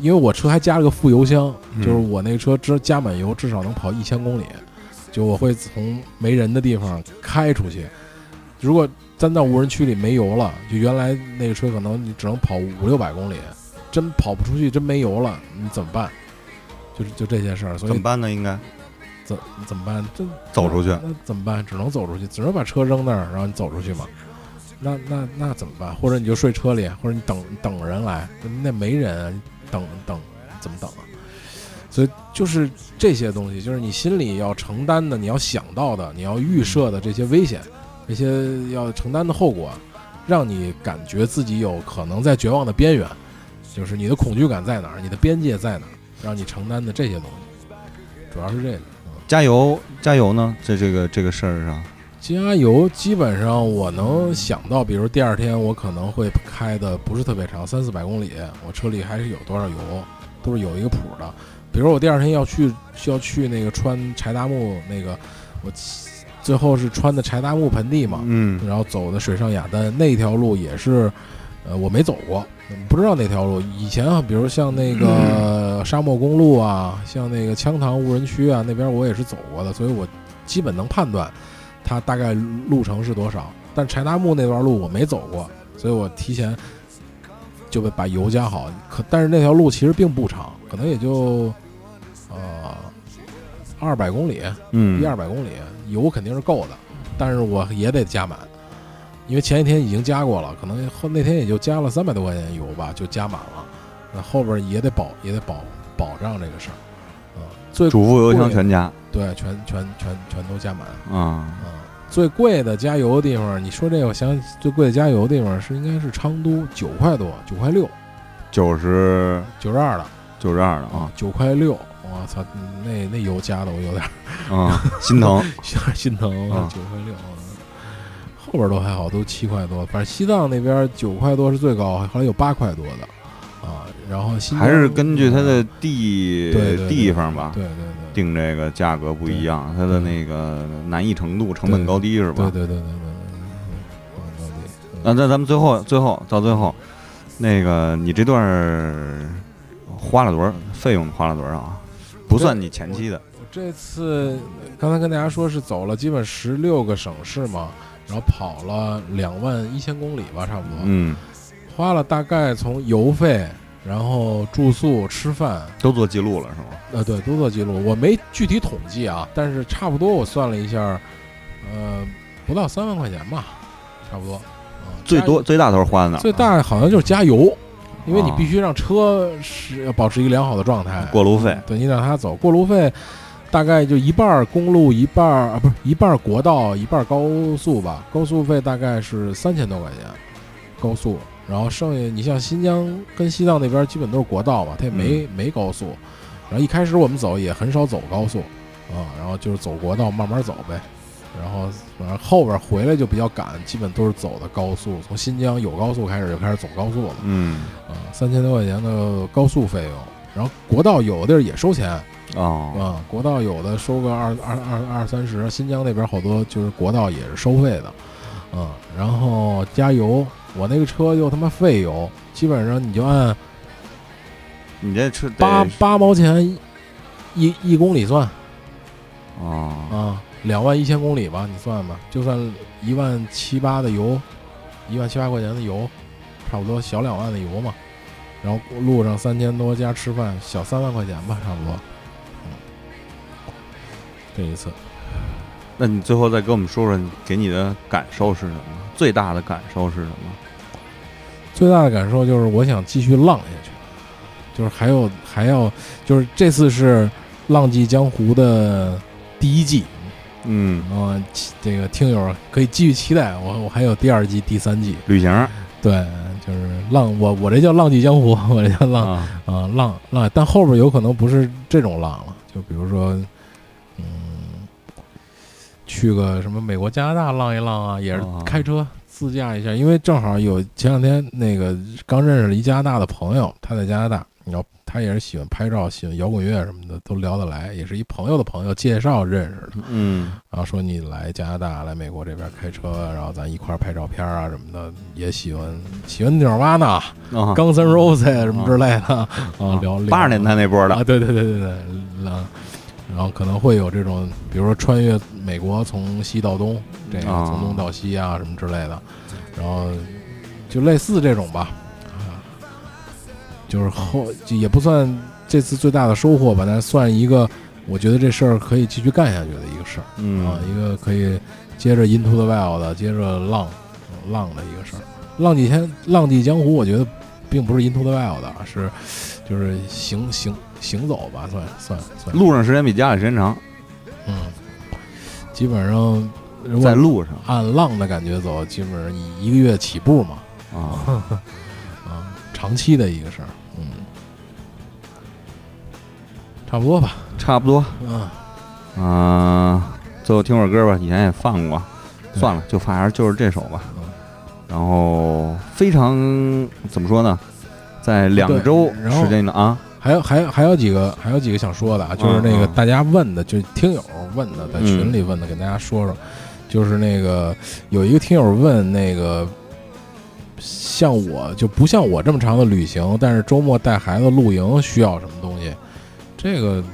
A: 因为我车还加了个副油箱，
B: 嗯
A: 就是我那个车只加满油至少能跑一千公里，就我会从没人的地方开出去。如果钻到无人区里没油了，就原来那个车可能你只能跑五六百公里，真跑不出去，真没油了，你怎么办？就是就这些事儿，所
B: 怎
A: 以
B: 么办呢？应该
A: 怎怎么办？这
B: 走出去，
A: 那怎么办？只能走出去，只能把车扔那儿，然后你走出去嘛。那那那怎么办？或者你就睡车里，或者你等等人来，那没人，你等等怎么等啊？所以就是这些东西，就是你心里要承担的，你要想到的，你要预设的这些危险，这些要承担的后果，让你感觉自己有可能在绝望的边缘，就是你的恐惧感在哪儿，你的边界在哪儿，让你承担的这些东西，主要是这个。嗯
B: 加油加油呢？在这个这个事儿上，
A: 啊加油，基本上我能想到，比如第二天我可能会开的不是特别长，三四百公里，我车里还是有多少油，都是有一个谱的。比如我第二天要去要去那个穿柴达木那个，我最后是穿的柴达木盆地嘛，
B: 嗯
A: 然后走的水上雅丹那条路也是，呃，我没走过，不知道那条路。以前啊，比如像那个沙漠公路啊，像那个羌塘无人区啊，那边我也是走过的，所以我基本能判断它大概路程是多少。但柴达木那段路我没走过，所以我提前就把油加好。可但是那条路其实并不长，可能也就呃二百公里，
B: 嗯
A: 一二百公里，油肯定是够的，但是我也得加满，因为前一天已经加过了，可能后那天也就加了三百多块钱油吧，就加满了，那后边也得保也得保保障这个事儿，嗯，最
B: 主妇邮箱全加
A: 对全全全全都加满，
B: 啊，
A: 嗯，最贵的加油的地方，你说这个，我想起最贵的加油的地方是应该是昌都，九块多，九块六，
B: 九十
A: 九十二的
B: 九十二了啊
A: 啊，九块六，我操，那那油加的我有点。
B: 啊， 心疼，
A: 有点 心疼，
B: 啊
A: 九块六，后边都还好，都七块多。反正西藏那边九块多是最高，后来有八块多的啊。然后新疆
B: 还是根据它的地
A: 嗯对对对
B: 地方吧。
A: 对对对
B: 定这个价格不一样，它的那个难易程度、成
A: 对
B: 本高低是吧？
A: 对对对对对对对对
B: 啊，那咱们最后最后到最后，那个你这段儿花了多少费用？花了多少啊？不算你前期的，
A: 我这次刚才跟大家说是走了基本十六个省市嘛，然后跑了两万一千公里吧，差不多，
B: 嗯，
A: 花了大概从油费，然后住宿、吃饭，
B: 都做记录了是吗？
A: 呃，对，都做记录，我没具体统计啊，但是差不多我算了一下，呃，不到三万块钱吧，差不多。啊，
B: 最
A: 加
B: 多最大头花在哪儿？
A: 最大好像就是加油，因为你
B: 啊
A: 必须让车是要保持一个良好的状态。
B: 过路费，
A: 对你让它走过路费，大概就一半儿公路，一半儿啊不是一半儿国道，一半儿高速吧。高速费大概是三千多块钱，高速。
B: 嗯
A: 然后剩下你像新疆跟西藏那边基本都是国道嘛，它也没、没高速，然后一开始我们走也很少走高速啊，然后就是走国道慢慢走呗。然后反正后边回来就比较赶，基本都是走的高速，从新疆有高速开始就开始走高速了
B: 嗯，
A: 啊，三千多块钱的高速费用。然后国道有的地儿也收钱
B: 哦，
A: 啊，国道有的收个二二二二三十，新疆那边好多就是国道也是收费的，嗯，然后加油，我那个车就他妈费油，基本上你就按
B: 你这车得
A: 八八毛钱一一公里算
B: 哦，
A: 啊，两万一千公里吧，你算吧，就算一万七八的油，一万七八块钱的油，差不多小两万的油嘛，然后路上三千多加吃饭，小三万块钱吧，差不多。嗯，这一次
B: 那你最后再给我们说说，你给你的感受是什么？最大的感受是什么？
A: 最大的感受就是我想继续浪下去，就是还有还要就是这次是《浪迹江湖》的第一季，
B: 嗯，
A: 嗯，期这个听友可以继续期待，我我还有第二季、第三季。
B: 旅行
A: 对，就是浪，我我这叫浪迹江湖，我这叫浪啊、
B: 啊，
A: 浪浪，但后边有可能不是这种浪了，就比如说，嗯，去个什么美国、加拿大浪一浪啊，也是
B: 哦
A: 开车自驾一下，因为正好有前两天那个刚认识了一加拿大的朋友，他在加拿大，然后他也是喜欢拍照、喜欢摇滚乐什么的，都聊得来，也是一朋友的朋友介绍认识的。
B: 嗯，
A: 然后说你来加拿大、来美国这边开车，啊然后咱一块儿拍照片啊什么的，也喜欢喜欢纽瓦纳、
B: 啊，
A: 钢森 Rose 什么之类的啊，聊聊
B: 八十年代那波的
A: 啊，对对对对对，嗯然后可能会有这种，比如说穿越美国从西到东，这个
B: 啊
A: 从东到西啊什么之类的，然后就类似这种吧，啊，就是后就也不算这次最大的收获吧，但是算一个我觉得这事儿可以继续干下去的一个事儿。啊，
B: 嗯，
A: 一个可以接着 Into the Wild 的，接着浪嗯浪的一个事儿。浪迹天，浪迹江湖，我觉得并不是 Into the Wild 的，是就是行行行走吧，算算算。
B: 路上时间比家里时间长，
A: 嗯，基本上如
B: 在
A: 果
B: 路上
A: 按浪的感觉走，基本上以一个月起步嘛，
B: 啊，
A: 啊，长期的一个事儿，嗯，差不多吧，
B: 差不多
A: 嗯，
B: 啊，最后听会儿歌吧，以前也放过，
A: 对
B: 算了，就反正就是这首吧
A: 嗯。
B: 然后非常怎么说呢，在两
A: 对
B: 周
A: 然后
B: 时间里啊，
A: 还有还有还有几个还有几个想说的啊，就是那个
B: 嗯嗯嗯
A: 大家问的，就是听友问的，在群里问的，给大家说说，就是那个有一个听友问那个，像我就不像我这么长的旅行，但是周末带孩子露营需要什么东西？这个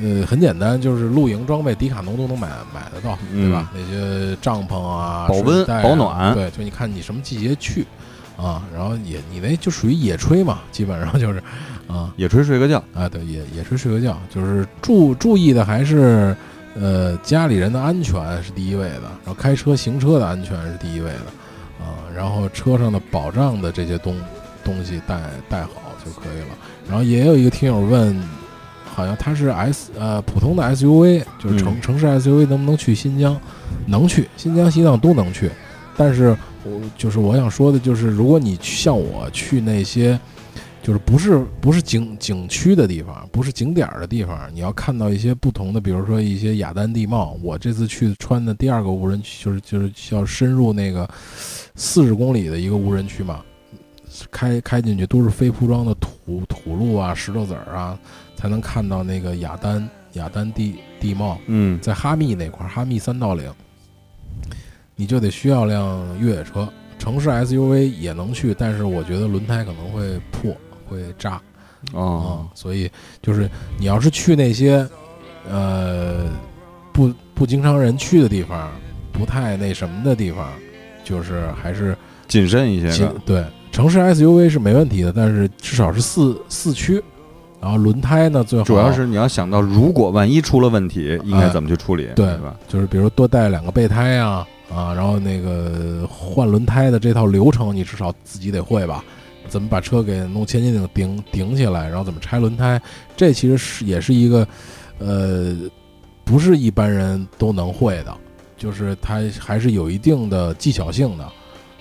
A: 呃很简单，就是露营装备迪卡侬都能买买得到，对吧？那些帐篷啊、
B: 嗯保温
A: 睡袋啊
B: 保暖
A: 对，就你看你什么季节去。啊，然后也你那就属于野炊嘛，基本上就是，啊，
B: 野炊睡个觉，
A: 啊，对，也也是睡个觉，就是注注意的还是呃家里人的安全是第一位的，然后开车行车的安全是第一位的啊，然后车上的保障的这些东东西带带好就可以了。然后也有一个听友问，好像他是 S 呃普通的 SUV，就是城、
B: 嗯
A: 城市 SUV 能不能去新疆？能去，新疆、西藏都能去。但是我就是我想说的，就是如果你去像我去那些，就是不是不是景景区的地方，不是景点儿的地方，你要看到一些不同的，比如说一些雅丹地貌。我这次去穿的第二个无人区，就是就是要深入那个四十公里的一个无人区嘛，开开进去都是非铺装的土土路啊、石头子儿啊，才能看到那个雅丹雅丹地地貌。
B: 嗯
A: 在哈密那块儿，哈密三道岭，你就得需要辆越野车。城市 SUV 也能去，但是我觉得轮胎可能会破，会炸啊、
B: 哦，
A: 所以就是你要是去那些，呃，不不经常人去的地方，不太那什么的地方，就是还是
B: 谨慎一些
A: 其
B: 个，
A: 对，城市 SUV 是没问题的，但是至少是四四驱，然后轮胎呢最好
B: 主要是你要想到，如果万一出了问题，应该怎么去处理，
A: 对
B: 吧？
A: 就是比如多带两个备胎啊啊，然后那个换轮胎的这套流程，你至少自己得会吧？怎么把车给弄千斤顶顶顶起来，然后怎么拆轮胎，这其实是也是一个，呃，不是一般人都能会的，就是它还是有一定的技巧性的。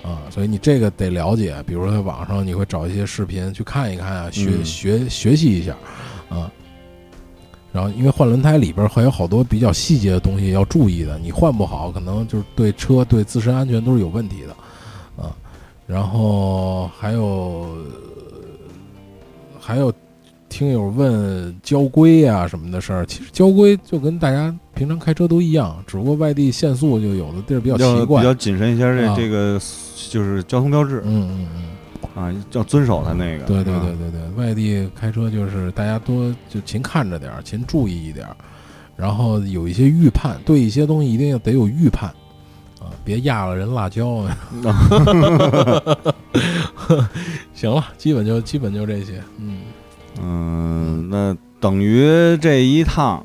A: 啊、所以你这个得了解，比如说在网上你会找一些视频去看一看啊，学、
B: 嗯
A: 学学习一下，啊、然后因为换轮胎里边还有好多比较细节的东西要注意的，你换不好，可能就是对车对自身安全都是有问题的，啊，然后还有呃还有听友问交规啊什么的事儿，其实交规就跟大家平常开车都一样，只不过外地限速就有的地儿比较
B: 要
A: 奇
B: 比
A: 怪，
B: 较谨慎一下
A: 啊
B: 这这个就是交通标志
A: 嗯嗯嗯。
B: 啊，要遵守它那个。
A: 对对
B: 啊
A: 对对对，外地开车就是大家多就勤看着点儿，勤注意一点儿，然后有一些预判，对一些东西一定要得有预判啊，别压了人辣 椒啊。行了，基本就基本就这些，嗯，
B: 嗯，那等于这一趟，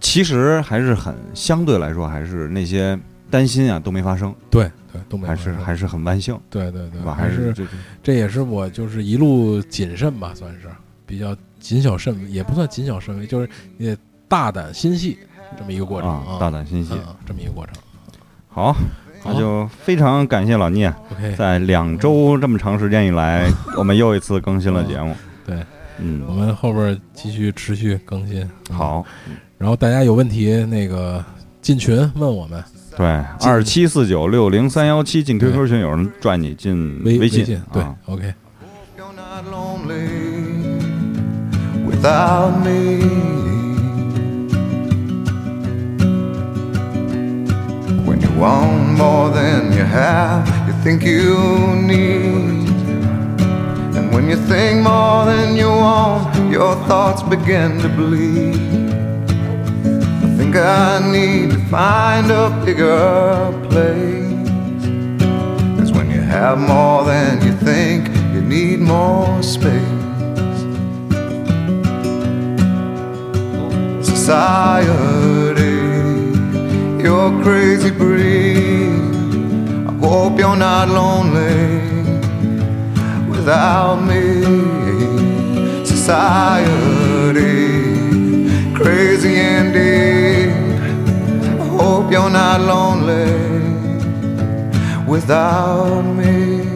B: 其实还是很相对来说，还是那些担心啊都没发生，
A: 对对，东北
B: 还是
A: 话
B: 还是很万幸，
A: 对对对，
B: 对吧？
A: 还
B: 是
A: 是
B: 这个
A: 这也是我就是一路谨慎吧，算是比较谨小慎微，也不算谨小慎微，就是也大胆心细这么一个过程
B: 啊，大胆心细。
A: 啊这么一个过程。
B: 好，那就非常感谢老聂，
A: OK，
B: 在两周这么长时间以来，我们又一次更新了节目。
A: 对，我
B: 嗯，
A: 们后边继续持续更新。嗯，
B: 好，
A: 然后大家有问题那个进群问我们，
B: 对，
A: 进
B: 二七四九六零三幺七进 QQ 群，有人拽你进
A: 微
B: 微
A: 信
B: 信，
A: 对
B: 啊
A: ，OK。
C: You're not lonely without me. When you want more than you have, you think you need. And when you think more than you want, your thoughts begin to bleed. I think I need to find a bigger place. Cause when you have more than you think, you need more space. Society, you're a crazy breed. I hope you're not lonely without me. Society, crazy indeed. I hope you're not lonely without me.